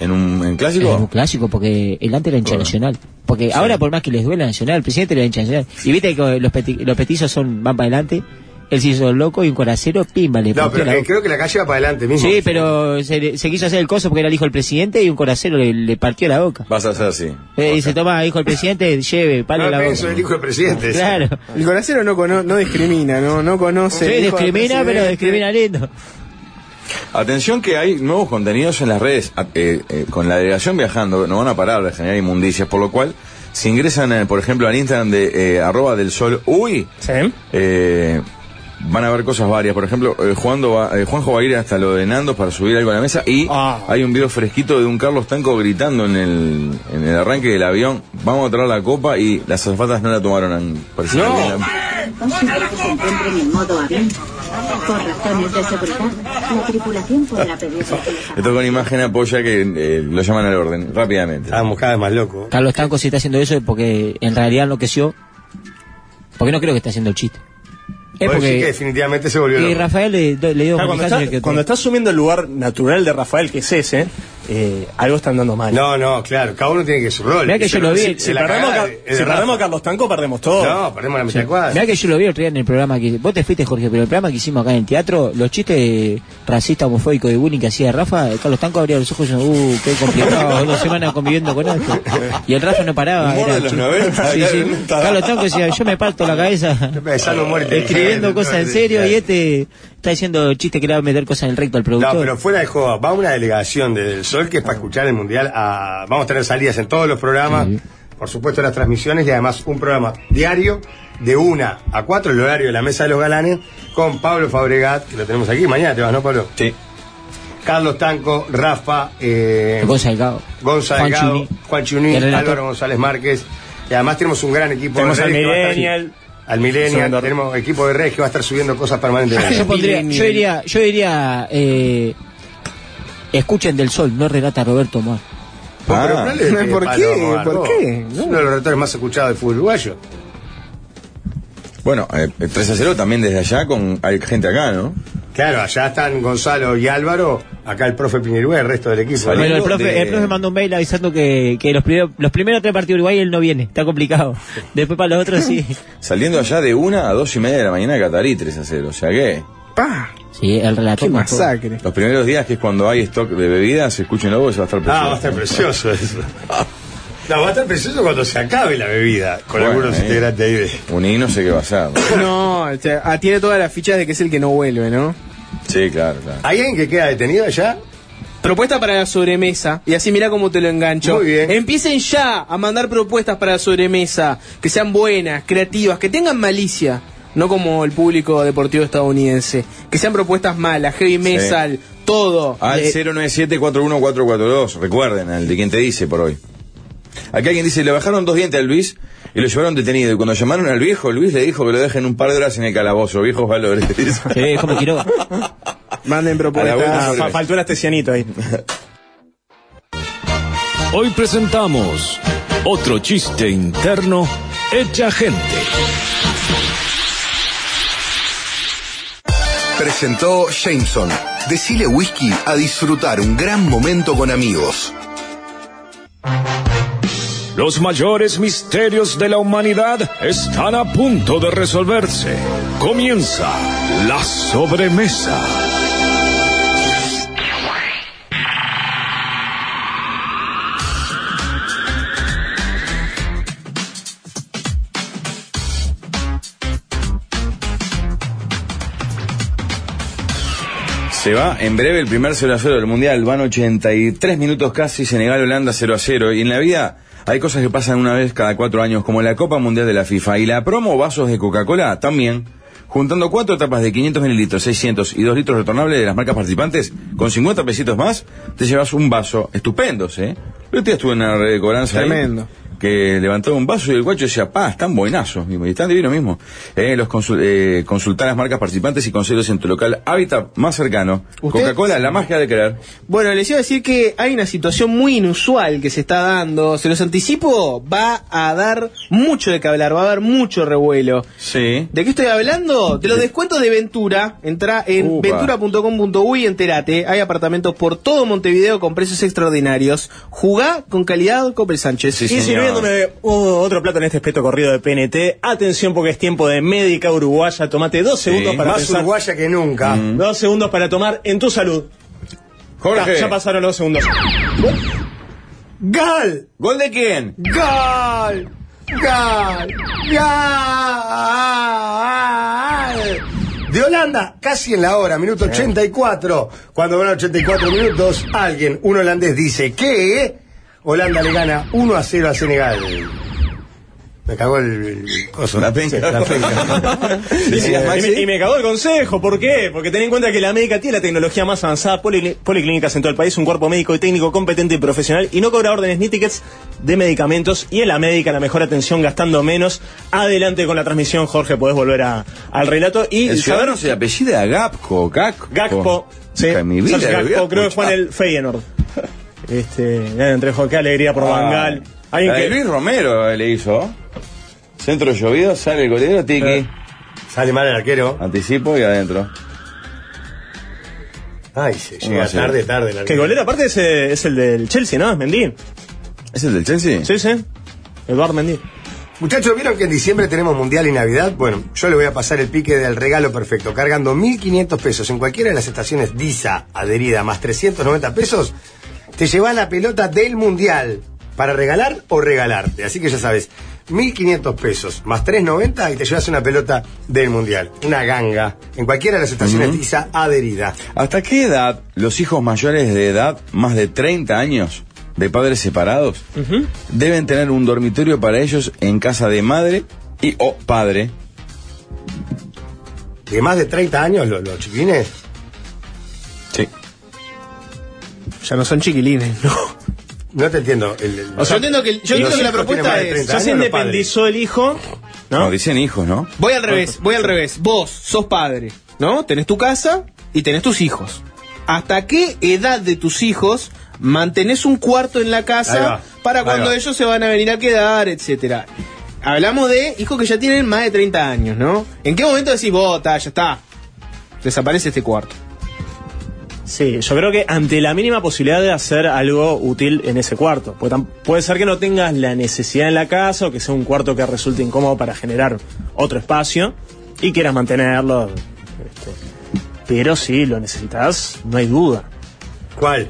Speaker 4: ¿En un en
Speaker 12: Es un
Speaker 4: clásico?
Speaker 12: clásico porque el antes era hincha
Speaker 4: Bueno.
Speaker 12: nacional. Porque ahora, por más que les duela nacional, el presidente era hincha nacional. Y viste que los, peti- los petizos son, van para adelante. Él se hizo loco y un coracero, pimba, le
Speaker 6: No,
Speaker 12: partió
Speaker 6: pero
Speaker 12: la
Speaker 6: que-
Speaker 12: boca.
Speaker 6: creo que la calle va para adelante mismo.
Speaker 12: Sí, pero se, le- se quiso hacer el coso porque era el hijo del presidente y un coracero le, le partió la boca.
Speaker 4: Vas a hacer así.
Speaker 12: Eh, dice, toma, hijo del presidente, lleve, palo
Speaker 6: No,
Speaker 12: la boca.
Speaker 6: pienso, Ah, el hijo del presidente.
Speaker 12: Claro.
Speaker 7: El coracero no, cono- no discrimina, no, no conoce.
Speaker 12: Sí,
Speaker 7: el hijo del
Speaker 12: discrimina, pero
Speaker 7: presidente.
Speaker 12: discrimina lindo.
Speaker 4: Atención que hay nuevos contenidos en las redes. A- eh, eh, con la delegación viajando no van a parar de generar inmundicias, por lo cual, si ingresan, eh, por ejemplo, al Instagram de eh, arroba del sol uy, eh, van a ver cosas varias. Por ejemplo, eh, Juanjo, va, eh, Juanjo va a ir hasta lo de Nando para subir algo a la mesa y hay un video fresquito de un Carlos Tanco gritando en el, en el arranque del avión, vamos a traer la copa y las azafatas no la tomaron. en- parece que había la-
Speaker 15: Entonces, se encuentren en modo avión. Por razones de seguridad, la tripulación podrá pedir
Speaker 4: Esto con imagen apoya que eh, lo llaman al orden rápidamente.
Speaker 6: Estamos cada vez más locos.
Speaker 12: Carlos Tanco sí está haciendo eso porque en realidad enloqueció. Porque no creo que esté haciendo el chiste. Es
Speaker 6: Puedo decir que
Speaker 12: porque.
Speaker 6: definitivamente se volvió
Speaker 12: Y
Speaker 6: loco.
Speaker 12: Rafael le, le dio
Speaker 3: Claro, cuando,
Speaker 12: comunicaciones
Speaker 3: está,
Speaker 12: que-
Speaker 3: cuando está asumiendo el lugar natural de Rafael, que es ese, eh, algo está andando mal.
Speaker 6: No, no, claro, cada uno tiene que su rol.
Speaker 12: Mirá que yo lo vi.
Speaker 6: Si,
Speaker 3: Si perdemos, a, si perdemos a Carlos Tanco, perdemos todo.
Speaker 6: No, perdemos la mitad de cuadra.
Speaker 12: Mirá que yo lo vi el otro día en el programa que. Vos te fuiste, Jorge, pero el programa que hicimos acá en el teatro, los chistes racistas, homofóbicos de bullying que hacía Rafa, eh, Carlos Tanco abría los ojos y diciendo, uh, qué complicado, dos semanas conviviendo con esto. Y el Rafa no paraba.
Speaker 6: Humor
Speaker 12: era
Speaker 6: de los
Speaker 12: chiste.
Speaker 6: 90,
Speaker 12: Sí,
Speaker 6: acá
Speaker 12: sí.
Speaker 6: no estaba.
Speaker 12: Carlos Tanco decía, yo me parto la cabeza
Speaker 6: Ya no muere
Speaker 12: escribiendo
Speaker 6: inteligente,
Speaker 12: cosas
Speaker 6: no,
Speaker 12: en serio
Speaker 6: claro.
Speaker 12: y este está diciendo chistes que le va a meter cosas en el recto al productor.
Speaker 6: No, pero fuera de juego, va una delegación desde el Sol que es para escuchar el Mundial. a- vamos a tener salidas en todos los programas, por supuesto las transmisiones y además un programa diario de una a cuatro, el horario de la Mesa de los Galanes, con Pablo Fabregat, que lo tenemos aquí. Mañana te vas, ¿no, Pablo?
Speaker 4: Sí.
Speaker 6: Carlos Tanco, Rafa, eh,
Speaker 12: Gonza Delgado.
Speaker 6: Gonzalo
Speaker 12: Juan
Speaker 6: Delgado,
Speaker 12: Chuní.
Speaker 6: Juan Chuní,
Speaker 12: El relator.
Speaker 6: Álvaro González Márquez. Y además tenemos un gran equipo
Speaker 3: Tenemos
Speaker 6: de
Speaker 3: al
Speaker 6: redes que va a estar-
Speaker 3: Millennial.
Speaker 6: Al Millennial, tenemos equipo de redes que va a estar subiendo cosas permanentemente.
Speaker 12: Yo pondría, yo diría, yo diría, eh, escuchen del sol, no relata Roberto Moa.
Speaker 6: Ah, pero ponele,
Speaker 7: ¿Por
Speaker 6: eh,
Speaker 7: qué?
Speaker 6: Pablo Escobar,
Speaker 7: ¿Por
Speaker 6: vos.
Speaker 7: qué?
Speaker 6: Es uno de los relatores más escuchados del fútbol uruguayo.
Speaker 4: Bueno, eh, 3 a 0 también desde allá con hay gente acá, ¿no?
Speaker 6: Claro, allá están Gonzalo y Álvaro, acá el profe Piñerúa y el resto del equipo.
Speaker 12: Bueno, el profe, el profe mandó un mail avisando que, que los, primeros, los primeros tres partidos de Uruguay él no viene, está complicado. Después para los otros sí.
Speaker 4: Saliendo allá de 1 a 2 y media de la mañana de Catarí 3 a 0. O sea que
Speaker 12: Sí, el relator.
Speaker 7: Qué masacre.
Speaker 4: los primeros días que es cuando hay stock de bebidas, escuchen luego, eso va a estar precioso.
Speaker 6: Ah, va a estar precioso eso. No, va a estar precioso cuando se acabe la bebida, con
Speaker 4: Bueno,
Speaker 6: algunos
Speaker 4: ahí.
Speaker 6: integrantes ahí. de-
Speaker 4: Uní no sé qué va a ser.
Speaker 7: No, o sea, ah, tiene todas las fichas de que es el que no vuelve, ¿no?
Speaker 4: Sí, claro, claro.
Speaker 6: ¿Hay alguien que queda detenido allá?
Speaker 7: Propuesta para la sobremesa. Y así mira cómo te lo engancho.
Speaker 6: Muy bien.
Speaker 7: Empiecen ya a mandar propuestas para la sobremesa. Que sean buenas, creativas, que tengan malicia. No como el público deportivo estadounidense. Que sean propuestas malas, heavy metal, todo.
Speaker 4: Al
Speaker 7: Eh,
Speaker 4: 097-41442, recuerden, al de quien te dice por hoy. Acá alguien dice, le bajaron dos dientes a Luis y lo llevaron detenido. Y cuando llamaron al viejo, Luis le dijo que lo dejen un par de horas en el calabozo, viejos valores.
Speaker 12: Sí, es como Quiroga.
Speaker 7: Manden propuestas.
Speaker 3: Ah, fa- faltó el astesianito ahí.
Speaker 17: Hoy presentamos otro chiste interno hecha gente.
Speaker 18: Presentó Jameson. Decile whisky a disfrutar un gran momento con amigos.
Speaker 17: Los mayores misterios de la humanidad están a punto de resolverse. Comienza la sobremesa.
Speaker 4: Se va en breve el primer 0 a 0 del Mundial. Van 83 minutos casi, Senegal-Holanda 0 a 0. Y en la vida hay cosas que pasan una vez cada cuatro años, como la Copa Mundial de la FIFA y la promo vasos de Coca-Cola también. Juntando cuatro tapas de 500 mililitros, 600 y 2 litros retornables de las marcas participantes, con 50 pesitos más, te llevas un vaso. Estupendos, ¿eh? Yo te estuve en una recobranza ahí,
Speaker 7: Tremendo.
Speaker 4: que levantaba un vaso y el guacho decía, pa, están buenazos, mismo, y están divinos mismo. Eh, los consul- eh, consultar las marcas participantes y consejos en tu local hábitat más cercano.
Speaker 7: ¿Usted?
Speaker 4: Coca-Cola, la magia de creer.
Speaker 7: Bueno, les iba a decir que hay una situación muy inusual que se está dando. Se los anticipo, va a dar mucho de que hablar, va a haber mucho revuelo.
Speaker 4: Sí.
Speaker 7: ¿De qué estoy hablando? De los descuentos de Ventura. Entra en
Speaker 4: Upa.
Speaker 7: ventura.com.uy y entérate. Hay apartamentos por todo Montevideo con precios extraordinarios. Jugá con calidad Copel Sánchez.
Speaker 3: y sirviéndome uh, otro plato en este espeto corrido de PNT, atención porque es tiempo de médica uruguaya. Tomate dos segundos para
Speaker 6: Más
Speaker 3: pensar. Mm.
Speaker 6: uruguaya que nunca.
Speaker 3: Dos segundos para tomar en tu salud.
Speaker 4: Jorge.
Speaker 3: Ya, ya pasaron los segundos.
Speaker 6: ¡Gal!
Speaker 4: ¿Gol de quién?
Speaker 6: ¡Gol! ¡Gol! ¡Gol! De Holanda, casi en la hora, minuto 84. Cuando van 84 minutos, alguien, un holandés, dice que Holanda le gana 1 a 0 a Senegal. Me cagó el, el coso. La penca. la penca.
Speaker 3: y, me- y me cagó el consejo, ¿por qué? Porque ten en cuenta que la médica tiene la tecnología más avanzada, poli- policlínicas en todo el país, un cuerpo médico y técnico competente y profesional, y no cobra órdenes ni tickets de medicamentos, y en la médica la mejor atención gastando menos. Adelante con la transmisión, Jorge, podés volver a- al relato. Y
Speaker 4: El
Speaker 3: saber
Speaker 4: ciudadano se apellida Gapco, Gacco.
Speaker 3: Gakpo, sí.
Speaker 4: Nunca en mi vida
Speaker 3: Sergio
Speaker 4: lo había
Speaker 3: Gakpo, creo que fue en
Speaker 4: escuchado.
Speaker 3: el Feyenoord. Este, ya entre qué alegría por
Speaker 4: Ah.
Speaker 3: Bangal.
Speaker 4: La de Luis Romero le hizo. Centro llovido, sale el golero, Tiki.
Speaker 6: Eh, Sale mal el arquero.
Speaker 4: Anticipo y adentro.
Speaker 6: Ay, se
Speaker 4: Uno a
Speaker 6: llega
Speaker 4: cero.
Speaker 6: tarde, tarde. la-
Speaker 3: Que el golero aparte es, eh, es el del Chelsea, ¿no? Es Mendy.
Speaker 4: ¿Es el del Chelsea?
Speaker 3: Sí, sí. Eduardo Mendy.
Speaker 6: Muchachos, ¿vieron que en diciembre tenemos Mundial y Navidad? Bueno, yo le voy a pasar el pique del regalo perfecto. Cargando 1.500 pesos en cualquiera de las estaciones DISA adherida más 390 pesos, te llevas la pelota del Mundial para regalar o regalarte. Así que ya sabes, 1.500 pesos más 390 y te llevas una pelota del Mundial. Una ganga. En cualquiera de las estaciones
Speaker 4: Ujú.
Speaker 6: DISA adherida.
Speaker 4: ¿Hasta qué edad los hijos mayores de edad, más de 30 años, de padres separados, deben tener un dormitorio para ellos en casa de madre y o padre?
Speaker 6: De más de 30 años los, los chiquines.
Speaker 4: Sí.
Speaker 7: Ya no son chiquilines, no.
Speaker 6: No te entiendo. el- el-
Speaker 7: O sea, yo entiendo que- yo entiendo que la
Speaker 6: los hijos tienen
Speaker 7: propuesta
Speaker 6: más de
Speaker 7: es-
Speaker 6: 30
Speaker 7: ya se
Speaker 6: años, los padres.
Speaker 3: Independizó el hijo.
Speaker 4: ¿No? dicen hijos, ¿no?
Speaker 7: Voy al revés, voy al revés. Vos sos padre, ¿no? Tenés tu casa y tenés tus hijos. ¿Hasta qué edad de tus hijos mantenés un cuarto en la
Speaker 6: Ahí
Speaker 7: casa
Speaker 6: va,
Speaker 7: para
Speaker 6: ahí
Speaker 7: cuando
Speaker 6: va.
Speaker 7: ellos se van a venir a quedar, etcétera? Hablamos de hijos que ya tienen más de 30 años, ¿no? ¿En qué momento decís, vos, ta, ya está? Desaparece este cuarto.
Speaker 3: Sí, yo creo que ante la mínima posibilidad de hacer algo útil en ese cuarto. Porque tam- puede ser que no tengas la necesidad en la casa o que sea un cuarto que resulte incómodo para generar otro espacio y quieras mantenerlo. este. Pero si lo necesitas, no hay duda. Eh,
Speaker 6: ¿Cuál?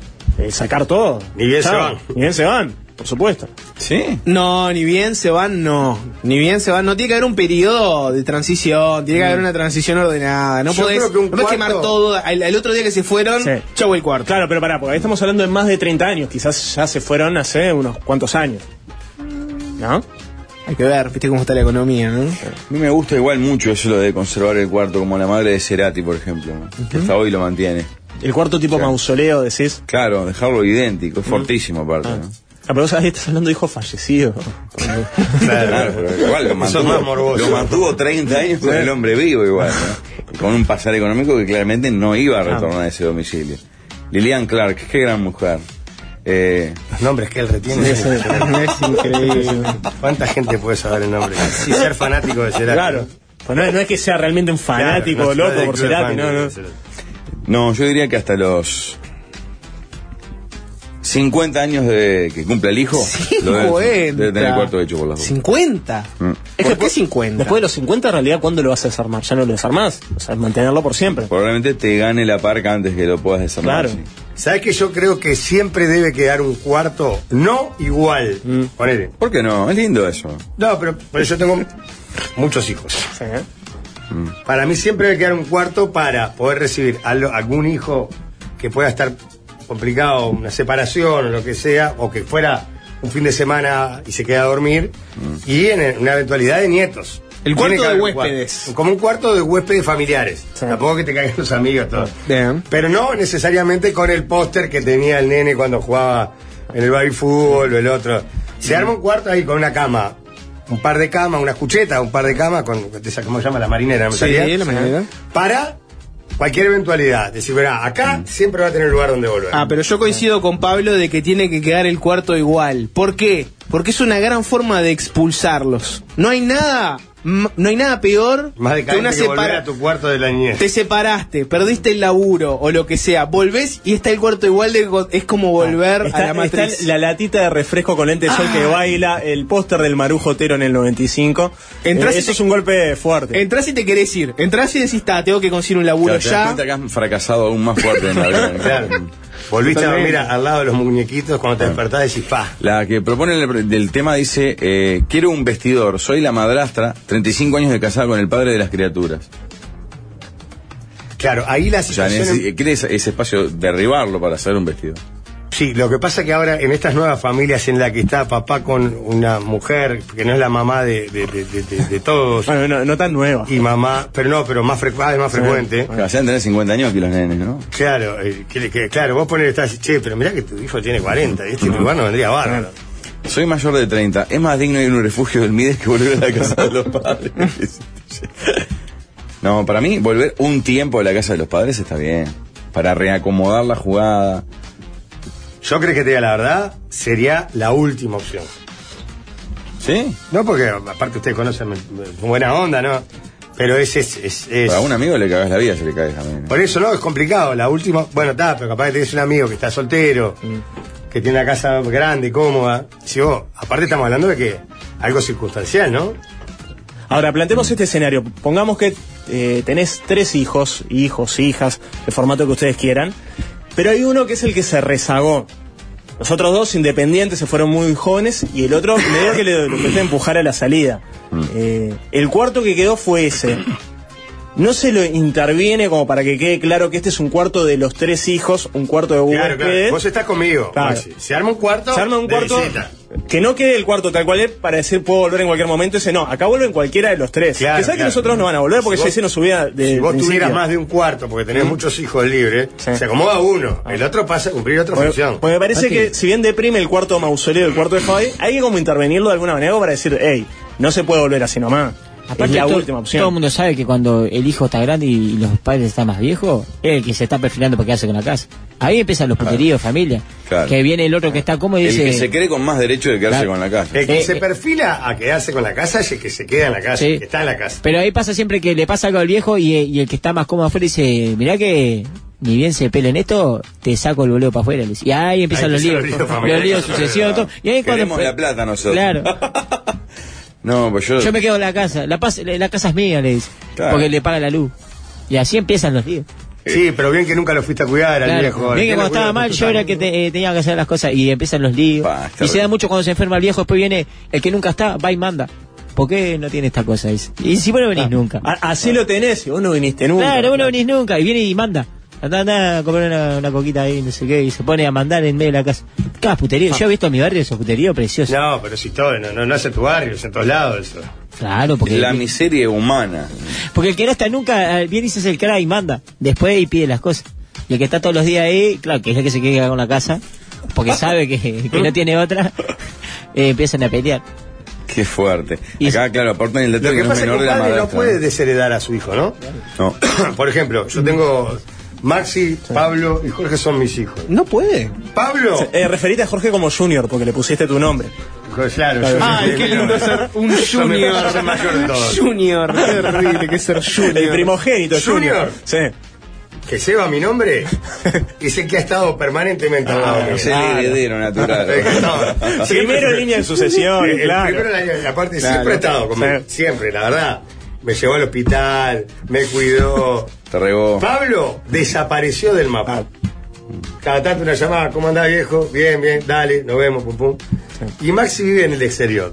Speaker 3: sacar todo.
Speaker 6: Ni bien se
Speaker 3: Chao.
Speaker 6: van.
Speaker 3: Ni bien se van, por supuesto.
Speaker 4: Sí.
Speaker 7: No, ni bien se van, no. Ni bien se van, no. Tiene que haber un periodo de transición, tiene que haber una transición ordenada. Ah, No
Speaker 3: Yo
Speaker 7: podés,
Speaker 3: creo que un
Speaker 7: no podés
Speaker 3: cuarto-
Speaker 7: quemar todo. El, el otro día que se fueron,
Speaker 3: Sí.
Speaker 7: chau el cuarto.
Speaker 3: Claro, pero pará, porque ahí estamos hablando de más de 30 años. Quizás ya se fueron hace unos cuantos años. ¿No?
Speaker 7: Hay que ver, viste cómo está la economía, ¿no?
Speaker 4: A mí me gusta igual mucho eso lo de conservar el cuarto, como la madre de Cerati, por ejemplo, ¿no? que hasta hoy lo mantiene.
Speaker 3: El cuarto tipo mausoleo, decís.
Speaker 4: Claro, dejarlo idéntico, es fortísimo aparte. ¿no?
Speaker 3: Ah, pero vos ahí estás hablando de hijo fallecido.
Speaker 4: Claro, pero igual lo
Speaker 3: Eso es
Speaker 4: mantuvo,
Speaker 3: más morboso.
Speaker 4: lo mantuvo 30 años con el hombre vivo igual. ¿no? con un pasar económico que claramente no iba a retornar a ese domicilio. Lilian Clark, qué gran mujer. Eh,
Speaker 6: Los nombres que él retiene.
Speaker 4: Sí, sí.
Speaker 6: es increíble. ¿Cuánta gente puede saber el nombre? Y ser fanático de Cerati.
Speaker 3: Claro. Pues no, es- no es que sea realmente un fanático
Speaker 6: Claro, no es
Speaker 3: loco por
Speaker 6: del club
Speaker 3: Cerati,
Speaker 6: de
Speaker 3: no,
Speaker 6: fan
Speaker 3: no.
Speaker 6: de Cerati.
Speaker 4: no, yo diría que hasta los 50 años de que cumpla el hijo, lo debe,
Speaker 7: 50.
Speaker 4: debe tener el cuarto hecho por las dudas.
Speaker 7: 50.
Speaker 4: Mm.
Speaker 3: eh. Es que después, 50? Después de los 50, en realidad, ¿cuándo lo vas a desarmar? Ya no lo desarmás. O sea, mantenerlo por siempre.
Speaker 4: Probablemente te gane la parca antes que lo puedas desarmar.
Speaker 6: Claro. ¿Sabes que yo creo que siempre debe quedar un cuarto no igual? Ponele.
Speaker 4: Mm. ¿Por qué no? Es lindo eso.
Speaker 6: No, pero, pero yo tengo muchos hijos. Mm. Para mí siempre debe quedar un cuarto para poder recibir a lo- algún hijo que pueda estar complicado, una separación o lo que sea, o que fuera un fin de semana y se queda a dormir, y en una eventualidad de
Speaker 7: Mm.
Speaker 6: nietos.
Speaker 7: El
Speaker 6: Tiene
Speaker 7: cuarto
Speaker 6: que
Speaker 7: de
Speaker 6: haber un cuarto.
Speaker 7: huéspedes.
Speaker 6: como un cuarto de huéspedes familiares. Tampoco que te caigan los amigos, todo. Pero no necesariamente con el póster que tenía el nene cuando jugaba en el baby fútbol o el otro. Se arma un cuarto ahí con una cama. Un par de camas, una cucheta, un par de camas con, de esa, ¿cómo se llama? La marinera, ¿no
Speaker 7: Sí,
Speaker 6: salía?
Speaker 7: la marinera.
Speaker 6: Para cualquier eventualidad. Decir, verá, acá siempre va a tener lugar donde volver.
Speaker 7: Ah, pero yo coincido con Pablo de que tiene que quedar el cuarto igual. ¿Por qué? Porque es una gran forma de expulsarlos. No hay nada, m- no hay nada peor
Speaker 6: Más de
Speaker 7: que una
Speaker 6: que volver
Speaker 7: separa
Speaker 6: a tu cuarto de la niñez.
Speaker 7: Te separaste, perdiste el laburo o lo que sea, volvés y está el cuarto igual de go- es como volver a la
Speaker 3: Está, está
Speaker 7: matriz.
Speaker 3: la latita de refresco con lente de sol que baila, el póster del Marujo Otero en el 95.
Speaker 7: Entrás
Speaker 3: Eh,
Speaker 7: y
Speaker 3: eso
Speaker 7: te-
Speaker 3: es un golpe fuerte.
Speaker 7: Entrás y te querés ir, entrás y decís, está, Ah, tengo que conseguir un laburo
Speaker 4: Claro, te das
Speaker 7: ya.
Speaker 4: cuenta que has fracasado aún más fuerte en la vida.
Speaker 6: Claro. Volviste a dormir a- al lado de los muñequitos cuando te despertás decís, pa.
Speaker 4: La que propone el- del tema dice, eh, quiero un vestidor, soy la madrastra, 35 años de casada con el padre de las criaturas.
Speaker 6: Claro, ahí la
Speaker 4: O sea,
Speaker 6: situación...
Speaker 4: necesi- quiere ese, ese espacio derribarlo para hacer un vestido.
Speaker 6: Sí, lo que pasa que ahora en estas nuevas familias en la que está papá con una mujer que no es la mamá de, de- de- de- de- de todos.
Speaker 3: Bueno, no, no tan nueva.
Speaker 6: Y mamá, pero no, pero más, frecu- ah, es más frecuente.
Speaker 4: O sea, hacen tener 50 años aquí los nenes, ¿no?
Speaker 6: Claro, eh, que- que- claro, vos ponés, estás, che, pero mirá que tu hijo tiene 40 y este peruano vendría bárbaro.
Speaker 4: Soy mayor de 30. Es más digno ir a un refugio del Mides que volver a la casa de los padres. No, para mí, volver un tiempo a la casa de los padres está bien. Para reacomodar la jugada.
Speaker 6: Yo creo que te diga la verdad, sería la última opción.
Speaker 4: ¿Sí?
Speaker 6: No, porque aparte ustedes conocen eh, buena onda, ¿no? Pero ese es, es, es-
Speaker 4: Para un amigo le cagás la vida si le caes también.
Speaker 6: Por eso no, es complicado. La última, bueno, está, pero capaz que tenés un amigo que está soltero,
Speaker 3: Mm.
Speaker 6: que tiene una casa grande, cómoda. Si vos, aparte estamos hablando de que algo circunstancial, ¿no?
Speaker 3: Ahora, planteemos este escenario. Pongamos que eh, tenés tres hijos, hijos, hijas, el formato que ustedes quieran, pero hay uno que es el que se rezagó. Los otros dos independientes se fueron muy jóvenes y el otro medio que le lo empezó a empujar a la salida. Eh, el cuarto que quedó fue ese. No se lo interviene como para que quede claro que este es un cuarto de los tres hijos, un cuarto de
Speaker 6: Claro, claro.
Speaker 3: huéspedes.
Speaker 6: Vos estás conmigo.
Speaker 3: Claro.
Speaker 6: Maxi. Se arma un cuarto.
Speaker 3: Se arma un
Speaker 6: de
Speaker 3: cuarto.
Speaker 6: visita.
Speaker 3: Que no quede el cuarto tal cual es para decir puedo volver en cualquier momento. Ese no, acá vuelven cualquiera de los tres.
Speaker 6: Claro,
Speaker 3: que sabe que
Speaker 6: claro.
Speaker 3: los otros no van a volver porque
Speaker 6: Si
Speaker 3: ya
Speaker 6: vos-
Speaker 3: hicieron su vida de.
Speaker 6: Si vos
Speaker 3: principio.
Speaker 6: tuvieras más de un cuarto, porque tenés
Speaker 3: Mm.
Speaker 6: muchos hijos libres, se acomoda uno. El otro pasa a cumplir otra
Speaker 3: Pues,
Speaker 6: función.
Speaker 3: pues me parece que si bien deprime el cuarto mausoleo y el cuarto de Javi, hay que como intervenirlo de alguna manera para decir, hey, no se puede volver así nomás. es la
Speaker 12: to-
Speaker 3: última opción.
Speaker 12: Todo el mundo sabe que cuando el hijo está grande y los padres están más viejos, es el que se está perfilando para quedarse con la casa. Ahí empiezan los puteríos, familia.
Speaker 4: Claro.
Speaker 12: Que viene el otro que está cómodo y
Speaker 4: El
Speaker 12: dice.
Speaker 4: que se cree con más derecho de quedarse
Speaker 12: Claro.
Speaker 4: con la casa.
Speaker 6: El que
Speaker 12: Eh,
Speaker 6: se
Speaker 12: eh.
Speaker 6: perfila a quedarse con la casa es el que se queda en la casa,
Speaker 12: Sí.
Speaker 6: el que está en la casa.
Speaker 12: Pero ahí pasa siempre que le pasa algo al viejo y, eh, y el que está más cómodo afuera dice, mirá que ni bien se pelen esto, te saco el boleo para afuera. le dice. Y ahí empiezan
Speaker 4: Ahí
Speaker 12: los
Speaker 4: empiezan
Speaker 12: líos,
Speaker 4: los líos
Speaker 12: los
Speaker 4: familiares.
Speaker 12: líos sucesivos. todo. Y ahí es cuando-
Speaker 4: Queremos la plata nosotros.
Speaker 12: Claro,
Speaker 4: No, pues yo.
Speaker 12: yo me quedo en la casa, la, pas- la casa es mía, le dice,
Speaker 4: Claro.
Speaker 12: porque le paga la luz. Y así empiezan los líos.
Speaker 6: Sí, pero bien que nunca lo fuiste a cuidar al
Speaker 12: Claro.
Speaker 6: viejo.
Speaker 12: Bien que cuando estaba mal, yo era el que te- eh, tenía que hacer las cosas y empiezan los líos. y se da mucho cuando se enferma el viejo, después viene el que nunca está, va y manda. ¿Por qué no tiene esta cosa? Dice. Y si vos no venís nunca.
Speaker 3: A- Así lo tenés y vos no viniste nunca.
Speaker 12: Claro, vos no venís nunca. Y viene y manda. Anda, anda a comer una, una coquita ahí, no sé qué, y se pone a mandar en medio de la casa. Cada puterío. Yo he visto en mi barrio esos puteríos preciosos.
Speaker 6: No, pero si todo, no, no, no es en tu barrio, es en todos lados eso.
Speaker 12: Claro, porque,
Speaker 4: La miseria humana.
Speaker 12: porque el que no está nunca, eh, viene y se hace el cara y manda. Después y pide las cosas. Y el que está todos los días ahí, claro, que es el que se queda con la casa, porque sabe que, que no tiene otra, eh, empiezan a pelear.
Speaker 4: Qué fuerte. Acá, claro, aportan el dato
Speaker 6: Lo
Speaker 4: de
Speaker 6: que
Speaker 4: que no es
Speaker 6: pasa es que
Speaker 4: menor
Speaker 6: un
Speaker 4: de la
Speaker 6: padre
Speaker 4: madrastra.
Speaker 6: no puede desheredar a su hijo, ¿no?
Speaker 4: No.
Speaker 6: Por ejemplo, yo tengo Maxi, Pablo y Jorge son mis hijos.
Speaker 7: No puede.
Speaker 6: Pablo.
Speaker 3: Eh, referite a Jorge como Junior porque le pusiste tu nombre.
Speaker 6: Claro.
Speaker 3: yo-
Speaker 7: Ay, qué lindo ser un
Speaker 3: Yo me
Speaker 7: junior.
Speaker 3: paso mayor de todos.
Speaker 7: Junior. Qué horrible que es ser junior.
Speaker 3: El primogénito,
Speaker 6: Junior.
Speaker 3: Sí.
Speaker 6: Que lleva mi nombre es el que ha estado
Speaker 3: Ah,
Speaker 6: permanentemente al lado mío.
Speaker 4: Es el heredero natural.
Speaker 6: El que estaba-
Speaker 3: Primero en línea de sucesión,
Speaker 6: El
Speaker 3: claro.
Speaker 6: Primero en la línea, la parte
Speaker 3: Claro.
Speaker 6: siempre ha estado conmigo.
Speaker 3: Sí.
Speaker 6: Siempre, la verdad. Me llevó al hospital, me cuidó.
Speaker 4: Te regó.
Speaker 6: Pablo desapareció del mapa. Cada tanto una llamada, ¿cómo andás viejo? Bien, bien, dale, nos vemos, pum pum. Y Maxi vive en el exterior.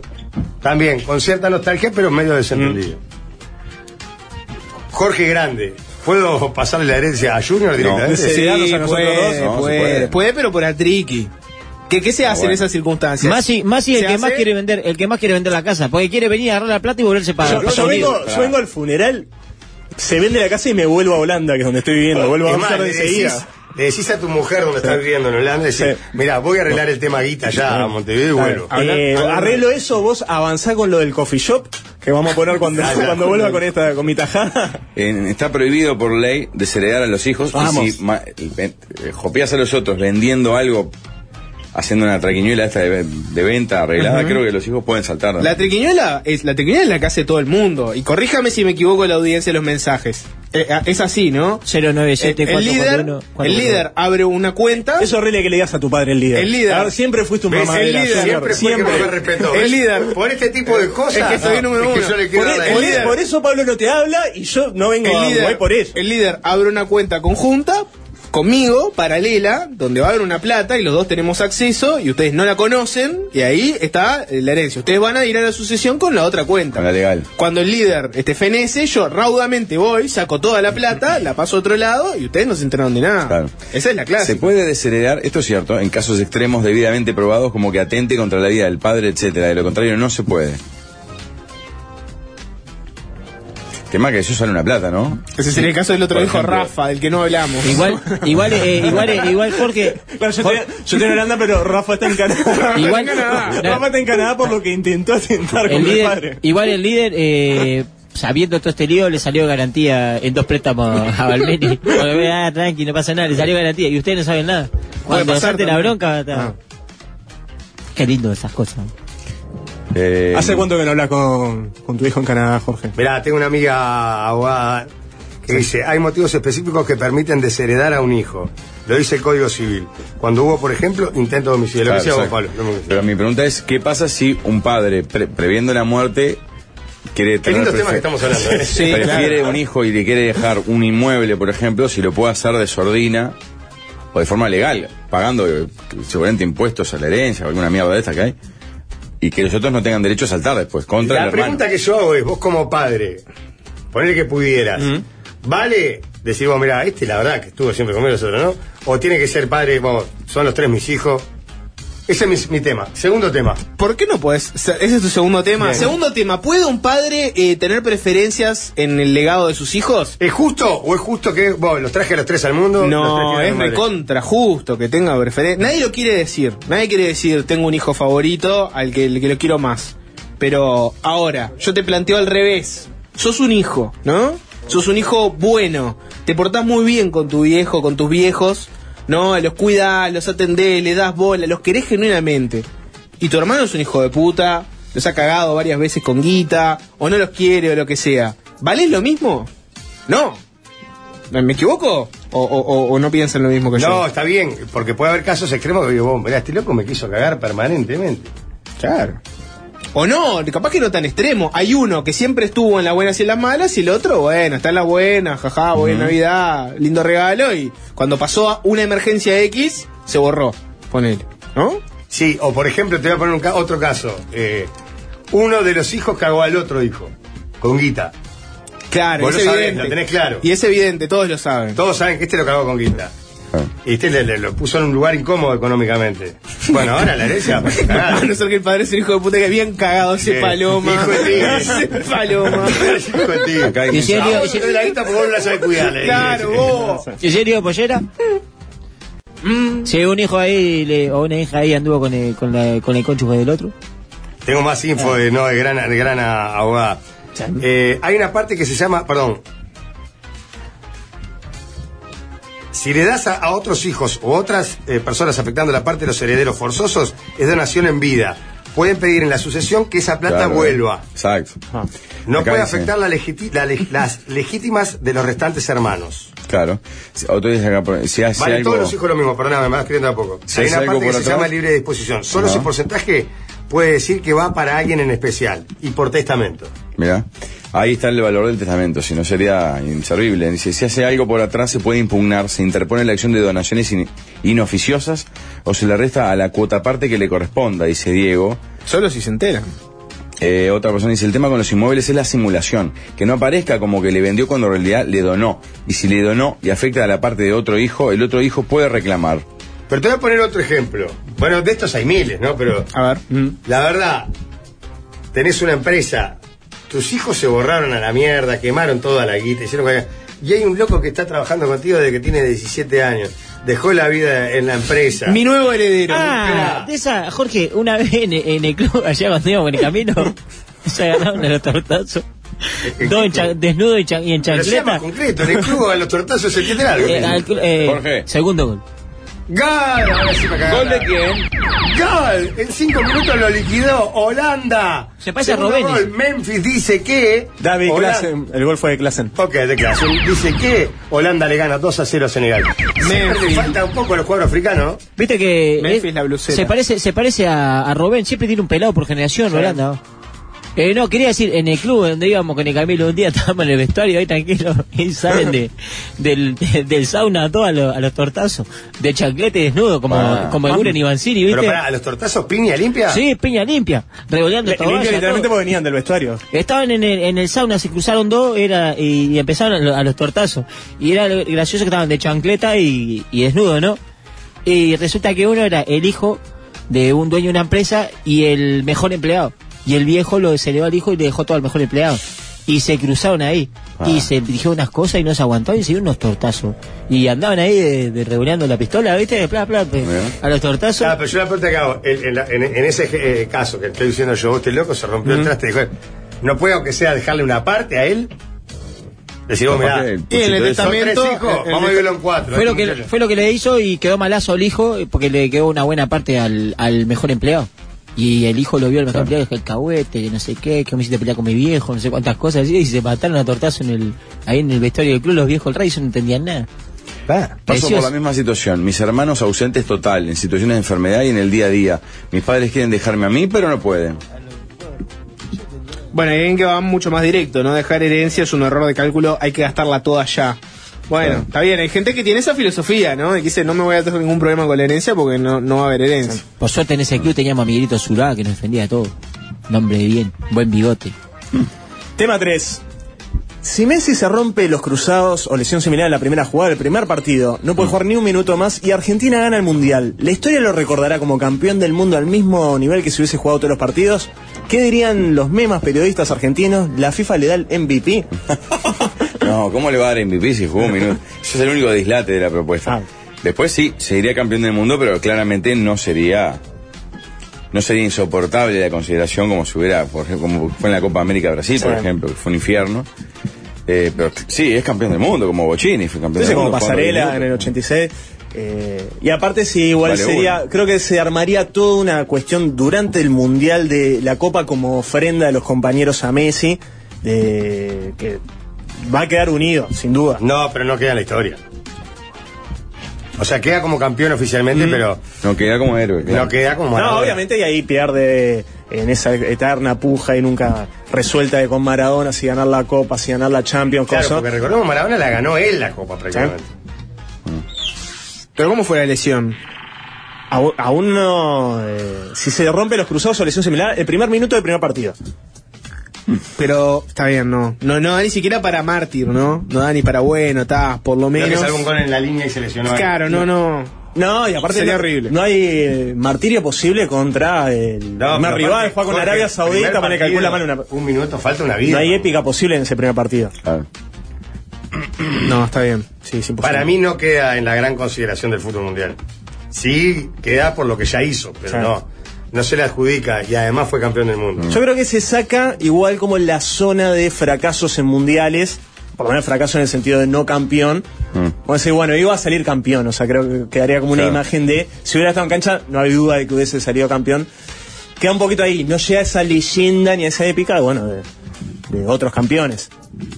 Speaker 6: También, con cierta nostalgia, pero medio desentendido.
Speaker 3: Mm.
Speaker 6: Jorge Grande, ¿puedo pasarle la herencia a Junior directamente?
Speaker 7: Sí, puede, puede, Puede, pero por atriqui. ¿Qué, qué se hace en
Speaker 6: bueno.
Speaker 7: esas circunstancias?
Speaker 12: Más y, más y el
Speaker 7: ¿Se
Speaker 12: que más
Speaker 7: hace?
Speaker 12: quiere vender, el que más quiere vender la casa, porque quiere venir a agarrar la plata y volverse para.
Speaker 3: Yo, yo
Speaker 12: Estados Unidos.
Speaker 3: vengo,
Speaker 6: Ah.
Speaker 3: yo vengo al funeral, se vende la casa y me vuelvo a Holanda, que es donde estoy viviendo. Vuelvo a
Speaker 6: Es más,
Speaker 3: Amsterdam
Speaker 6: le Eh, decís,
Speaker 3: enseguida.
Speaker 6: le decís a tu mujer donde estás viviendo en Holanda, decís, mira, voy a arreglar el tema guita ya a Montevideo y vuelvo.
Speaker 3: Eh, arreglo eso, vos avanzá con lo del coffee shop, que vamos a poner cuando,
Speaker 4: Ah, ya.
Speaker 3: cuando vuelva con esta, con mi tajada.
Speaker 4: En- está prohibido por ley desheredar a los hijos. Y
Speaker 3: Vamos.
Speaker 4: si ma- y ven- eh, jopeás a los otros vendiendo algo, haciendo una traquiñuela esta de, ven- de venta arreglada,
Speaker 7: Ujú.
Speaker 4: creo que los hijos pueden saltar. ¿no?
Speaker 7: La triquiñuela es la triquiñuela es la que hace todo el mundo. Y corríjame si me equivoco la audiencia de los mensajes. Eh, ah, es así, ¿no?
Speaker 12: 097
Speaker 3: Este
Speaker 7: el, el líder,
Speaker 12: 441,
Speaker 7: el líder abre una cuenta.
Speaker 3: Es horrible que le digas a tu padre el líder.
Speaker 7: El líder.
Speaker 3: Ah, Siempre fuiste un
Speaker 7: ¿Ves?
Speaker 3: mamadera.
Speaker 7: El líder.
Speaker 3: señor.
Speaker 7: Siempre fue
Speaker 3: Siempre.
Speaker 7: que me respetó. El líder.
Speaker 6: Por este tipo de cosas.
Speaker 7: Es que soy número
Speaker 6: es que
Speaker 7: uno.
Speaker 6: yo le quiero
Speaker 7: Por e-
Speaker 6: dar la
Speaker 7: el-
Speaker 6: herencia.
Speaker 7: por líder.
Speaker 3: Por eso Pablo no te habla y yo no vengo a
Speaker 7: el líder,
Speaker 3: Uruguay por eso.
Speaker 7: el líder abre una cuenta conjunta conmigo, paralela, donde va a haber una plata y los dos tenemos acceso y ustedes no la conocen y ahí está eh, la herencia. Ustedes van a ir a la sucesión con la otra cuenta.
Speaker 4: Con la legal.
Speaker 7: Cuando el líder este, fenece, yo raudamente voy, saco toda la plata, la paso a otro lado y ustedes no se enteraron de nada.
Speaker 4: Claro.
Speaker 7: Esa es la clase.
Speaker 4: Se puede desheredar, esto es cierto, en casos extremos debidamente probados como que atente contra la vida del padre, etcétera. De lo contrario no se puede. Tema que eso sale una plata, ¿no?
Speaker 7: Ese sería el caso del otro
Speaker 4: Por
Speaker 7: hijo
Speaker 4: ejemplo.
Speaker 7: Rafa, del que no hablamos.
Speaker 12: Igual, igual, eh, igual, eh, igual Jorge.
Speaker 3: Claro, yo, estoy, yo estoy en Holanda, pero Rafa está en Canadá.
Speaker 12: Igual-
Speaker 3: Rafa está en Canadá por lo que intentó atentar con
Speaker 12: El
Speaker 3: mi
Speaker 12: líder,
Speaker 3: padre.
Speaker 12: igual el líder, eh, sabiendo todo este lío, le salió garantía en dos préstamos a Balmeni. Porque, ve, ah, tranqui, no pasa nada, le salió garantía. Y ustedes no saben nada. Cuando
Speaker 7: pasar
Speaker 12: salte la
Speaker 7: también.
Speaker 12: bronca, ta-
Speaker 6: Ah.
Speaker 12: qué lindo esas cosas.
Speaker 4: Eh,
Speaker 3: ¿Hace cuánto que no hablas con, con tu hijo en Canadá, Jorge?
Speaker 6: Mirá, tengo una amiga abogada que dice, hay motivos específicos que permiten desheredar a un hijo. Lo dice el Código Civil. Cuando hubo, por ejemplo, intento de homicidio. Lo
Speaker 4: Claro,
Speaker 6: que decía vos,
Speaker 4: exacto.
Speaker 6: Pablo. lo mismo.
Speaker 4: Pero mi pregunta es, ¿qué pasa si un padre, pre- previendo la muerte, quiere tener...
Speaker 6: lindos
Speaker 4: prefe-
Speaker 6: temas que estamos hablando, ¿eh? Sí,
Speaker 4: prefiere
Speaker 6: claro.
Speaker 4: un hijo y le quiere dejar un inmueble, por ejemplo, si lo puede hacer de sordina o de forma legal, pagando eh, seguramente impuestos a la herencia o alguna mierda de esta que hay, y que los otros no tengan derecho a saltar después contra
Speaker 6: La
Speaker 4: el hermano.
Speaker 6: pregunta que yo hago es, vos como padre, ponele que pudieras, ¿vale decir, vos, mirá, este la verdad que estuvo siempre conmigo, nosotros, ¿no? O tiene que ser padre, vamos, son los tres mis hijos. Ese es mi, mi tema. Segundo tema.
Speaker 7: ¿Por qué no puedes? Ese es tu segundo tema.
Speaker 6: Bien.
Speaker 7: Segundo tema, ¿puede un padre eh, tener preferencias en el legado de sus hijos?
Speaker 6: ¿Es justo o es justo que vos los traje a los tres al mundo? los
Speaker 7: No,
Speaker 6: traje a
Speaker 7: es
Speaker 6: la madre?
Speaker 7: recontra justo que tenga preferencia. Nadie lo quiere decir. Nadie quiere decir tengo un hijo favorito al que, el que lo quiero más. Pero ahora, yo te planteo al revés. Sos un hijo, ¿no? Sos un hijo bueno. Te portás muy bien con tu viejo, con tus viejos. No, los cuidás, los atendés, le das bola, los querés genuinamente. Y tu hermano es un hijo de puta, los ha cagado varias veces con guita, o no los quiere, o lo que sea. ¿Vale lo mismo? No. ¿Me equivoco? ¿O, o- o- o no piensan lo mismo que yo?
Speaker 6: No, está bien, porque puede haber casos extremos que digo, vos, mirá, este loco me quiso cagar permanentemente.
Speaker 7: Claro. O no, capaz que no tan extremo. Hay uno que siempre estuvo en las buenas y en las malas y el otro, bueno, está en las buenas, jaja, buena Navidad, lindo regalo y cuando pasó a una emergencia X, se borró. Ponele. ¿No?
Speaker 6: Sí, o por ejemplo, te voy a poner un ca- otro caso. Eh, uno de los hijos cagó al otro hijo, con guita.
Speaker 7: Claro,
Speaker 6: Vos
Speaker 7: es
Speaker 6: lo sabés,
Speaker 7: evidente.
Speaker 6: lo tenés claro.
Speaker 7: Y es evidente, todos lo saben.
Speaker 6: Todos saben que este lo cagó con guita. Y este le, le- lo puso en un lugar incómodo económicamente. Bueno, ahora la herencia. va a ser
Speaker 7: A
Speaker 6: cagada.
Speaker 7: no ser que el padre es un hijo de puta que bien cagado ese
Speaker 6: Sí.
Speaker 7: paloma.
Speaker 6: Hijo de tigre.
Speaker 7: Ese paloma.
Speaker 6: Hijo de tigre.
Speaker 4: Acá hay
Speaker 12: Y si
Speaker 4: un-
Speaker 12: el lío-
Speaker 6: Ah, vos te doy la guita porque vos no la sabés cuidar. le dije.
Speaker 7: Claro, vos.
Speaker 12: ¿Y serio pollera? Si un hijo ahí le- o una hija ahí anduvo con el, con la- con el cónyuge del otro.
Speaker 6: Tengo más info de, no, de gran, de gran ah, abogada. Eh, hay una parte que se llama, perdón. Si le das a, a otros hijos o otras eh, personas afectando la parte de los herederos forzosos, es donación en vida. Pueden pedir en la sucesión que esa plata
Speaker 4: Claro, eh.
Speaker 6: vuelva.
Speaker 4: Exacto.
Speaker 6: No
Speaker 4: Acá
Speaker 6: puede
Speaker 4: dice-
Speaker 6: afectar la legiti- la leg- las legítimas de los restantes hermanos.
Speaker 4: Claro. Si- Otro dice acá, por- si hace
Speaker 6: Vale,
Speaker 4: algo.
Speaker 6: todos los hijos lo mismo, perdóname, me vas queriendo a poco.
Speaker 4: Si
Speaker 6: Hay
Speaker 4: hace
Speaker 6: una
Speaker 4: algo
Speaker 6: parte que
Speaker 4: por
Speaker 6: se
Speaker 4: atrás.
Speaker 6: llama libre disposición. Solo
Speaker 4: Ajá.
Speaker 6: ese porcentaje puede decir que va para alguien en especial y por testamento.
Speaker 4: Mirá. Ahí está el valor del testamento, si no sería inservible. Dice, si hace algo por atrás se puede impugnar, se interpone la acción de donaciones in- inoficiosas o se le resta a la cuota parte que le corresponda, dice Diego.
Speaker 7: Solo si se enteran.
Speaker 4: Eh, otra persona dice, el tema con los inmuebles es la simulación, que no aparezca como que le vendió cuando en realidad le donó. Y si le donó y afecta a la parte de otro hijo, el otro hijo puede reclamar.
Speaker 6: Pero te voy a poner otro ejemplo. Bueno, de estos hay miles, ¿no? Pero
Speaker 7: A ver.
Speaker 6: la verdad, tenés una empresa, tus hijos se borraron a la mierda, quemaron toda la guita, hicieron cualquier- Y hay un loco que está trabajando contigo desde que tiene 17 años. Dejó la vida en la empresa.
Speaker 7: Mi nuevo heredero.
Speaker 12: Ah, de esa, Jorge, una vez en, en el club, allá cuando íbamos en el camino, se agarraron a los tortazos. Dos en cha- desnudo y, cha- y en
Speaker 6: Pero sea
Speaker 12: chancleta.
Speaker 6: más concreto, en el club a los tortazos se entiende algo.
Speaker 12: Eh, al club, eh, Segundo gol.
Speaker 6: ¡Gol! Ahora sí me cagaron.
Speaker 12: ¿Gol de quién?
Speaker 6: ¡Gol! En cinco minutos lo liquidó Holanda.
Speaker 12: Se parece a
Speaker 6: Segundo
Speaker 12: Robben.
Speaker 6: gol. Memphis dice que.
Speaker 3: David
Speaker 6: Hola-
Speaker 3: Klassen, el gol fue de Klassen.
Speaker 6: Ok, de Klassen. Dice que Holanda le gana 2 a 0 a Senegal. Siempre le falta un poco a los cuadros africanos.
Speaker 12: Viste que.
Speaker 6: Memphis,
Speaker 12: eh,
Speaker 6: la blusera.
Speaker 12: Se parece, se parece a, a Robén, siempre tiene un pelado por generación, Holanda. Eh, no, quería decir, en el club donde íbamos con el Camilo un día, estábamos en el vestuario ahí tranquilo y salen de, del, del sauna todos a, los- a los tortazos, de chanclete desnudo, como,
Speaker 6: Ah.
Speaker 12: como el Guren y Banzini, ¿viste?
Speaker 6: Pero pará, ¿a los tortazos piña limpia?
Speaker 12: Sí, piña limpia, regoleando
Speaker 3: Le-
Speaker 12: toalla,
Speaker 3: limpia literalmente
Speaker 12: todo.
Speaker 3: porque venían del vestuario.
Speaker 12: Estaban en el, en el sauna, se cruzaron dos era, y, y empezaron a, lo- a los tortazos. Y era lo gracioso que estaban de chancleta y, y desnudo, ¿no? Y resulta que uno era el hijo de un dueño de una empresa y el mejor empleado. Y el viejo lo se le va al hijo y le dejó todo al mejor empleado. Y se cruzaron ahí. Y se dijeron unas cosas y no se aguantó y se dio unos tortazos. Y andaban ahí de, de revoleando la pistola, ¿viste? Pla, pla, pe- a los tortazos.
Speaker 6: Ah, pero yo la pregunta que hago, en, en la- en- en ese eh, caso que estoy diciendo yo, este loco se rompió el traste y dijo, no puedo aunque sea dejarle una parte a él. Decir, vos,
Speaker 4: Capaz
Speaker 6: mirá,
Speaker 4: que el
Speaker 6: son
Speaker 4: Y en el
Speaker 6: tres
Speaker 4: testamento,
Speaker 6: hijos,
Speaker 4: el- el
Speaker 6: vamos a
Speaker 4: test-
Speaker 6: vivirlo en cuatro.
Speaker 12: Fue
Speaker 6: eh,
Speaker 12: lo, que,
Speaker 6: muchachos.
Speaker 12: fue lo que le hizo y quedó malazo al hijo eh, porque le quedó una buena parte al, al mejor empleado. Y el hijo lo vio al mejor empleado y dijo, el cahuete, que no sé qué, que me hiciste pelear con mi viejo, no sé cuántas cosas. así, Y se mataron a tortazo en el, ahí en el vestuario del club, los viejos del rey, eso no entendían nada.
Speaker 4: Paso por
Speaker 12: Precioso.
Speaker 4: la misma situación. Mis hermanos ausentes total, en situaciones de enfermedad y en el día a día. Mis padres quieren dejarme a mí, pero no pueden.
Speaker 7: Bueno, y ven que va mucho más directo, ¿no? Dejar herencia es un error de cálculo, hay que gastarla toda ya. Bueno,
Speaker 4: Claro.
Speaker 7: está bien, hay gente que tiene esa filosofía, ¿no? Y que dice, no me voy a tener ningún problema con la herencia porque no, no va a haber herencia.
Speaker 12: Por suerte en
Speaker 4: Ah.
Speaker 12: ese club teníamos a Miguelito Zurá que nos defendía todo. Nombre de bien, buen bigote.
Speaker 3: Tema 3. Si Messi se rompe los cruzados o lesión similar en la primera jugada del primer partido, no puede jugar ni un minuto más y Argentina gana el Mundial. ¿La historia lo recordará como campeón del mundo al mismo nivel que si hubiese jugado todos los partidos? ¿Qué dirían los memas periodistas argentinos? ¿La FIFA le da el MVP?
Speaker 4: No, ¿cómo le va a dar MVP si jugó un minuto? Eso es el único dislate de la
Speaker 3: Ah.
Speaker 4: propuesta. Después sí, seguiría campeón del mundo, pero claramente no sería no sería insoportable la consideración como si hubiera, por ejemplo, como fue en la Copa América Brasil, por
Speaker 3: Sí.
Speaker 4: ejemplo, que fue un infierno. Eh, pero sí, es campeón del mundo, como Bochini fue campeón
Speaker 3: Entonces
Speaker 4: del
Speaker 3: como
Speaker 4: mundo. jugando
Speaker 3: pasarela
Speaker 4: diez
Speaker 3: en
Speaker 4: minutos.
Speaker 3: el 86. eh, y aparte si igual
Speaker 4: Vale,
Speaker 3: sería, creo que se armaría toda una cuestión durante el Mundial de la Copa como ofrenda de los compañeros a Messi, de, que va a quedar unido, sin duda.
Speaker 6: No, pero no queda en la historia. O sea, queda como campeón oficialmente,
Speaker 3: Mm.
Speaker 6: pero
Speaker 4: No queda como héroe. claro.
Speaker 6: no queda como...
Speaker 3: No,
Speaker 6: Maradona.
Speaker 3: obviamente y ahí pierde en esa eterna puja y nunca resuelta de con Maradona si ganar la Copa, si ganar la Champions,
Speaker 6: Claro,
Speaker 3: cosa.
Speaker 6: porque recordemos, Maradona la ganó él la Copa prácticamente.
Speaker 7: Pero ¿cómo fue la lesión?
Speaker 3: Aún, aún no... eh, si se rompe los cruzados o lesión similar, el primer minuto del primer partido.
Speaker 7: Pero está bien, no. No, no da ni siquiera para mártir, ¿no? No da ni para bueno, está, por lo
Speaker 6: Creo que
Speaker 7: menos.
Speaker 6: salvo un gol en la línea y se lesionó.
Speaker 7: Claro, no, no.
Speaker 3: No, y aparte
Speaker 7: Sería
Speaker 3: no,
Speaker 7: horrible.
Speaker 3: no hay eh, martirio posible contra el
Speaker 6: No,
Speaker 3: primer
Speaker 6: pero
Speaker 3: rival,
Speaker 6: aparte,
Speaker 3: juega con
Speaker 6: Jorge,
Speaker 3: Arabia
Speaker 6: primer
Speaker 3: Saudita, me
Speaker 6: partido,
Speaker 3: calcula mal una...
Speaker 6: Un minuto, falta una vida.
Speaker 3: No hay épica posible en ese primer partido.
Speaker 7: No, está bien.
Speaker 3: Sí, es imposible.
Speaker 6: Para mí no queda en la gran consideración del fútbol mundial. Sí, queda por lo que ya hizo, pero
Speaker 3: Claro.
Speaker 6: no. no se le adjudica y además fue campeón del mundo.
Speaker 3: Yo creo que se saca igual como la zona de fracasos en mundiales, por lo menos fracaso en el sentido de no campeón. Vamos a decir, bueno, iba a salir campeón, o sea, creo que quedaría como una
Speaker 4: Claro.
Speaker 3: imagen de, si hubiera estado en cancha, no hay duda de que hubiese salido campeón. Queda un poquito ahí, no llega a esa leyenda ni a esa épica, bueno, de, de otros campeones.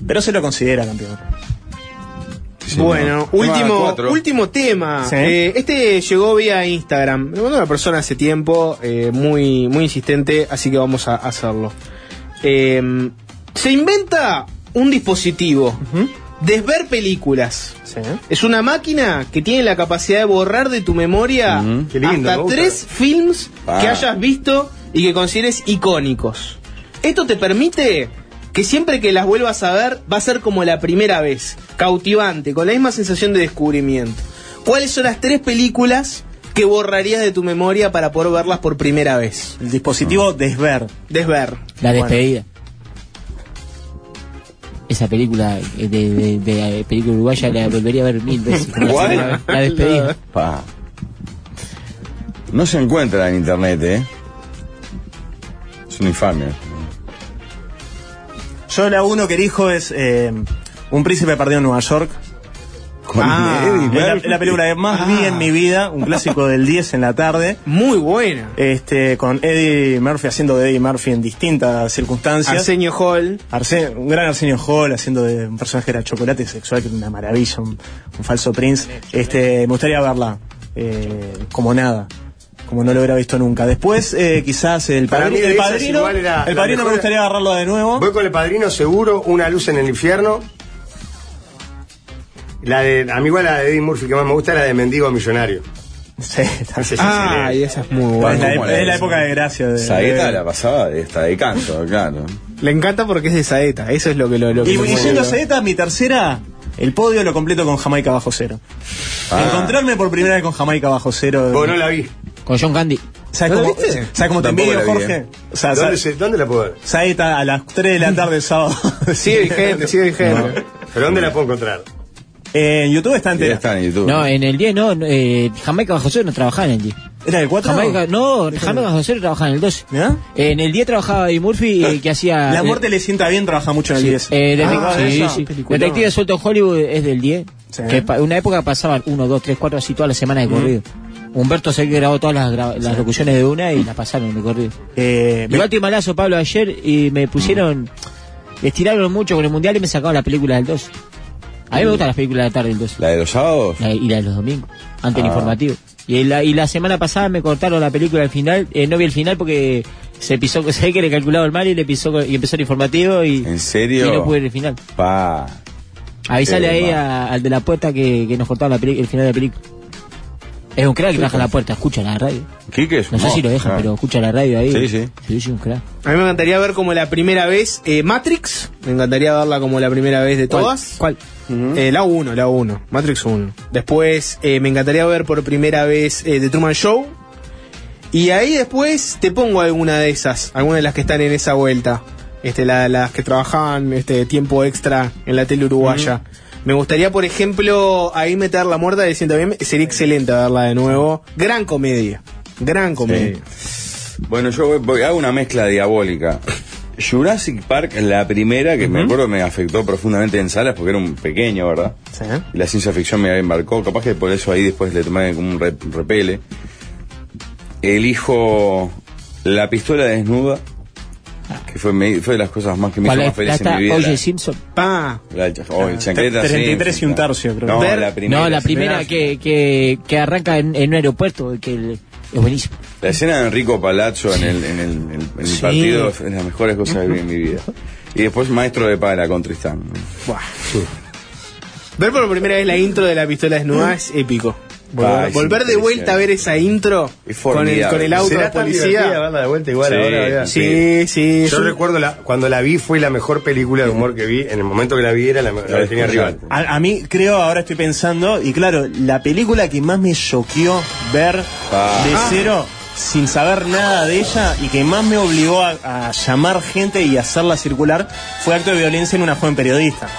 Speaker 3: Pero se lo considera campeón.
Speaker 7: Bueno, último, último tema.
Speaker 3: Sí.
Speaker 7: Eh, este llegó vía Instagram. Me mandó una persona hace tiempo, eh, muy, muy insistente, así que vamos a hacerlo. Eh, se inventa un dispositivo. Desver películas. Es una máquina que tiene la capacidad de borrar de tu memoria
Speaker 6: Qué lindo, me
Speaker 7: hasta
Speaker 6: gusta.
Speaker 7: tres films
Speaker 6: Ah.
Speaker 7: que hayas visto y que consideres icónicos. Esto te permite que siempre que las vuelvas a ver va a ser como la primera vez, cautivante, con la misma sensación de descubrimiento. ¿Cuáles son las tres películas que borrarías de tu memoria para poder verlas por primera vez? Ah.
Speaker 3: El dispositivo desver.
Speaker 7: Desver.
Speaker 12: La
Speaker 7: Bueno.
Speaker 12: despedida. Esa película eh, de, de- de, eh, película uruguaya la volvería a ver mil veces.
Speaker 4: ¿Cuál?
Speaker 12: La, la despedida.
Speaker 4: Pa. No se encuentra en internet, ¿eh? Es una infamia.
Speaker 3: Yo la uno que elijo es eh, Un príncipe perdido en Nueva York.
Speaker 4: Con
Speaker 3: es
Speaker 4: Eddie
Speaker 3: la,
Speaker 4: Murphy.
Speaker 3: es la película que más vi en mi vida, un clásico del 10 en la tarde.
Speaker 7: Muy buena.
Speaker 3: Este, con Eddie Murphy haciendo de Eddie Murphy en distintas circunstancias.
Speaker 7: Arsenio Hall.
Speaker 3: Arse- un gran Arsenio Hall haciendo de un personaje que era chocolate sexual, que era una maravilla, un, un falso prince. Este, me gustaría verla eh, como nada. Como no lo hubiera visto nunca. Después, eh, quizás el,
Speaker 6: Para
Speaker 3: padri-
Speaker 6: mí de
Speaker 3: el
Speaker 6: esas
Speaker 3: padrino.
Speaker 6: igual era
Speaker 3: el
Speaker 6: la
Speaker 3: padrino me
Speaker 6: mejor.
Speaker 3: gustaría agarrarlo de nuevo.
Speaker 6: Voy con el padrino seguro, una luz en el infierno. La de, a mí igual la de Eddie Murphy que más me gusta es la de Mendigo Millonario.
Speaker 3: Sí,
Speaker 7: Ah, y esa es muy buena.
Speaker 3: Es la ep- es la época de gracia de-
Speaker 4: Saeta
Speaker 3: de-
Speaker 4: la pasaba de esta de canto, claro.
Speaker 7: Le encanta porque es de Saeta, eso es lo que lo, lo que
Speaker 3: Y,
Speaker 7: lo
Speaker 3: y siendo
Speaker 7: mueve.
Speaker 3: Saeta, mi tercera, el podio lo completo con Jamaica bajo cero. Encontrarme por primera vez con Jamaica bajo cero.
Speaker 6: Ah. Vos no la vi.
Speaker 12: Con John Candy.
Speaker 3: ¿Sabes
Speaker 6: ¿No la
Speaker 3: cómo,
Speaker 6: viste?
Speaker 3: ¿sabes cómo te
Speaker 6: Tampoco
Speaker 3: envidio,
Speaker 6: la vi,
Speaker 3: Jorge?
Speaker 6: eh. ¿Dónde se- la puedo ver?
Speaker 3: Saeta a las 3 de la tarde el sábado.
Speaker 7: Sigue vigente, sigue
Speaker 6: vigente. ¿Pero dónde la puedo encontrar?
Speaker 3: Eh, en YouTube está entera.
Speaker 4: Está en YouTube.
Speaker 12: No, en el 10 no. Eh, Jamaica bajo cero no trabajaba en el 10.
Speaker 3: ¿Era el 4?
Speaker 12: Jamaica, no, Jamaica bajo cero trabajaba en el 12. En el 10 trabajaba Eddie Murphy eh, que hacía.
Speaker 3: La muerte le sienta bien, trabaja mucho en el
Speaker 12: Sí,
Speaker 3: 10.
Speaker 12: eh, detec-
Speaker 3: Ah,
Speaker 12: sí,
Speaker 3: esa
Speaker 12: sí.
Speaker 3: película.
Speaker 12: Detective suelto en Hollywood es del 10. Que pa- una época pasaban 1, 2, 3, 4 así todas las semanas
Speaker 3: Mm.
Speaker 12: de corrido. Humberto se grabó todas las, gra- las locuciones de una y las pasaron de corrido.
Speaker 3: Eh,
Speaker 12: Igual que malazo Pablo ayer y me pusieron. Les tiraron mucho con el mundial y me sacaron la película del 2. A mí me gustan las películas de la tarde del 2.
Speaker 4: ¿La de los sábados?
Speaker 12: y la de los domingos, antes del
Speaker 4: Ah.
Speaker 12: informativo. Y la, y la semana pasada me cortaron la película al final. eh, no vi el final porque se pisó, se ve que le calculaba el mal y le pisó con- y empezó el informativo y.
Speaker 4: ¿En serio?
Speaker 12: Y no pude ver el final.
Speaker 4: Pa.
Speaker 12: Avisale
Speaker 4: Eh,
Speaker 12: ahí
Speaker 4: va.
Speaker 12: a- al de la puerta que, que nos cortaba la peli- el final de la película. Es un crack que baja la puerta, escucha la radio.
Speaker 4: Quique es
Speaker 12: No
Speaker 4: un
Speaker 12: sé si lo
Speaker 4: monstruo,
Speaker 12: dejan,
Speaker 4: claro.
Speaker 12: pero escucha la radio ahí.
Speaker 4: Sí, sí.
Speaker 12: Sí, sí, un crack.
Speaker 7: A mí me encantaría ver como la primera vez eh, Matrix. Me encantaría verla como la primera vez de
Speaker 12: ¿Cuál?
Speaker 7: todas.
Speaker 12: ¿Cuál?
Speaker 7: Eh, la 1, la 1. Matrix 1. Después eh, me encantaría ver por primera vez eh, The Truman Show. Y ahí después te pongo alguna de esas. Alguna de las que están en esa vuelta. Este, la- las que trabajaban este, tiempo extra en la tele uruguaya. Me gustaría, por ejemplo, ahí meter la muerta de Siento Bien. Sería excelente verla de nuevo. Gran comedia. Gran comedia.
Speaker 4: Bueno, yo voy- voy- hago una mezcla diabólica. Jurassic Park, la primera que me acuerdo me afectó profundamente en salas porque era un pequeño, ¿verdad? Y la ciencia ficción me embarcó. Capaz que por eso ahí después le tomé como un re- repele. Elijo la pistola desnuda, que fue, me- fue de las cosas más que me hizo
Speaker 12: ¿Cuál
Speaker 4: más
Speaker 12: es? La
Speaker 4: feliz en
Speaker 12: está
Speaker 4: mi vida.
Speaker 12: O.J.
Speaker 4: la-
Speaker 12: Simpson.
Speaker 7: Pa.
Speaker 4: La, oh, el chancleta,
Speaker 3: 33
Speaker 4: sí,
Speaker 3: Ah, y un tercio, creo.
Speaker 4: No,
Speaker 12: Ver-
Speaker 4: la primera.
Speaker 12: no, la primera que, que, que arranca en, en un aeropuerto. Que el- es buenísimo.
Speaker 4: La escena de Enrico Palazzo en el, en el, en el- en el
Speaker 12: Sí.
Speaker 4: partido es de las mejores cosas que vi en mi vida. Y después Maestro de Para con Tristán.
Speaker 7: Buah. Ver por primera vez la intro de la pistola desnuda es épico. Volver,
Speaker 4: Ah, es
Speaker 7: volver de
Speaker 4: impresionante.
Speaker 7: vuelta a ver esa intro con el,
Speaker 6: formidable.
Speaker 7: con el auto
Speaker 6: ¿Será
Speaker 7: de
Speaker 6: tan
Speaker 7: policía.
Speaker 6: divertida verla de vuelta igual
Speaker 7: Sí,
Speaker 6: ahora, ¿verdad?
Speaker 7: sí, sí,
Speaker 6: Yo
Speaker 7: sí.
Speaker 6: recuerdo la, cuando la vi fue la mejor película de humor que vi. En el momento que la vi era la, la que tenía rival.
Speaker 3: A, a mí, creo, ahora estoy pensando, y claro, la película que más me choqueó ver
Speaker 4: Ah.
Speaker 3: de
Speaker 4: Ah.
Speaker 3: cero, sin saber nada de ella, y que más me obligó a, a llamar gente y hacerla circular, fue acto de violencia en una joven periodista.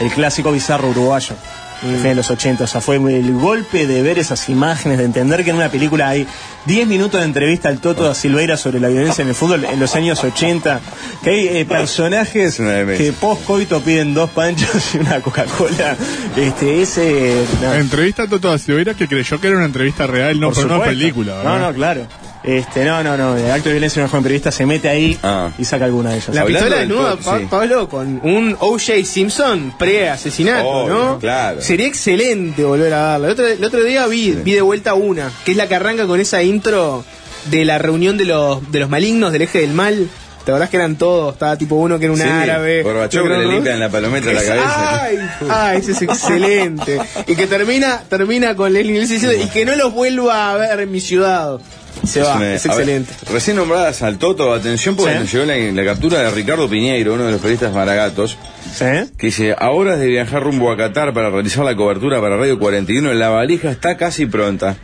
Speaker 3: El clásico bizarro uruguayo.
Speaker 8: Mm.
Speaker 3: al final de los 80. O sea, fue el golpe de ver esas imágenes, de entender que en una película hay 10 minutos de entrevista al Toto da Silveira sobre la violencia en el fútbol en los años 80. Que hay eh, personajes que post-coito piden dos panchos y una Coca-Cola. Este, ese. no.
Speaker 8: Entrevista a Toto da Silveira que creyó que era una entrevista real, no
Speaker 3: Por
Speaker 8: por una
Speaker 3: supuesto.
Speaker 8: película.
Speaker 3: No,
Speaker 8: ¿verdad?
Speaker 3: no, claro. Este, no, no, no. El acto de violencia en una joven periodista se mete ahí
Speaker 4: Ah.
Speaker 3: y saca alguna de ellas.
Speaker 7: La pistola desnuda, Pa- Pablo, con un O.J. Simpson pre-asesinato,
Speaker 3: Obvio,
Speaker 7: ¿no?
Speaker 3: claro.
Speaker 7: Sería excelente volver a verla. El otro, el otro día vi, vi de vuelta una, que es la que arranca con esa intro de la reunión de los, de los malignos del eje del mal. ¿Te acordás que eran todos? Estaba tipo uno que era un
Speaker 4: Sí,
Speaker 7: árabe.
Speaker 4: Gorbachov
Speaker 7: otro
Speaker 4: que le
Speaker 7: ruso.
Speaker 4: limpian la palometa en la
Speaker 7: Es-
Speaker 4: cabeza.
Speaker 7: ¡Ay! ¡Ay! Ah, Ese es excelente. Y que termina, termina con Leslie Nielsen diciendo, y que no los vuelva a ver en mi ciudad. Se
Speaker 4: Es
Speaker 7: va,
Speaker 4: una-
Speaker 7: es
Speaker 4: a ver,
Speaker 7: excelente.
Speaker 4: recién nombradas al Toto, atención porque
Speaker 7: Sí.
Speaker 4: nos llegó la, la captura de Ricardo Piñeiro, uno de los periodistas maragatos, que dice, a horas de viajar rumbo a Qatar para realizar la cobertura para Radio 41, la valija está casi pronta.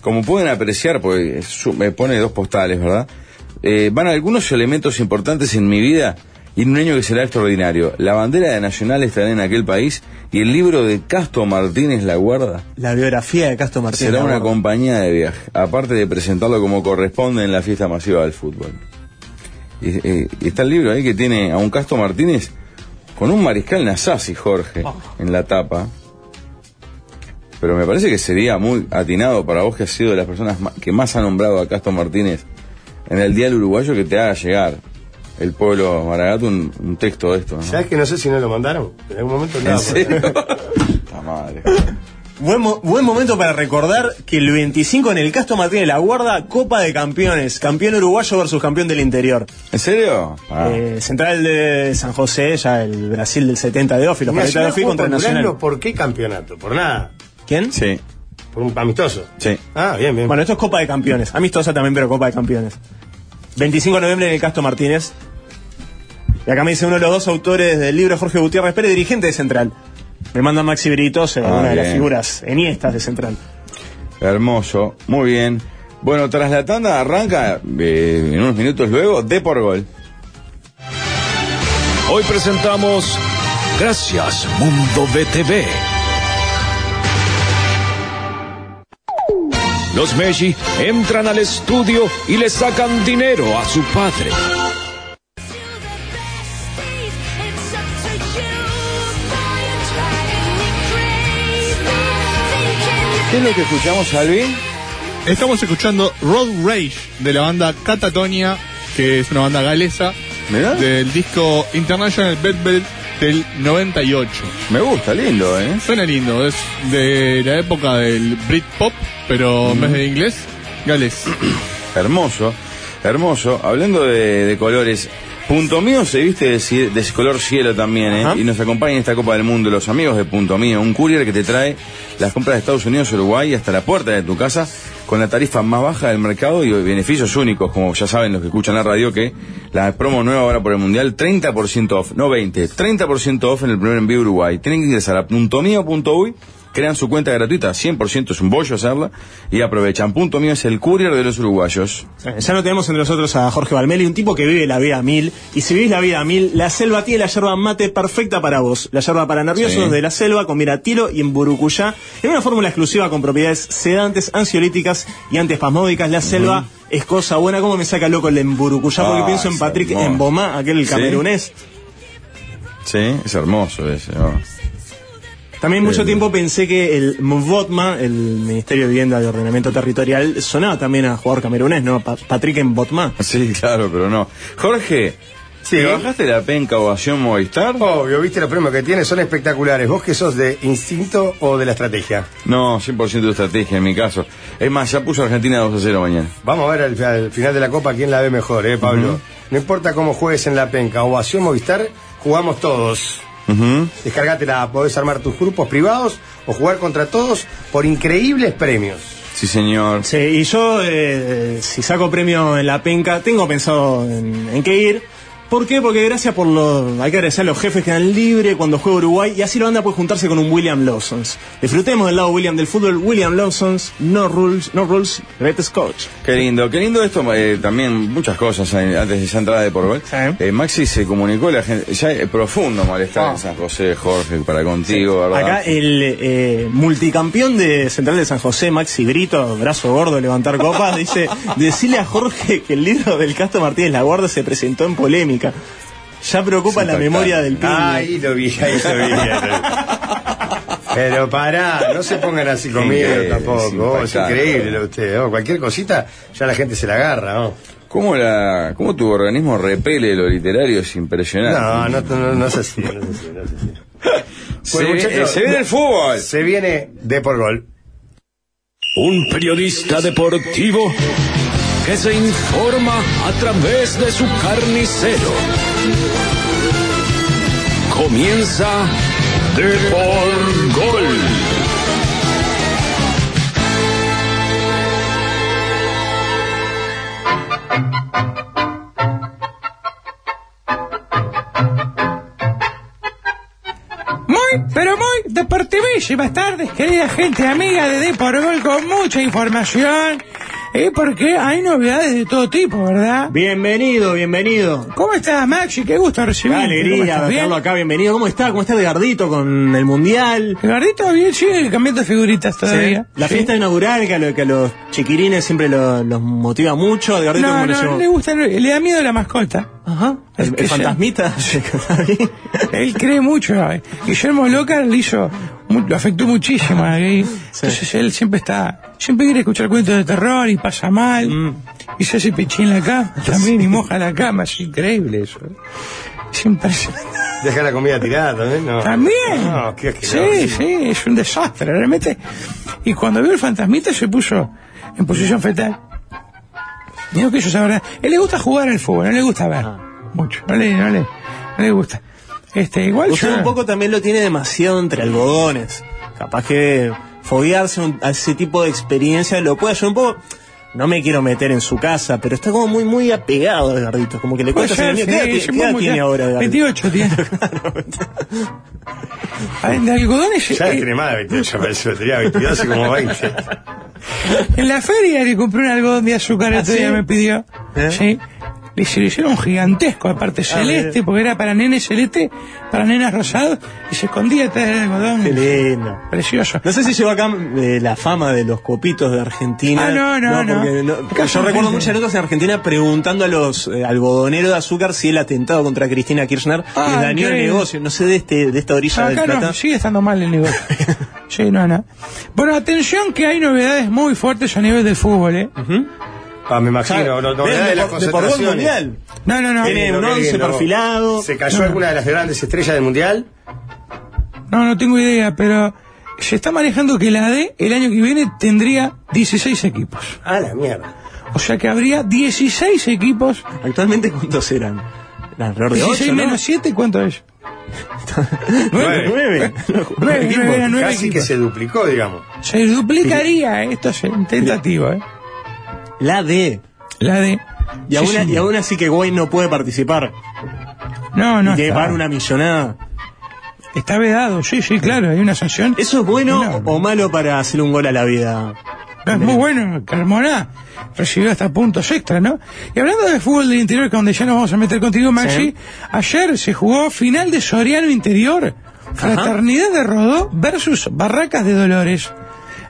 Speaker 4: Como pueden apreciar, porque es su- me pone dos postales, ¿verdad? Eh, van algunos elementos importantes en mi vida y en un año que será extraordinario. La bandera de Nacional estará en aquel país y el libro de Casto Martínez la guarda.
Speaker 3: La biografía de Castro Martínez.
Speaker 4: Será una
Speaker 3: Navarro.
Speaker 4: compañía de viaje, aparte de presentarlo como corresponde en la fiesta masiva del fútbol. Y, eh, y está el libro ahí que tiene a un Castro Martínez con un mariscal Nasasi, Jorge, en la tapa. Pero me parece que sería muy atinado para vos que has sido de las personas ma- que más ha nombrado a Castro Martínez en el Dial Uruguayo que te haga llegar el pueblo maragato un, un texto de esto. ¿no?
Speaker 6: ¿Sabes que no sé si no lo mandaron? En algún momento andaba
Speaker 4: ¿En
Speaker 6: por
Speaker 4: serio?
Speaker 6: acá.
Speaker 4: Puta madre.
Speaker 3: Buen, mo- buen momento para recordar que el 25 en el Castro Martínez la guarda Copa de Campeones, campeón uruguayo versus campeón del interior.
Speaker 4: ¿En serio? Ah.
Speaker 3: Eh, Central de San José, ya el Brasil del 70 de Ofi, los paletas de
Speaker 6: Nacional
Speaker 3: Ofi
Speaker 6: jugó
Speaker 3: contra
Speaker 6: con
Speaker 3: Nacional.
Speaker 6: Durazno, ¿Por qué campeonato? ¿Por nada?
Speaker 3: ¿Quién?
Speaker 4: Sí.
Speaker 6: ¿Por un amistoso?
Speaker 4: Sí.
Speaker 6: Ah, bien, bien.
Speaker 3: Bueno, esto es Copa de Campeones, amistosa también, pero Copa de Campeones. 25 de noviembre en el Castro Martínez. Y acá me dice uno de los dos autores del libro, Jorge Gutiérrez Pérez, dirigente de Central. Me manda Maxi Britos, eh,
Speaker 4: Ah,
Speaker 3: una de las
Speaker 4: bien.
Speaker 3: figuras eniestas de Central.
Speaker 4: Hermoso, muy bien. Bueno, tras la tanda arranca eh, en unos minutos luego de por gol.
Speaker 17: Hoy presentamos Gracias Mundo BTV. Los Messi entran al estudio y le sacan dinero a su padre.
Speaker 4: ¿Qué es lo que escuchamos, Alvin?
Speaker 8: Estamos escuchando Road Rage de la banda Catatonia, que es una banda galesa,
Speaker 4: Mirá.
Speaker 8: del disco International Bedbell del 98.
Speaker 4: Me gusta, lindo, ¿eh?
Speaker 8: Suena lindo, es de la época del Britpop, pero en vez de inglés, gales.
Speaker 4: hermoso, hermoso. Hablando de, de colores, Punto Mío se viste de, ci- de color cielo también, ¿eh? Y nos acompaña en esta Copa del Mundo los amigos de Punto Mío, un courier que te trae las compras de Estados Unidos, Uruguay, hasta la puerta de tu casa, con la tarifa más baja del mercado y beneficios únicos, como ya saben los que escuchan la radio, que la promo nueva ahora por el Mundial, 30% off, no 20, 30% off en el primer envío a Uruguay. Tienen que ingresar a puntomio.uy crean su cuenta gratuita, 100% es un bollo hacerla, y aprovechan. Punto mío es el courier de los uruguayos.
Speaker 3: Eh, Ya no tenemos entre nosotros a Jorge Valmeli, un tipo que vive la vida a mil. Y si vivís la vida a mil, la selva tiene la yerba mate perfecta para vos. La yerba para nerviosos
Speaker 4: Sí.
Speaker 3: de la selva con miratilo y en burucuyá. En una fórmula exclusiva con propiedades sedantes, ansiolíticas y antiespasmódicas. La selva es cosa buena. ¿Cómo me saca loco el emburucuyá? Porque
Speaker 4: Ah,
Speaker 3: pienso en
Speaker 4: es
Speaker 3: Patrick
Speaker 4: hermoso.
Speaker 3: Embomá, aquel
Speaker 4: Sí.
Speaker 3: camerunés.
Speaker 4: Sí, es hermoso ese. ¿no?
Speaker 3: También mucho
Speaker 4: El-
Speaker 3: tiempo pensé que el MVOTMA, el Ministerio de Vivienda y Ordenamiento Territorial, sonaba también a jugador camerunés, ¿no? Pa- Patrick Embotma.
Speaker 4: Sí, claro, pero no. Jorge, ¿te bajaste la penca ovación Movistar?
Speaker 6: Obvio, viste los premios que tiene, son espectaculares. ¿Vos que sos de instinto o de la estrategia?
Speaker 4: No, 100% de estrategia en mi caso. Es más, ya puso Argentina 2 a 0 mañana.
Speaker 6: Vamos a ver al, al final de la Copa quién la ve mejor, ¿eh, Pablo?
Speaker 4: Ujú.
Speaker 6: No importa cómo juegues en la penca, ovación Movistar, jugamos todos.
Speaker 4: Ujú.
Speaker 6: Descargate la, podés armar tus grupos privados o jugar contra todos por increíbles premios.
Speaker 4: Sí, señor.
Speaker 3: Sí, y yo, eh, si saco premio en la penca, tengo pensado en, en qué ir. ¿Por qué? Porque gracias por los. Hay que agradecer a los jefes que dan libre cuando juega Uruguay y así la banda puede juntarse con un William Lawsons. Disfrutemos del lado William del fútbol. William Lawsons, no rules, no rules, great coach.
Speaker 4: Qué lindo, qué lindo esto, eh, también muchas cosas eh, antes de esa entrada de por gol. Eh, Maxi se comunicó la gente, ya eh, profundo malestar
Speaker 6: Ah.
Speaker 4: en San José, Jorge, para contigo, ¿verdad?
Speaker 3: Acá el eh, multicampeón de Central de San José, Maxi Brito, brazo gordo, levantar copas, dice, decile a Jorge que el libro del Castro Martínez La Guarda se presentó en polémica. Ya preocupa la memoria del pibe.
Speaker 6: Ahí lo vi, ahí lo vi. Pero pará, no se pongan así conmigo
Speaker 4: Increíble,
Speaker 6: tampoco. oh, es
Speaker 4: impactante.
Speaker 6: increíble lo de ustedes. oh, cualquier cosita, ya la gente se la agarra. oh.
Speaker 4: ¿Cómo, la, ¿Cómo tu organismo repele lo literario? Es impresionante.
Speaker 6: No, no, no, no es así. No es así, no es así.
Speaker 4: Se- eh, se viene el fútbol.
Speaker 6: Se viene de por gol.
Speaker 17: Un periodista deportivo que se informa a través de su carnicero. Comienza de por gol.
Speaker 19: Muy, pero muy deportivísimas tardes, querida gente amiga de De por Gol, con mucha información. Y porque hay novedades de todo tipo, ¿verdad?
Speaker 3: Bienvenido, bienvenido.
Speaker 19: ¿Cómo estás, Maxi? Qué gusto
Speaker 3: Qué
Speaker 19: recibirte. ¿Cómo
Speaker 3: alegría
Speaker 19: estás? ¿Bien?
Speaker 3: verlo acá, bienvenido. ¿Cómo está? ¿Cómo está de Gardito con el Mundial?
Speaker 19: Gardito bien sigue cambiando figuritas todavía.
Speaker 3: La
Speaker 19: Sí.
Speaker 3: fiesta inaugural que a, lo- que a los chiquirines siempre lo- los motiva mucho. El Gardito
Speaker 19: No,
Speaker 3: como lo llevó?
Speaker 19: no, le gusta, le da miedo la mascota. Ajá.
Speaker 3: El, el fantasmita.
Speaker 19: Él cree mucho. eh. Guillermo Loca le hizo, mu- lo afectó muchísimo. eh. Entonces él siempre está, siempre quiere escuchar cuentos de terror y pasa mal. Y se hace pichín en la cama también y moja la cama. Es increíble eso. eh. Es impresionante.
Speaker 6: Deja la comida tirada también. No.
Speaker 19: También.
Speaker 3: Ah,
Speaker 6: No, qué asqueroso.
Speaker 19: Sí, sí, es un desastre, realmente. Y cuando vio el fantasmita se puso en posición fetal. Digo que ellos ahora. Él le gusta jugar al fútbol, no le gusta ver mucho. No le, no le, no le gusta. Este, igual
Speaker 3: Usted
Speaker 19: yo-
Speaker 3: un poco también lo tiene demasiado entre algodones. Capaz que foguearse un- a ese tipo de experiencia lo puede ayudar un poco. No me quiero meter en su casa, pero está como muy, muy apegado al Gardito. Como que le
Speaker 19: Puede
Speaker 3: cuesta ser
Speaker 19: ser,
Speaker 3: niño.
Speaker 19: sí,
Speaker 3: ¿Qué edad,
Speaker 19: sí,
Speaker 3: ti- qué edad
Speaker 19: vamos,
Speaker 3: tiene
Speaker 19: ya.
Speaker 3: ahora? Gardito?
Speaker 19: 28 tiene. Ah, De algodones.
Speaker 6: Ya
Speaker 19: eh,
Speaker 6: tiene más de 28, parece que tenía 22 y como 20.
Speaker 19: En la feria le compré un algodón de azúcar,
Speaker 6: ¿Ah,
Speaker 19: el otro día
Speaker 6: sí?
Speaker 19: me pidió.
Speaker 3: ¿Eh?
Speaker 19: Sí. Le hice- le hicieron gigantesco, aparte
Speaker 3: Ah,
Speaker 19: celeste, porque era para nenes celeste, para nenas rosados, y se escondía detrás del algodón.
Speaker 3: Qué lindo.
Speaker 19: Precioso.
Speaker 3: No sé si llegó acá eh, la fama de los copitos de Argentina.
Speaker 19: Ah, no, no, no.
Speaker 3: porque porque yo
Speaker 19: Casualmente.
Speaker 3: recuerdo muchas notas en Argentina preguntando a los eh, algodoneros de azúcar si el atentado contra Cristina Kirchner
Speaker 19: Ah,
Speaker 3: les dañó el
Speaker 19: increíble.
Speaker 3: negocio. No sé de este de esta orilla del
Speaker 19: Acá
Speaker 3: plata.
Speaker 19: no, sigue estando mal el negocio. sí, no, no. Bueno, atención que hay novedades muy fuertes a nivel del fútbol, ¿eh?
Speaker 6: Ah, me imagino, no, no,
Speaker 19: Ven,
Speaker 6: de,
Speaker 19: de
Speaker 6: las
Speaker 19: por- de por gol
Speaker 6: concentraciones.
Speaker 19: mundial. No, no, no. Tiene
Speaker 6: Qué lindo,
Speaker 19: un
Speaker 6: qué
Speaker 19: once
Speaker 6: lindo.
Speaker 19: perfilado.
Speaker 6: ¿Se cayó
Speaker 19: No.
Speaker 6: alguna de las grandes estrellas del mundial?
Speaker 19: No, no tengo idea, pero se está manejando que la D el año que viene tendría 16 equipos.
Speaker 6: A Ah, la mierda.
Speaker 19: O sea que habría 16 equipos.
Speaker 3: Actualmente, ¿cuántos eran? Eran alrededor de
Speaker 19: 16
Speaker 3: ocho, ¿no?
Speaker 19: menos 7, ¿cuánto es?
Speaker 6: Nueve.
Speaker 3: Nueve.
Speaker 19: Nueve,
Speaker 6: Equipo,
Speaker 19: nueve, nueve
Speaker 6: Casi que
Speaker 19: equipos.
Speaker 6: se duplicó, digamos.
Speaker 19: Se duplicaría, ¿eh? esto es tentativo. ¿eh?
Speaker 3: La D.
Speaker 19: La D.
Speaker 3: Y,
Speaker 19: Sí,
Speaker 3: aún,
Speaker 19: sí.
Speaker 3: y aún así que Güey no puede participar.
Speaker 19: No, no.
Speaker 3: y que
Speaker 19: está.
Speaker 3: van una millonada.
Speaker 19: Está vedado, sí, sí, claro, hay una sanción.
Speaker 3: ¿Eso es bueno o malo para hacer un gol a la vida?
Speaker 19: Es muy bueno, Carmona recibió hasta puntos extra, ¿no? Y hablando de fútbol del interior, que donde ya nos vamos a meter contigo, Maxi,
Speaker 3: Sí.
Speaker 19: ayer se jugó final de Soriano Interior, Fraternidad de Rodó versus Barracas de Dolores.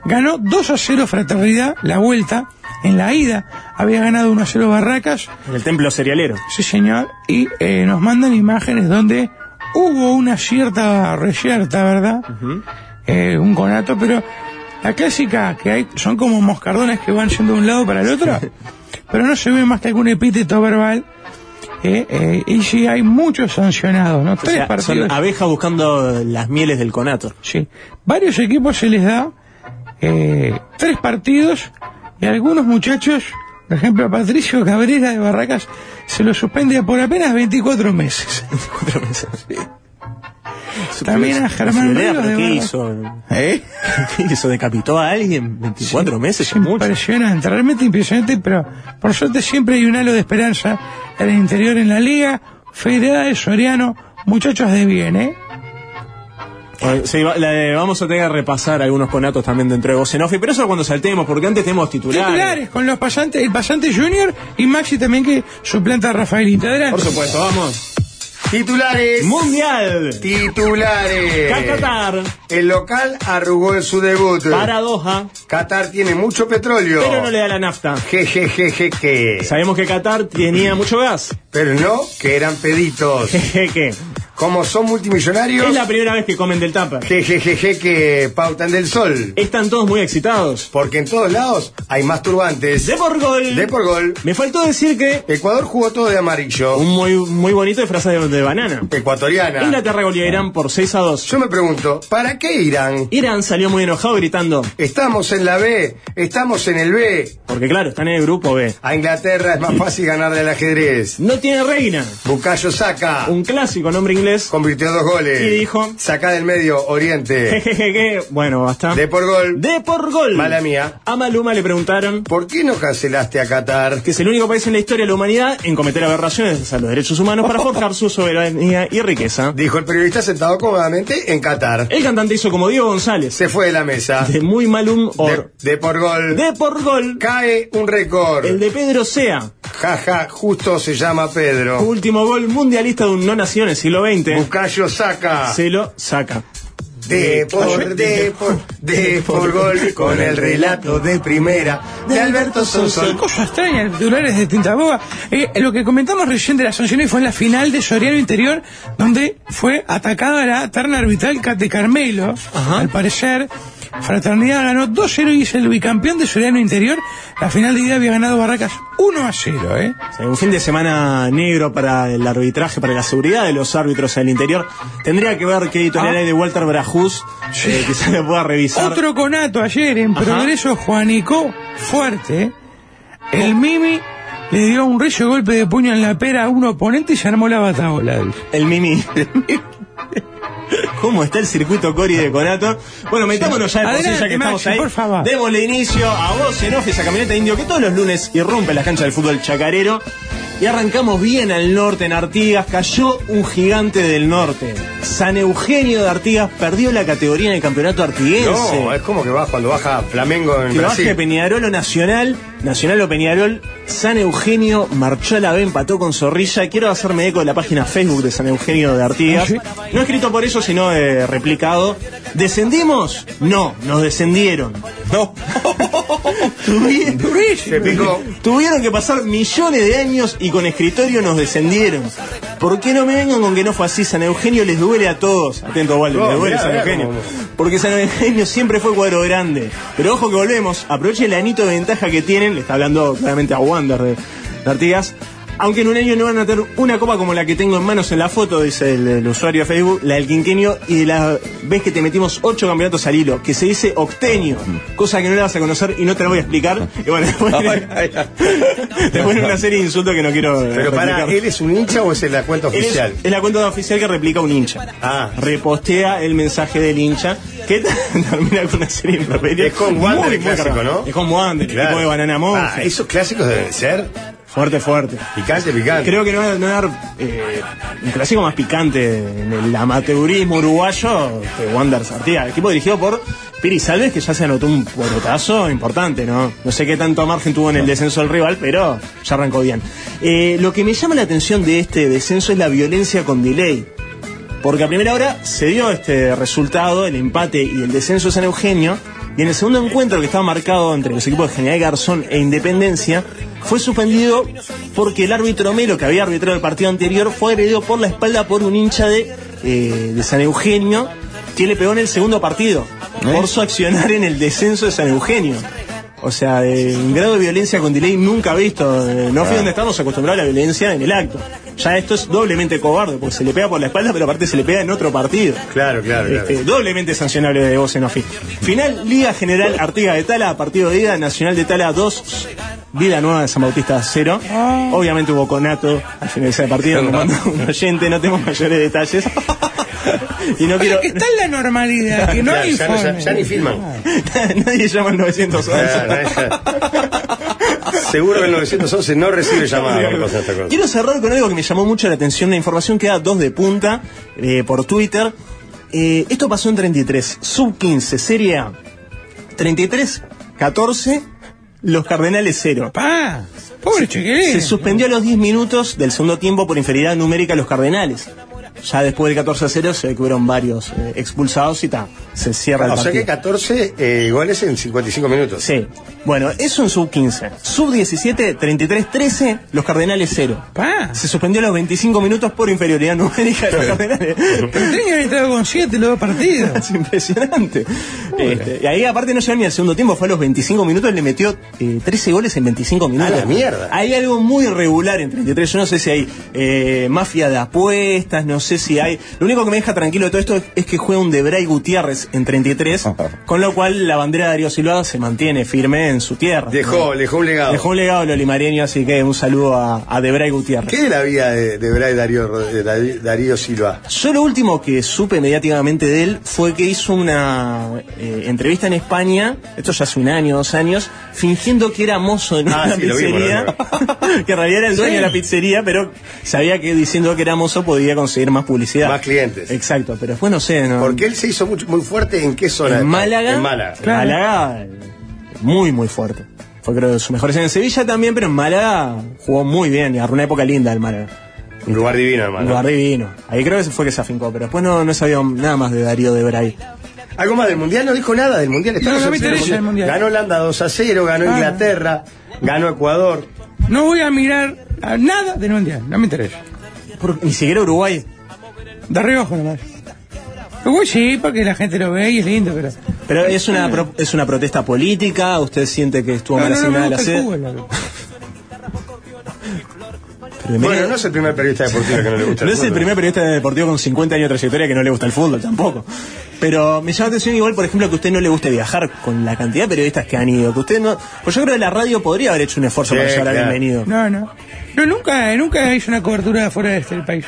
Speaker 19: Ganó 2 a 0 Fraternidad, la vuelta, en la ida había ganado 1 a 0 Barracas,
Speaker 3: En el templo cerealero.
Speaker 19: sí señor, y eh, nos mandan imágenes donde hubo una cierta recierta, ¿verdad? eh, un conato, pero la clásica que hay son como moscardones que van yendo de un lado para el otro, pero no se ve más que algún epíteto verbal. eh, eh, y sí, hay muchos sancionados, ¿no?
Speaker 3: O
Speaker 19: Tres
Speaker 3: sea,
Speaker 19: partidos.
Speaker 3: son abejas buscando las mieles del conato.
Speaker 19: Sí. Varios equipos se les da eh, tres partidos y algunos muchachos, por ejemplo, a Patricio Cabrera de Barracas, se lo suspende por apenas 24 meses. También a Germán
Speaker 3: Idea,
Speaker 19: Ríos
Speaker 3: ¿pero
Speaker 19: de
Speaker 3: ¿Qué
Speaker 19: Barracas. ¿Eh?
Speaker 3: hizo? ¿Qué hizo? ¿Decapitó a alguien? 24 meses. es mucho.
Speaker 19: Impresionante, realmente impresionante, pero por suerte siempre hay un halo de esperanza en el interior en la liga. Felicidades, Soriano, muchachos de bien, ¿eh?
Speaker 3: Eh, sí, va- la- eh, vamos a tener que repasar algunos conatos también dentro de Gocenofi, pero eso cuando saltemos, porque antes tenemos titulares.
Speaker 19: Titulares con los pasantes, el pasante Junior y Maxi también que suplanta a Rafaelita. Adelante.
Speaker 3: Por supuesto, vamos.
Speaker 6: Titulares.
Speaker 3: Mundial.
Speaker 6: Titulares.
Speaker 3: Ca- Qatar.
Speaker 6: El local arrugó en su debut.
Speaker 3: Paradoja.
Speaker 6: Qatar tiene mucho petróleo.
Speaker 3: Pero no le da la nafta.
Speaker 6: Jejejeje.
Speaker 3: Sabemos que Qatar tenía mucho gas.
Speaker 6: Pero no, que eran peditos.
Speaker 3: Jejeje.
Speaker 6: Como son multimillonarios.
Speaker 3: Es la primera vez que comen del tupper.
Speaker 6: Jejejeje que pautan del sol.
Speaker 3: Están todos muy excitados.
Speaker 6: Porque en todos lados hay masturbantes.
Speaker 3: De por gol.
Speaker 6: De por gol.
Speaker 3: Me faltó decir que
Speaker 6: Ecuador jugó todo de amarillo.
Speaker 3: Un muy, muy bonito disfraz de, de banana.
Speaker 6: Ecuatoriana.
Speaker 3: Inglaterra goleó a Irán por 6 a 2.
Speaker 6: Yo me pregunto, ¿para qué Irán?
Speaker 3: Irán salió muy enojado gritando.
Speaker 6: Estamos en la B, estamos en el B.
Speaker 3: Porque claro, están en el grupo B.
Speaker 6: A Inglaterra es más fácil ganarle al ajedrez.
Speaker 3: No tiene reina.
Speaker 6: Bucayo saca.
Speaker 3: Un clásico nombre inglés.
Speaker 6: Convirtió dos goles.
Speaker 3: Y dijo-
Speaker 6: Sacá del medio, Oriente.
Speaker 3: Jejejeje. Bueno, basta.
Speaker 6: De por gol.
Speaker 3: De por gol.
Speaker 6: Mala mía.
Speaker 3: A Maluma le preguntaron
Speaker 6: ¿Por qué no cancelaste a Qatar?
Speaker 3: que es el único país en la historia de la humanidad en cometer aberraciones a los derechos humanos para forjar su soberanía y riqueza.
Speaker 6: Dijo el periodista sentado cómodamente en Qatar.
Speaker 3: El cantante hizo como Diego González.
Speaker 6: Se fue de la mesa.
Speaker 3: De muy mal humor.
Speaker 6: De, de por gol.
Speaker 3: De por gol.
Speaker 6: Cae un récord.
Speaker 3: El de Pedro Sea.
Speaker 6: Jaja, justo se llama Pedro.
Speaker 3: Último gol mundialista de un no nación en el siglo XX.
Speaker 6: Bucayo saca.
Speaker 3: Se lo saca.
Speaker 6: De por, de por, de por gol, con el relato de primera de Alberto
Speaker 19: Qué
Speaker 6: Sonsol.
Speaker 19: cosa extraña, titulares de Tintaboa. Eh, lo que comentamos recién de las sanciones fue en la final de Soriano Interior, donde fue atacada la terna arbitral Ca- de Carmelo. Al parecer, Fraternidad ganó 2-0 y es el bicampeón de Soriano Interior. La final de ida había ganado Barracas 1-0, ¿eh?
Speaker 3: O sea, un fin de semana negro para el arbitraje, para la seguridad de los árbitros en el interior. Tendría que ver qué editorial
Speaker 19: Ah.
Speaker 3: hay de Walter Brajus. Eh, quizás le pueda revisar.
Speaker 19: Otro conato ayer en
Speaker 3: Ajá.
Speaker 19: progreso Juanico fuerte. ¿eh?
Speaker 3: Oh.
Speaker 19: El Mimi le dio un recio golpe de puño en la pera a un oponente y se armó la bataola. dice.
Speaker 3: El Mimi. ¿Cómo está el circuito Cori de Conato? Bueno, metámonos ya de por sí,
Speaker 19: Adelante,
Speaker 3: ya que estamos
Speaker 19: Maxi,
Speaker 3: ahí.
Speaker 19: por favor.
Speaker 3: Démosle inicio a vos en Off, esa camioneta indio que todos los lunes irrumpe las canchas del fútbol chacarero. Y arrancamos bien al norte, en Artigas. Cayó un gigante del norte. San Eugenio de Artigas perdió la categoría en el campeonato artiguense.
Speaker 6: No, es como que baja cuando baja Flamengo en
Speaker 3: Que baje
Speaker 6: Brasil.
Speaker 3: Peñarol o Nacional, Nacional o Peñarol, San Eugenio marchó a la B, empató con Zorrilla. Quiero hacerme eco de la página Facebook de San Eugenio de Artigas. No escrito por eso, sino eh, replicado. ¿Descendimos? No, nos descendieron. No. Tuvi-
Speaker 6: Se picó.
Speaker 3: Tuvieron que pasar millones de años y con escritorio nos descendieron. ¿Por qué no me vengan con que no fue así? San Eugenio les duele a todos. Atento, Waldo,
Speaker 6: No,
Speaker 3: les duele
Speaker 6: Oh, mirá,
Speaker 3: San
Speaker 6: mirá
Speaker 3: Eugenio.
Speaker 6: cómo-
Speaker 3: Porque San Eugenio siempre fue cuadro grande. Pero ojo que volvemos, aproveche el anito de ventaja que tienen, le está hablando claramente a Wander de, de Artigas. Aunque en un año no van a tener una copa como la que tengo en manos en la foto, dice el, el usuario de Facebook, la del quinquenio, y de la vez que te metimos ocho campeonatos al hilo, que se dice octenio, cosa que no la vas a conocer y no te la voy a explicar. Y bueno, después, después una serie de insultos que no quiero. eh,
Speaker 6: Pero para,
Speaker 3: replicar.
Speaker 6: ¿él es un hincha o es en la cuenta
Speaker 3: Él es-
Speaker 6: oficial?
Speaker 3: Es, la cuenta oficial que replica un hincha.
Speaker 6: Ah.
Speaker 3: Repostea el mensaje del hincha que termina con una serie de improperios.
Speaker 6: Es con Wander
Speaker 3: Muy,
Speaker 6: el
Speaker 3: muy
Speaker 6: clásico,
Speaker 3: cargado.
Speaker 6: ¿no?
Speaker 3: Es con Wander, el
Speaker 6: Claro.
Speaker 3: equipo de Banana
Speaker 6: Ah,
Speaker 3: Monje.
Speaker 6: esos clásicos deben ser
Speaker 3: Fuerte, fuerte.
Speaker 6: picante, picante.
Speaker 3: Creo que no va a dar eh, un clásico más picante en el amateurismo uruguayo que Wander Sartía. El equipo dirigido por Piri Salves, que ya se anotó un porotazo importante, ¿no? No sé qué tanto margen tuvo en el descenso del rival, pero ya arrancó bien. Eh, lo que me llama la atención de este descenso es la violencia con delay. Porque a primera hora se dio este resultado, el empate y el descenso de San Eugenio. Y en el segundo encuentro que estaba marcado entre los equipos de General Garzón e Independencia, fue suspendido porque el árbitro Melo, que había arbitrado el partido anterior, fue agredido por la espalda por un hincha de, eh, de San Eugenio, que le pegó en el segundo partido, por su accionar en el descenso de San Eugenio. O sea, de un grado de violencia con delay nunca visto. Eh, No fui donde estamos acostumbrados a la violencia en el acto. Ya esto es doblemente cobarde, porque se le pega por la espalda, pero aparte se le pega en otro partido.
Speaker 6: Claro, claro, claro.
Speaker 3: Este, doblemente sancionable de voz en ofi. Final, Liga General Artigas de Tala, partido de ida, Nacional de Tala 2, Vida Nueva de San Bautista 0. Obviamente hubo conato al finalizar el partido, nos mandó un oyente, no tenemos mayores detalles. y no quiero...
Speaker 19: Oye, que está en la normalidad, que no
Speaker 6: Claro,
Speaker 19: hay
Speaker 6: ya no- ya- ya ni
Speaker 19: informe.
Speaker 6: filman.
Speaker 3: Nadie llama al 911.
Speaker 6: Claro, ya- Seguro que el 911 no recibe llamadas por cosas de estas cosas.
Speaker 3: Quiero cerrar con algo que me llamó mucho la atención, la información que da dos de punta eh, por Twitter. Eh, esto pasó en 33, sub 15, serie A. 33, 14, los Cardenales 0.
Speaker 19: Pobre chiquilín.
Speaker 3: Se suspendió a los 10 minutos del segundo tiempo por inferioridad numérica a los Cardenales. Ya después del 14 a 0 se descubrieron varios eh, expulsados y ta, se cierra el
Speaker 6: O sea
Speaker 3: partido.
Speaker 6: que 14 eh, goles en 55 minutos.
Speaker 3: Sí. Bueno, eso en sub 15. Sub 17, 33, 13, los Cardenales 0. Se suspendió a los 25 minutos por inferioridad numérica de los Cardenales.
Speaker 19: Tendrían que haber estado con 7 los dos partidos.
Speaker 3: es impresionante. Este, y ahí aparte no llegó ni al segundo tiempo, fue a los 25 minutos, le metió eh, 13 goles en 25 minutos.
Speaker 6: A la mierda.
Speaker 3: Hay algo muy irregular en 33. Yo no sé si hay eh, mafia de apuestas, no sé si hay... Lo único que me deja tranquilo de todo esto es, es que juega un Debray Gutiérrez en 33, con lo cual la bandera de Darío Silva se mantiene firme en su tierra.
Speaker 6: Dejó, dejó un legado.
Speaker 3: Dejó un legado Lolimareño, así que un saludo a, a Debray Gutiérrez.
Speaker 6: ¿Qué es la vida de, de Bray Darío, Rod- de Dari- Darío Silva?
Speaker 3: Yo lo último que supe mediáticamente de él fue que hizo una eh, entrevista en España, esto ya hace un año, dos años, fingiendo que era mozo en
Speaker 6: Ah,
Speaker 3: una
Speaker 6: sí, lo vimos,
Speaker 3: pizzería, que en realidad era el dueño
Speaker 6: Sí.
Speaker 3: de la pizzería, pero sabía que diciendo que era mozo podía conseguir más publicidad.
Speaker 6: Más clientes.
Speaker 3: Exacto, pero después no sé, ¿no?
Speaker 6: Porque él se hizo mucho- muy fuerte en qué zona.
Speaker 3: En Málaga.
Speaker 6: En Málaga.
Speaker 3: Málaga, eh, muy, muy fuerte. Fue creo de sus mejores años en Sevilla también, pero en Málaga jugó muy bien y agarró una época linda el Málaga.
Speaker 6: Un lugar divino, hermano.
Speaker 3: Un lugar divino. Ahí creo que fue que se afincó, pero después no, no sabía nada más de Darío de Bray.
Speaker 6: ¿Algo más del Mundial? No dijo nada del Mundial. Estamos
Speaker 19: No, no me
Speaker 6: en cero.
Speaker 19: interesa el Mundial.
Speaker 6: Ganó Holanda 2 a 0, ganó
Speaker 19: Ah.
Speaker 6: Inglaterra, ganó Ecuador.
Speaker 19: No voy a mirar a nada del mundial, no me interesa.
Speaker 3: ni siquiera Uruguay.
Speaker 19: De arriba abajo nomás. Uruguay sí, porque la gente lo ve y es lindo, pero.
Speaker 3: Pero es una pro- es una protesta política, usted siente que estuvo
Speaker 19: No,
Speaker 3: mal
Speaker 19: no, no me
Speaker 3: asignada la
Speaker 19: gusta el
Speaker 3: sede.
Speaker 19: fútbol. loco.
Speaker 6: Bueno, no es el primer periodista deportivo que no le gusta el
Speaker 3: No es el
Speaker 6: fútbol.
Speaker 3: primer periodista deportivo con 50 años de trayectoria que no le gusta el fútbol tampoco. Pero me llama la atención igual, por ejemplo, que a usted no le guste viajar con la cantidad de periodistas que han ido. Que usted no, pues yo creo que la radio podría haber hecho un esfuerzo
Speaker 6: Sí,
Speaker 3: para llevar al
Speaker 6: claro.
Speaker 3: bienvenido.
Speaker 19: No, no. Yo nunca, nunca hice una cobertura fuera de este país.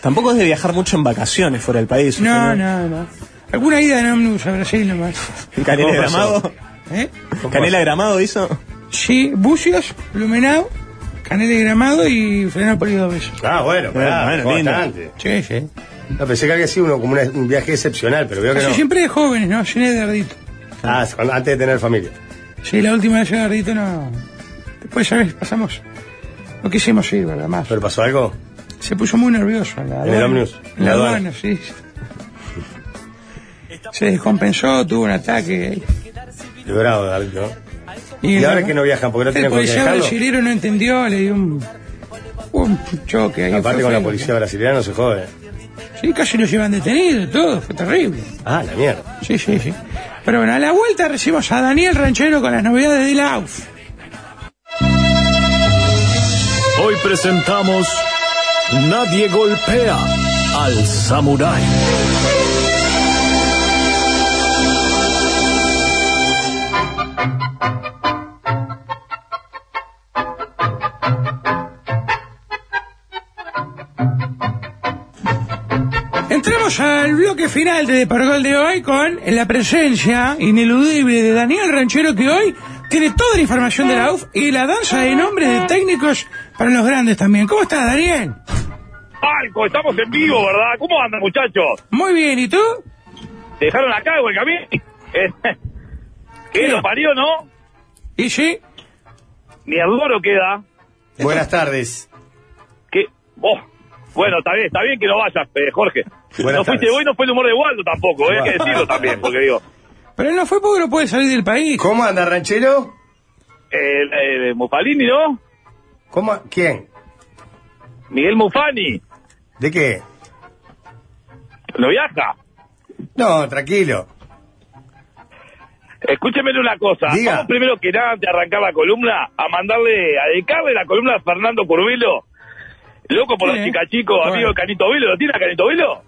Speaker 3: Tampoco es de viajar mucho en vacaciones fuera del país. usted
Speaker 19: No, no, no. Alguna ida en ómnibus a Brasil nomás.
Speaker 3: Canela
Speaker 19: ¿Cómo
Speaker 3: de
Speaker 19: pasó?
Speaker 3: Gramado.
Speaker 19: ¿Eh?
Speaker 3: Canela de Gramado hizo.
Speaker 19: Sí, Bucios, Blumenau, Canela de Gramado y Frenópolis dos veces.
Speaker 6: Ah, bueno, pará,
Speaker 19: Bueno,
Speaker 6: bastante.
Speaker 19: bueno,
Speaker 6: Sí, sí. No, pensé que había sido uno, como una- un viaje excepcional, pero veo que
Speaker 19: Casi
Speaker 6: no.
Speaker 19: siempre de jóvenes, ¿no? Llené de ardito.
Speaker 6: Ah, cuando- antes de tener familia.
Speaker 19: Sí, la última vez llené de ardito no. Después, ¿sabes? Pasamos. No quisimos ir, ¿verdad? Más.
Speaker 6: ¿Pero pasó algo?
Speaker 19: Se puso muy nervioso en la
Speaker 6: ¿En el
Speaker 19: aduana.
Speaker 6: ómnibus?
Speaker 19: En la
Speaker 6: ¿En la aduana?
Speaker 19: aduana, sí. Se descompensó, tuvo un ataque.
Speaker 6: Librado, Darío. ¿no?
Speaker 19: Y
Speaker 6: Y,
Speaker 19: el-
Speaker 6: ahora que no viajan, porque no
Speaker 19: El
Speaker 6: tienen con qué
Speaker 19: policía
Speaker 6: dejarlo.
Speaker 19: brasileño no entendió, le dio un, un choque ahí.
Speaker 6: Aparte
Speaker 19: fue
Speaker 6: con la
Speaker 19: feo.
Speaker 6: policía brasileña no se jode.
Speaker 19: Sí, casi lo llevan detenido y todo, fue terrible.
Speaker 6: Ah, la mierda.
Speaker 19: Sí, sí, sí. Pero bueno, a la vuelta recibimos a Daniel Ranchero con las novedades de la AUF.
Speaker 17: Hoy presentamos Nadie golpea al samurái.
Speaker 19: Entramos al bloque final de Depargol de hoy con la presencia ineludible de Daniel Ranchero que hoy tiene toda la información de la UF y la danza de nombres de técnicos para los grandes también. ¿Cómo estás, Daniel?
Speaker 20: Palco, estamos en vivo, ¿verdad? ¿Cómo andan, muchachos?
Speaker 19: Muy bien, ¿y tú?
Speaker 20: ¿Te dejaron acá, güey, a mí? Eh, ¿Qué lo parió, no?
Speaker 19: ¿Y sí?
Speaker 20: Ni el loro queda.
Speaker 6: Buenas tardes.
Speaker 20: ¿Qué? Oh, bueno, está bien, está bien que no vayas, eh, Jorge.
Speaker 6: Buenas
Speaker 20: no fuiste
Speaker 6: tardes.
Speaker 20: hoy, no fue el humor de Waldo tampoco, ¿eh? hay que decirlo también, porque digo,
Speaker 19: Pero él no fue porque no puede salir del país.
Speaker 6: ¿Cómo anda, ranchero?
Speaker 20: eh, eh, Mufalini, ¿no?
Speaker 6: ¿Cómo? ¿Quién?
Speaker 20: Miguel Mufani,
Speaker 6: ¿De qué?
Speaker 20: ¿lo viaja?
Speaker 6: No, tranquilo.
Speaker 20: Escúcheme una cosa.
Speaker 6: Diga.
Speaker 20: Vamos primero que nada, antes de arrancar la columna, a mandarle, a dedicarle la columna a Fernando Curvilo. Loco por los chicachicos, amigo de Canito Vilo. ¿Lo tiene a Canito Vilo?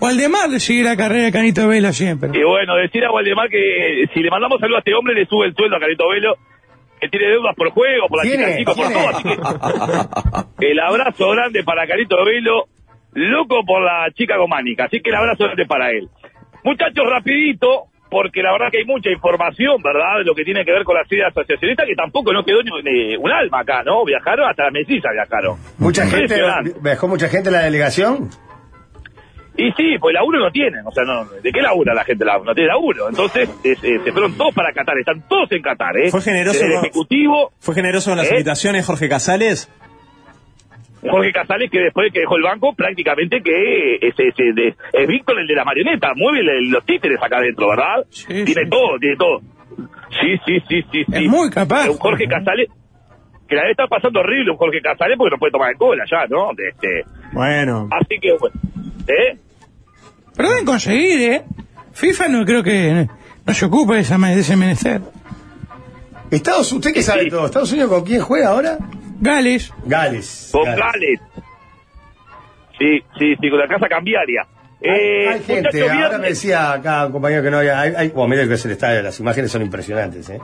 Speaker 19: Waldemar le sigue la carrera a Canito Velo siempre.
Speaker 20: Y bueno, decir a Waldemar que eh, si le mandamos saludos a este hombre, le sube el sueldo a Canito Velo. Que tiene deudas por juego, por la
Speaker 6: ¿Quién es?
Speaker 20: chicachicos, por
Speaker 6: ¿Quién
Speaker 20: todo.
Speaker 6: es?
Speaker 20: Así que el abrazo grande para Canito Velo. Loco por la chica gománica. Así que el abrazo grande para él. Muchachos, rapidito. porque la verdad que hay mucha información, ¿verdad?, de lo que tiene que ver con las ideas asociacionistas, que tampoco no quedó ni, ni un alma acá, ¿no? Viajaron hasta la mesilla, viajaron.
Speaker 6: Mucha gente,
Speaker 20: Impresionante.
Speaker 6: ¿Viajó mucha gente en la delegación?
Speaker 20: Y sí, pues laburo no tienen, o sea, no, ¿de qué labura la gente? La- No tiene laburo. Entonces, eh, se se fueron todos para Qatar, están todos en Qatar, ¿eh?
Speaker 3: Fue generoso
Speaker 20: Desde el
Speaker 3: con-
Speaker 20: Ejecutivo,
Speaker 3: ¿Fue generoso con las
Speaker 20: ¿Eh?
Speaker 3: invitaciones, Jorge Casales?
Speaker 20: Jorge Casales, que después de que dejó el banco, prácticamente que es, es- es- es- es Víctor el de la marioneta, mueve el- los títeres acá adentro, ¿verdad? tiene todo, tiene todo. Sí, sí, sí, sí. sí.
Speaker 19: Es muy capaz.
Speaker 20: Pero un Jorge Casales, que la debe estar pasando horrible un Jorge Casales porque no puede tomar cola ya, ¿no? De- Este,
Speaker 3: Bueno.
Speaker 20: así que, bueno, ¿eh?
Speaker 19: Pero deben conseguir, ¿eh? FIFA no creo que no, no se ocupe de, esa, ma- de ese menester.
Speaker 6: Estados, usted que sabe todo, ¿Estados Unidos con quién juega ahora?
Speaker 19: Gales.
Speaker 6: Gales.
Speaker 20: Con Gales. Sí, sí, sí, con la casa cambiaria. Eh,
Speaker 6: Hay gente,
Speaker 20: muchachos,
Speaker 6: ahora
Speaker 20: viernes-
Speaker 6: me decía acá un compañero que no había. Hay, hay, bueno, mira que es el estadio, las imágenes son impresionantes, ¿eh?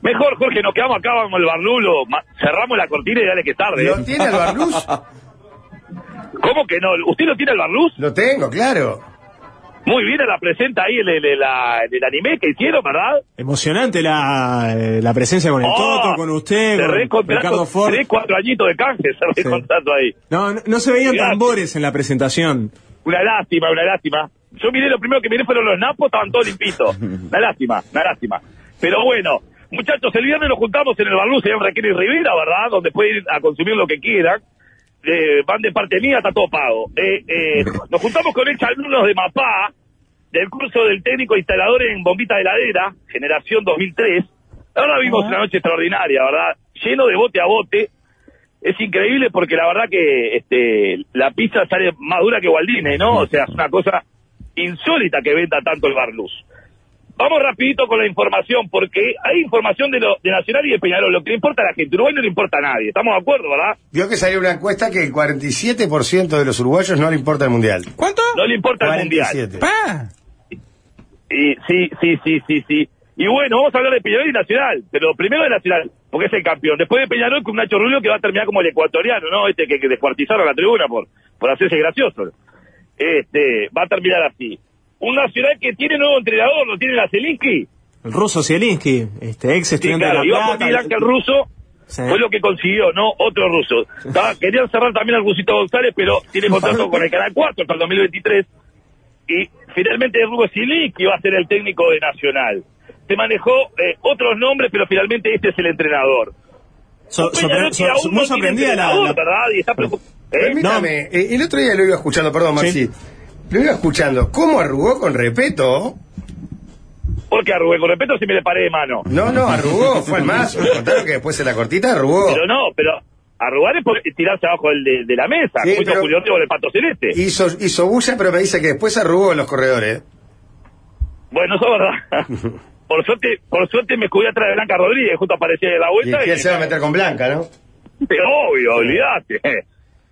Speaker 20: Mejor, Jorge, nos quedamos acá, vamos al barlulo. ma- Cerramos la cortina y dale que es tarde. ¿eh?
Speaker 6: ¿Lo tiene el barluz?
Speaker 20: ¿Cómo que no? ¿Usted lo tiene el barluz?
Speaker 6: Lo tengo, claro.
Speaker 20: Muy bien, la presenta ahí el, el, el- la- el anime que hicieron, ¿verdad?
Speaker 3: Emocionante la, eh, la presencia con el
Speaker 20: Oh,
Speaker 3: Toto, con usted,
Speaker 20: Se
Speaker 3: con Ricardo
Speaker 20: recontrato
Speaker 3: Ford.
Speaker 20: tres, cuatro añitos de canje, se recontrato ahí.
Speaker 3: No, no, no se veían
Speaker 20: Gracias.
Speaker 3: tambores en la presentación.
Speaker 20: Una lástima, una lástima. Yo miré, lo primero que miré fueron los napos, estaban todos limpitos. Una lástima, una lástima. Pero bueno, muchachos, el viernes nos juntamos en el Barluz, señor Raquel y Rivera, ¿verdad? Donde pueden ir a consumir lo que quieran. Eh, van de parte mía, está todo pago. Eh, eh, nos juntamos con ex alumnos de Mapá, del curso del técnico instalador en Bombita de Ladera, generación 2003. Ahora vimos una noche extraordinaria, ¿verdad? Lleno de bote a bote. Es increíble porque la verdad que este, la pizza sale más dura que Waldine, ¿no? O sea, es una cosa insólita que venda tanto el Barluz. Vamos rapidito con la información, porque hay información de, lo, de Nacional y de Peñarol. Lo que le importa a la gente, Uruguay no le importa a nadie. ¿Estamos de acuerdo, verdad?
Speaker 6: Vio que salió una encuesta que el 47% de los uruguayos no le importa el mundial.
Speaker 19: ¿Cuánto?
Speaker 20: No le importa el
Speaker 6: 47.
Speaker 20: Mundial. Y, sí, sí, sí, sí, sí. Y bueno, vamos a hablar de Peñarol y Nacional, pero primero de Nacional, porque es el campeón. Después de Peñarol con Nacho Rubio que va a terminar como el ecuatoriano, ¿no? Este que, que descuartizaron la tribuna por, por hacerse gracioso. Este, va a terminar así. Un Nacional que tiene nuevo entrenador, lo tiene la Zelinski.
Speaker 3: El ruso Zielinski, este ex
Speaker 20: Sí,
Speaker 3: estudiante
Speaker 20: claro,
Speaker 3: de
Speaker 20: Iván
Speaker 3: la Plata.
Speaker 20: Montilán, que el ruso
Speaker 3: Sí.
Speaker 20: fue lo que consiguió, ¿no? Otro ruso. Estaba- querían cerrar también al Rusito González, pero tiene contrato con el Canal 4 hasta el 2023. Y finalmente Rugo Silic iba a ser el técnico de Nacional. Se manejó eh, otros nombres, pero finalmente este es el entrenador.
Speaker 3: So-
Speaker 20: Un Peñarol
Speaker 3: sorpre-
Speaker 20: que
Speaker 3: so-
Speaker 20: aún
Speaker 3: muy
Speaker 20: no tiene
Speaker 3: sorprendida la-
Speaker 20: entrenador,
Speaker 3: la-
Speaker 20: ¿verdad? Y está preocup- ¿Eh?
Speaker 6: Permítame, eh, el otro día lo iba escuchando, perdón, Maxi. Lo iba escuchando. ¿Cómo arrugó con respeto?
Speaker 20: Porque arrugué, con respeto, si me le paré de mano.
Speaker 6: No, no, arrugó, fue al mazo. Me Contaron que después en la cortita arrugó.
Speaker 20: Pero no, pero arrugar es por tirarse abajo del- de, de la mesa,
Speaker 6: Sí,
Speaker 20: como hizo
Speaker 6: pero-
Speaker 20: Julio Ortega con el pato celeste.
Speaker 6: Hizo, hizo bulla, pero me dice que después arrugó en los corredores.
Speaker 20: Bueno, eso es verdad. Por suerte, por suerte me escudé atrás de Blanca Rodríguez, justo aparecía de la
Speaker 6: Y
Speaker 20: vuelta.
Speaker 6: que él se va a meter con Blanca, ¿no?
Speaker 20: Pero obvio, olvidate.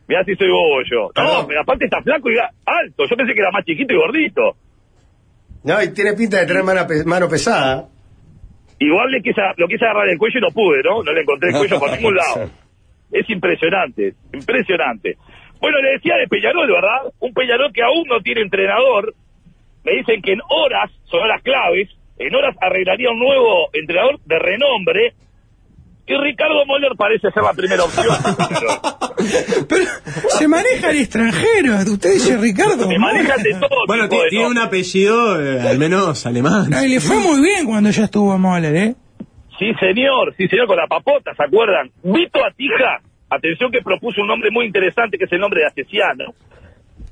Speaker 20: Mirá si soy bobo yo. No, pero aparte está flaco y ga- alto. Yo pensé que era más chiquito y gordito.
Speaker 6: No, y tiene pinta de tener mano, pe- mano pesada.
Speaker 20: Igual le quise, lo quise agarrar el cuello y no pude, ¿no? No le encontré el cuello por ningún lado. Es impresionante, impresionante. Bueno, le decía de Peñarol, ¿verdad? Un Peñarol que aún no tiene entrenador. Me dicen que en horas, son horas claves, en horas arreglaría un nuevo entrenador de renombre. Y Ricardo Moller parece ser la primera opción.
Speaker 19: Se maneja el extranjero. Usted dice Ricardo.
Speaker 20: Se manejan de todo.
Speaker 3: Bueno, ti- tiene un apellido, eh, al menos alemán.
Speaker 19: No, y le fue muy bien cuando ya estuvo a Moller, ¿eh?
Speaker 20: Sí, señor, sí, señor, con la papota, ¿se acuerdan? Vito Atija, atención que propuso un nombre muy interesante, que es el nombre de Asesiano.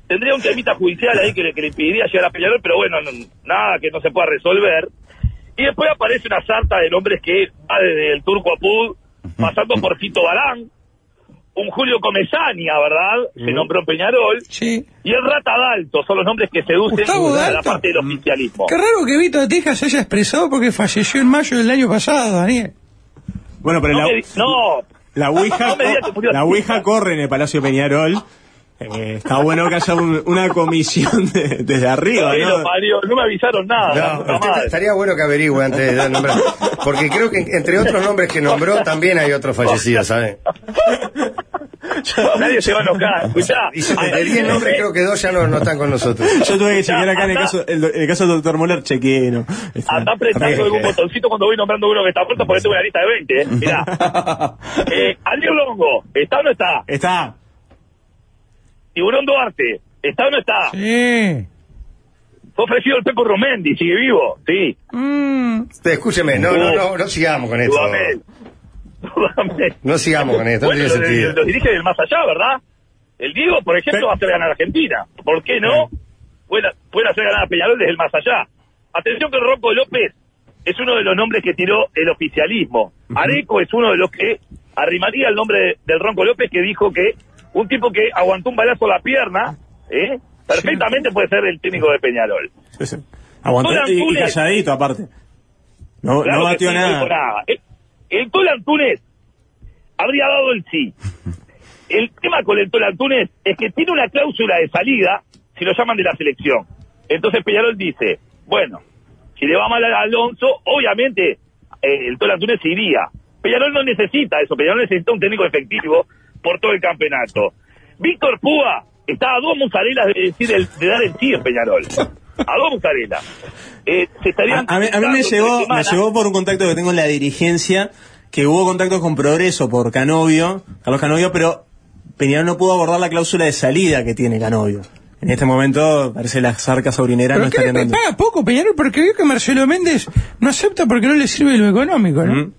Speaker 20: Tendría un temita judicial ahí que le, que le impediría llegar a Peñarol, pero bueno, no- nada que no se pueda resolver. Y después aparece una sarta de nombres que va desde el Turco Apud, pasando por Fito Balán, un Julio Comesania, ¿verdad? Se nombró en Peñarol.
Speaker 19: Sí.
Speaker 20: Y el Rata Dalto, son los nombres que seducen
Speaker 19: Gustavo
Speaker 20: a la
Speaker 19: Dalto.
Speaker 20: parte del oficialismo.
Speaker 19: Qué raro que Vito de Texas se haya expresado porque falleció en mayo del año pasado, Daniel.
Speaker 3: Bueno, pero
Speaker 20: No
Speaker 3: la,
Speaker 20: me di- no.
Speaker 3: la Ouija,
Speaker 20: No me digas que murió
Speaker 3: la
Speaker 20: así.
Speaker 3: Ouija corre en el Palacio Peñarol. Eh, está bueno que haya un- una comisión de- desde arriba,
Speaker 20: Ay,
Speaker 3: ¿no?
Speaker 20: lo parió, no me avisaron nada.
Speaker 6: No,
Speaker 20: la puta
Speaker 6: usted-
Speaker 20: madre.
Speaker 6: estaría bueno que averigüe antes de dar nombrar. Porque creo que entre otros nombres que nombró también hay otros fallecidos, ¿sabe?
Speaker 20: Nadie se va a enojar. Escuchá.
Speaker 6: Y si de 10 nombres, creo que dos ya no, no están con nosotros.
Speaker 3: Yo tuve que chequear acá en el caso, el, do- en el caso del doctor Moller, chequeé, ¿no? Este, Está-
Speaker 20: Andá apretando algún botoncito cuando voy nombrando uno que está muerto porque tengo una lista de 20, ¿eh? Mirá. Eh, Andrés Longo, ¿está o no está?
Speaker 3: Está.
Speaker 20: Tiburón Duarte, ¿está o no está?
Speaker 19: Sí.
Speaker 20: Fue ofrecido el Peco Romendi, sigue vivo, sí.
Speaker 15: Mm.
Speaker 6: Escúcheme, no, no, no, no sigamos con esto.
Speaker 20: Dudamel. Dudamel.
Speaker 6: No sigamos con esto, no
Speaker 20: Bueno,
Speaker 6: tiene
Speaker 20: lo-
Speaker 6: sentido.
Speaker 20: Lo dirige del más allá, ¿verdad? El Diego, por ejemplo, va a hacer ganar a Argentina. ¿Por qué no? Puede, puede hacer ganar a Peñarol desde el más allá. Atención que Rocco López es uno de los nombres que tiró el oficialismo. Areco es uno de los que arrimaría el nombre de- del Ronco López que dijo que un tipo que aguantó un balazo a la pierna, ¿eh? perfectamente puede ser el técnico de Peñarol.
Speaker 3: Sí, sí. Aguantó
Speaker 20: Hola,
Speaker 3: y, y
Speaker 20: Antunes.
Speaker 3: calladito, aparte. No,
Speaker 20: Claro
Speaker 3: no
Speaker 20: que
Speaker 3: batió
Speaker 20: sí, no
Speaker 3: nada.
Speaker 20: dijo El, el Tolo Antunes habría dado el sí. El tema con el Tolo Antunes es que tiene una cláusula de salida si lo llaman de la selección. Entonces Peñarol dice, bueno, si le va mal a Alonso, obviamente eh, el Tolo Antunes se iría. Peñarol no necesita eso, Peñarol necesita un técnico efectivo por todo el campeonato. Víctor Púa está a dos musarelas de, decir el- de dar el sí en Peñarol. A dos musarelas. Eh, se estarían
Speaker 3: A mí, a mí me,
Speaker 20: juntando tres
Speaker 3: llegó, me
Speaker 20: semanas.
Speaker 3: llegó por un contacto que tengo en la dirigencia, que hubo contacto con Progreso por Canovio, Carlos Canovio, pero Peñarol no pudo abordar la cláusula de salida que tiene Canovio. En este momento parece las arcas aurineras no
Speaker 19: Pero que
Speaker 3: estarían
Speaker 19: le
Speaker 3: dando.
Speaker 19: paga poco Peñarol porque vio que Marcelo Méndez no acepta porque no le sirve lo económico, ¿no?
Speaker 3: Mm,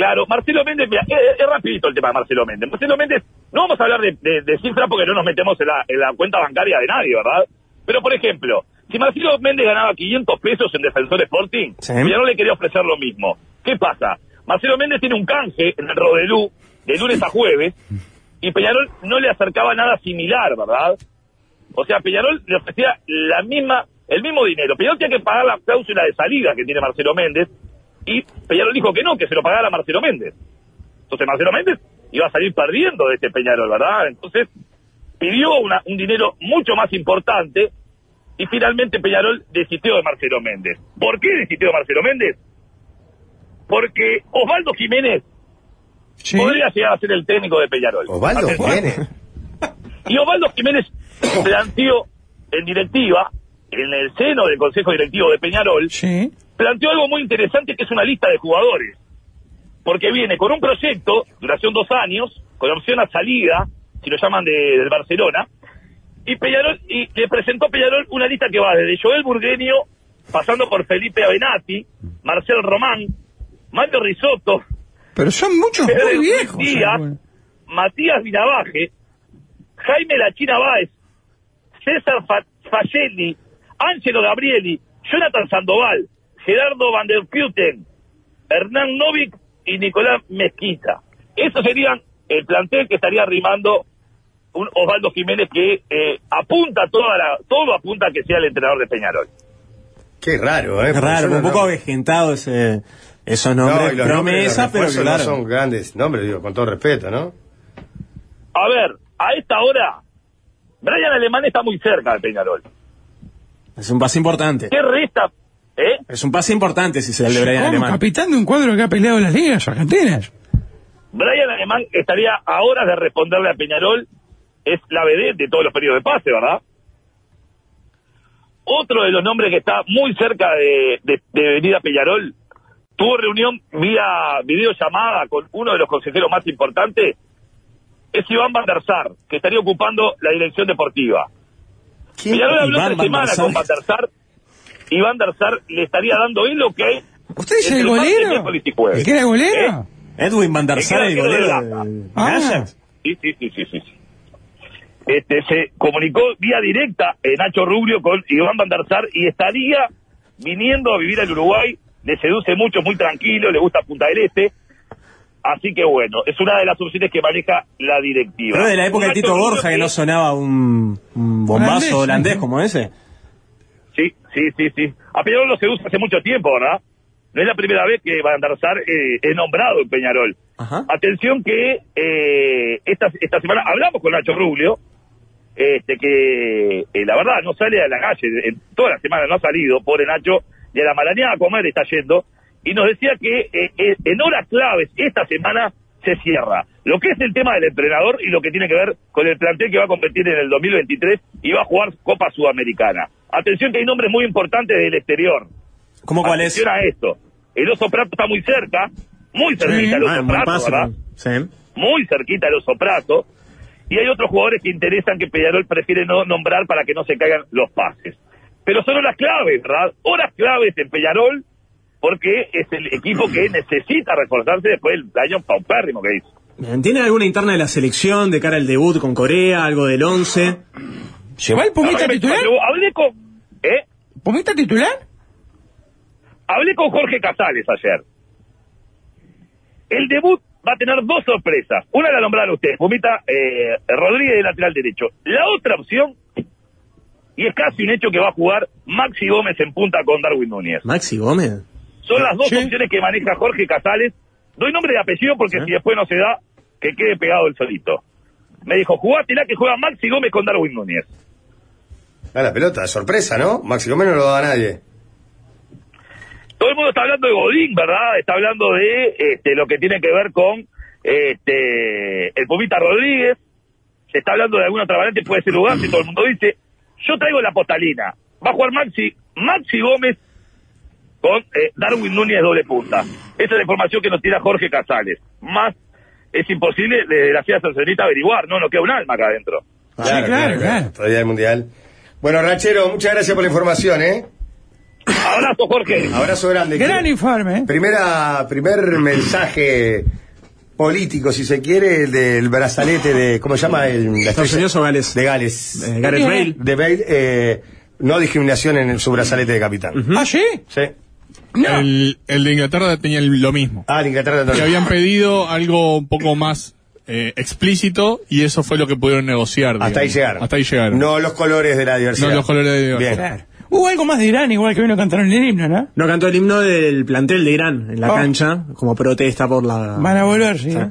Speaker 20: Claro, Marcelo Méndez, mira, es, es- es rapidito el tema de Marcelo Méndez. Marcelo Méndez, no vamos a hablar de, de, de cifras porque no nos metemos en la, en la cuenta bancaria de nadie, ¿verdad? Pero, por ejemplo, si Marcelo Méndez ganaba 500 pesos en Defensor Sporting,
Speaker 3: Sí.
Speaker 20: ya no le quería ofrecer lo mismo. ¿Qué pasa? Marcelo Méndez tiene un canje en el Rodelú de lunes a jueves y Peñarol no le acercaba nada similar, ¿verdad? O sea, Peñarol le ofrecía la misma, el mismo dinero. Peñarol tiene que pagar la cláusula de salida que tiene Marcelo Méndez y Peñarol dijo que no, que se lo pagara Marcelo Méndez. Entonces Marcelo Méndez iba a salir perdiendo de este Peñarol, ¿verdad? Entonces pidió una- un dinero mucho más importante y finalmente Peñarol desistió de Marcelo Méndez. ¿Por qué desistió de Marcelo Méndez? Porque Osvaldo Jiménez podría llegar a ser el técnico de Peñarol.
Speaker 6: Osvaldo
Speaker 20: Atención.
Speaker 6: Jiménez.
Speaker 20: Y Osvaldo Jiménez planteó en directiva, en el seno del Consejo Directivo de Peñarol, planteó algo muy interesante que es una lista de jugadores. Porque viene con un proyecto, duración dos años, con opción a salida, si lo llaman de- del Barcelona, y Peñarol, y le presentó a Peñarol una lista que va desde Joel Burgueño, pasando por Felipe Avenatti, Marcel Román, Mario Risotto,
Speaker 19: Pero son muchos muy
Speaker 20: Pedro
Speaker 19: viejos. eh,
Speaker 20: Díaz, Matías Vinavaje, Jaime Lachina Báez, César Fa- Fagelli, Ángelo Gabrieli, Jonathan Sandoval, Gerardo Van der Putten, Hernán Novik y Nicolás Mezquita. Esos serían el plantel que estaría rimando un Osvaldo Jiménez que eh, apunta toda la, todo apunta a que sea el entrenador de Peñarol.
Speaker 6: Qué raro, ¿eh?
Speaker 3: Es
Speaker 6: Porque
Speaker 3: raro,
Speaker 6: son
Speaker 3: un
Speaker 6: los
Speaker 3: poco avejentado ese, esos nombres.
Speaker 6: y los nombres de los
Speaker 3: promesa, pero
Speaker 6: refuerzos
Speaker 3: claro.
Speaker 6: No son grandes nombres, digo, con todo respeto, ¿no?
Speaker 20: A ver, a esta hora, Brian Alemán está muy cerca de Peñarol.
Speaker 3: Es un pase importante.
Speaker 20: ¿Qué resta? ¿Eh?
Speaker 3: Es un pase importante si se el de Brian
Speaker 19: Como
Speaker 3: Alemán.
Speaker 19: capitán de un cuadro que ha peleado las ligas argentinas.
Speaker 20: Brian Alemán estaría a horas de responderle a Peñarol. Es la BD de todos los periodos de pase, ¿verdad? Otro de los nombres que está muy cerca de, de- de venir a Peñarol tuvo reunión vía videollamada con uno de los consejeros más importantes. Es Iván Van der Sar, que estaría ocupando la dirección deportiva. Peñarol habló tres
Speaker 19: Iván Van der
Speaker 20: semanas
Speaker 19: Sar?
Speaker 20: con Van der Sar. Y Van der Sar le estaría dando él lo que
Speaker 19: ¿Usted dice el golero? ¿El que era
Speaker 20: ¿Eh?
Speaker 19: golero?
Speaker 3: ¿Eh? Edwin Van der Sar,
Speaker 20: El
Speaker 3: el
Speaker 20: que era
Speaker 3: golero.
Speaker 20: arquero
Speaker 3: de-
Speaker 19: Ah.
Speaker 3: Ajax.
Speaker 20: Sí, sí, sí, sí, sí. Este, se comunicó vía directa eh, Nacho Rubio con Iván Van der Sar y estaría viniendo a vivir al Uruguay. Le seduce mucho, muy tranquilo, le gusta Punta del Este. Así que bueno, es una de las opciones que maneja la directiva.
Speaker 3: Pero de la época de
Speaker 20: Nacho
Speaker 3: Tito
Speaker 20: Rubio
Speaker 3: Borja que no
Speaker 20: es-
Speaker 3: sonaba un,
Speaker 20: Holandés,
Speaker 3: un bombazo holandés
Speaker 20: ¿no?
Speaker 3: como ese.
Speaker 20: Sí, sí, sí, sí. A Peñarol lo seduce hace mucho tiempo, ¿verdad? No es la primera vez que Van der Sar eh, es nombrado en Peñarol. Atención que eh, esta, esta semana hablamos con Nacho Rubio, este, que eh, la verdad no sale a la calle, eh, toda la semana no ha salido, pobre Nacho, de la marañada a comer está yendo, y nos decía que eh, eh, en horas claves esta semana se cierra. Lo que es el tema del entrenador y lo que tiene que ver con el plantel que va a competir en el 2023 y va a jugar Copa Sudamericana. Atención que hay nombres muy importantes del exterior.
Speaker 3: ¿Cómo cuál es?
Speaker 20: Atención a esto. El Oso Prato está muy cerca, muy cerquita el
Speaker 3: Ah,
Speaker 20: Oso
Speaker 3: en buen
Speaker 20: Prato,
Speaker 3: paso.
Speaker 20: ¿verdad?
Speaker 3: Sí.
Speaker 20: muy cerquita de los Prato. Y hay otros jugadores que interesan que Peñarol prefiere no nombrar para que no se caigan los pases. Pero son horas claves, ¿verdad? Horas claves en Peñarol porque es el equipo que necesita reforzarse después del daño paupérrimo que hizo.
Speaker 3: Bien, ¿Tiene alguna interna de la selección de cara al debut con Corea, algo del 11?
Speaker 19: ¿Lleva el
Speaker 20: Ahora me- cuando Hablé con... ¿Eh?
Speaker 19: ¿Pomita titular?
Speaker 20: Hablé con Jorge Casales ayer. El debut va a tener dos sorpresas. Una la nombraron ustedes, Pumita eh, Rodríguez de lateral derecho. La otra opción, y es casi un hecho que va a jugar Maxi Gómez en punta con Darwin Núñez.
Speaker 3: Maxi Gómez.
Speaker 20: Son las dos opciones que maneja Jorge Casales. Doy nombre y apellido porque si después no se da, que quede pegado el solito. Me dijo, jugátela que juega Maxi Gómez con Darwin Núñez.
Speaker 6: Da Ah, la pelota, sorpresa, ¿no? Maxi Gómez no lo da a nadie.
Speaker 20: todo el mundo está hablando de Godín, ¿verdad? Está hablando de este, lo que tiene que ver con este, el Pumita Rodríguez. Se está hablando de alguna otra variante, puede ser lugar, si todo el mundo dice. Yo traigo la postalina. Va a jugar Maxi, Maxi Gómez con eh, Darwin Núñez doble punta. Esa es la información que nos tira Jorge Casales. Más es imposible desde la ciudad sancionista averiguar, no nos queda un alma acá adentro.
Speaker 6: Claro, claro, claro. Todavía el mundial. Bueno, Ranchero, muchas gracias por la información, ¿eh?
Speaker 20: Abrazo, Jorge.
Speaker 6: Abrazo grande.
Speaker 19: Gran informe. ¿eh?
Speaker 6: Primera, primer mensaje político, si se quiere, el del brazalete de, ¿cómo se llama? El, la
Speaker 3: ¿Estados
Speaker 6: estrella-
Speaker 3: Unidos o Gales?
Speaker 6: De Gales.
Speaker 3: Eh, Gareth Bale.
Speaker 6: De Bale, eh, no discriminación en el- su brazalete de capitán.
Speaker 3: ¿Ah, sí?
Speaker 6: Sí.
Speaker 8: El, el de Inglaterra tenía el- lo mismo.
Speaker 6: Ah, Inglaterra
Speaker 8: Que habían pedido algo un poco más eh, explícito y eso fue lo que pudieron negociar.
Speaker 6: Hasta ahí llegaron.
Speaker 8: Hasta ahí llegaron.
Speaker 6: No los colores de la diversidad.
Speaker 8: No los colores de la
Speaker 6: Bien.
Speaker 19: Claro. Hubo algo más de Irán, igual que hoy no cantaron el himno, ¿no?
Speaker 3: No cantó el himno del plantel de Irán en la
Speaker 19: Oh.
Speaker 3: cancha como protesta por la.
Speaker 19: Van a volver, sí. ¿eh?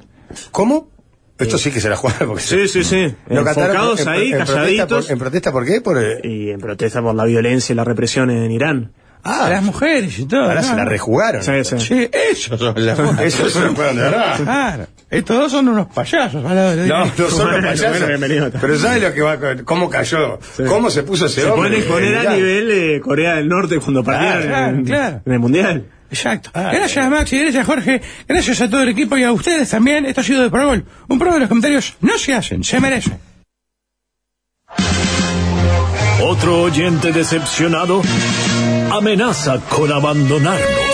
Speaker 6: ¿Cómo? Esto sí que se la jugaron. Porque
Speaker 3: Sí, sí, sí.
Speaker 6: Lo cantaron
Speaker 3: Enfocados
Speaker 6: en-
Speaker 3: ahí,
Speaker 6: en protesta
Speaker 3: calladitos.
Speaker 6: por- ¿En protesta por qué? Por, eh,
Speaker 3: Y en protesta por la violencia y la represión en Irán.
Speaker 6: Ah,
Speaker 19: A las mujeres y todo.
Speaker 6: ahora
Speaker 19: ¿no?
Speaker 6: se la rejugaron.
Speaker 3: Sí, sí.
Speaker 19: Sí, ellos son las
Speaker 6: Esos son los juegos de verdad.
Speaker 19: Claro. Estos dos son unos payasos. al lado de-
Speaker 6: No, no son los
Speaker 3: Bueno,
Speaker 6: payasos.
Speaker 3: bueno, bienvenido.
Speaker 6: Pero ¿sabes lo que va con- ¿Cómo cayó? ¿Cómo se puso ese
Speaker 3: Se
Speaker 6: hombre?
Speaker 3: pueden poner
Speaker 6: Eh,
Speaker 3: a
Speaker 6: mirá.
Speaker 3: nivel de Corea del Norte cuando
Speaker 6: Claro, Ah.
Speaker 3: partieron en,
Speaker 19: claro.
Speaker 3: en el Mundial.
Speaker 19: Exacto. gracias a Maxi, gracias a Jorge, gracias a todo el equipo y a ustedes también. Esto ha sido de Progol. Un pro de los comentarios no se hacen, se merecen.
Speaker 17: Otro oyente decepcionado amenaza con abandonarnos.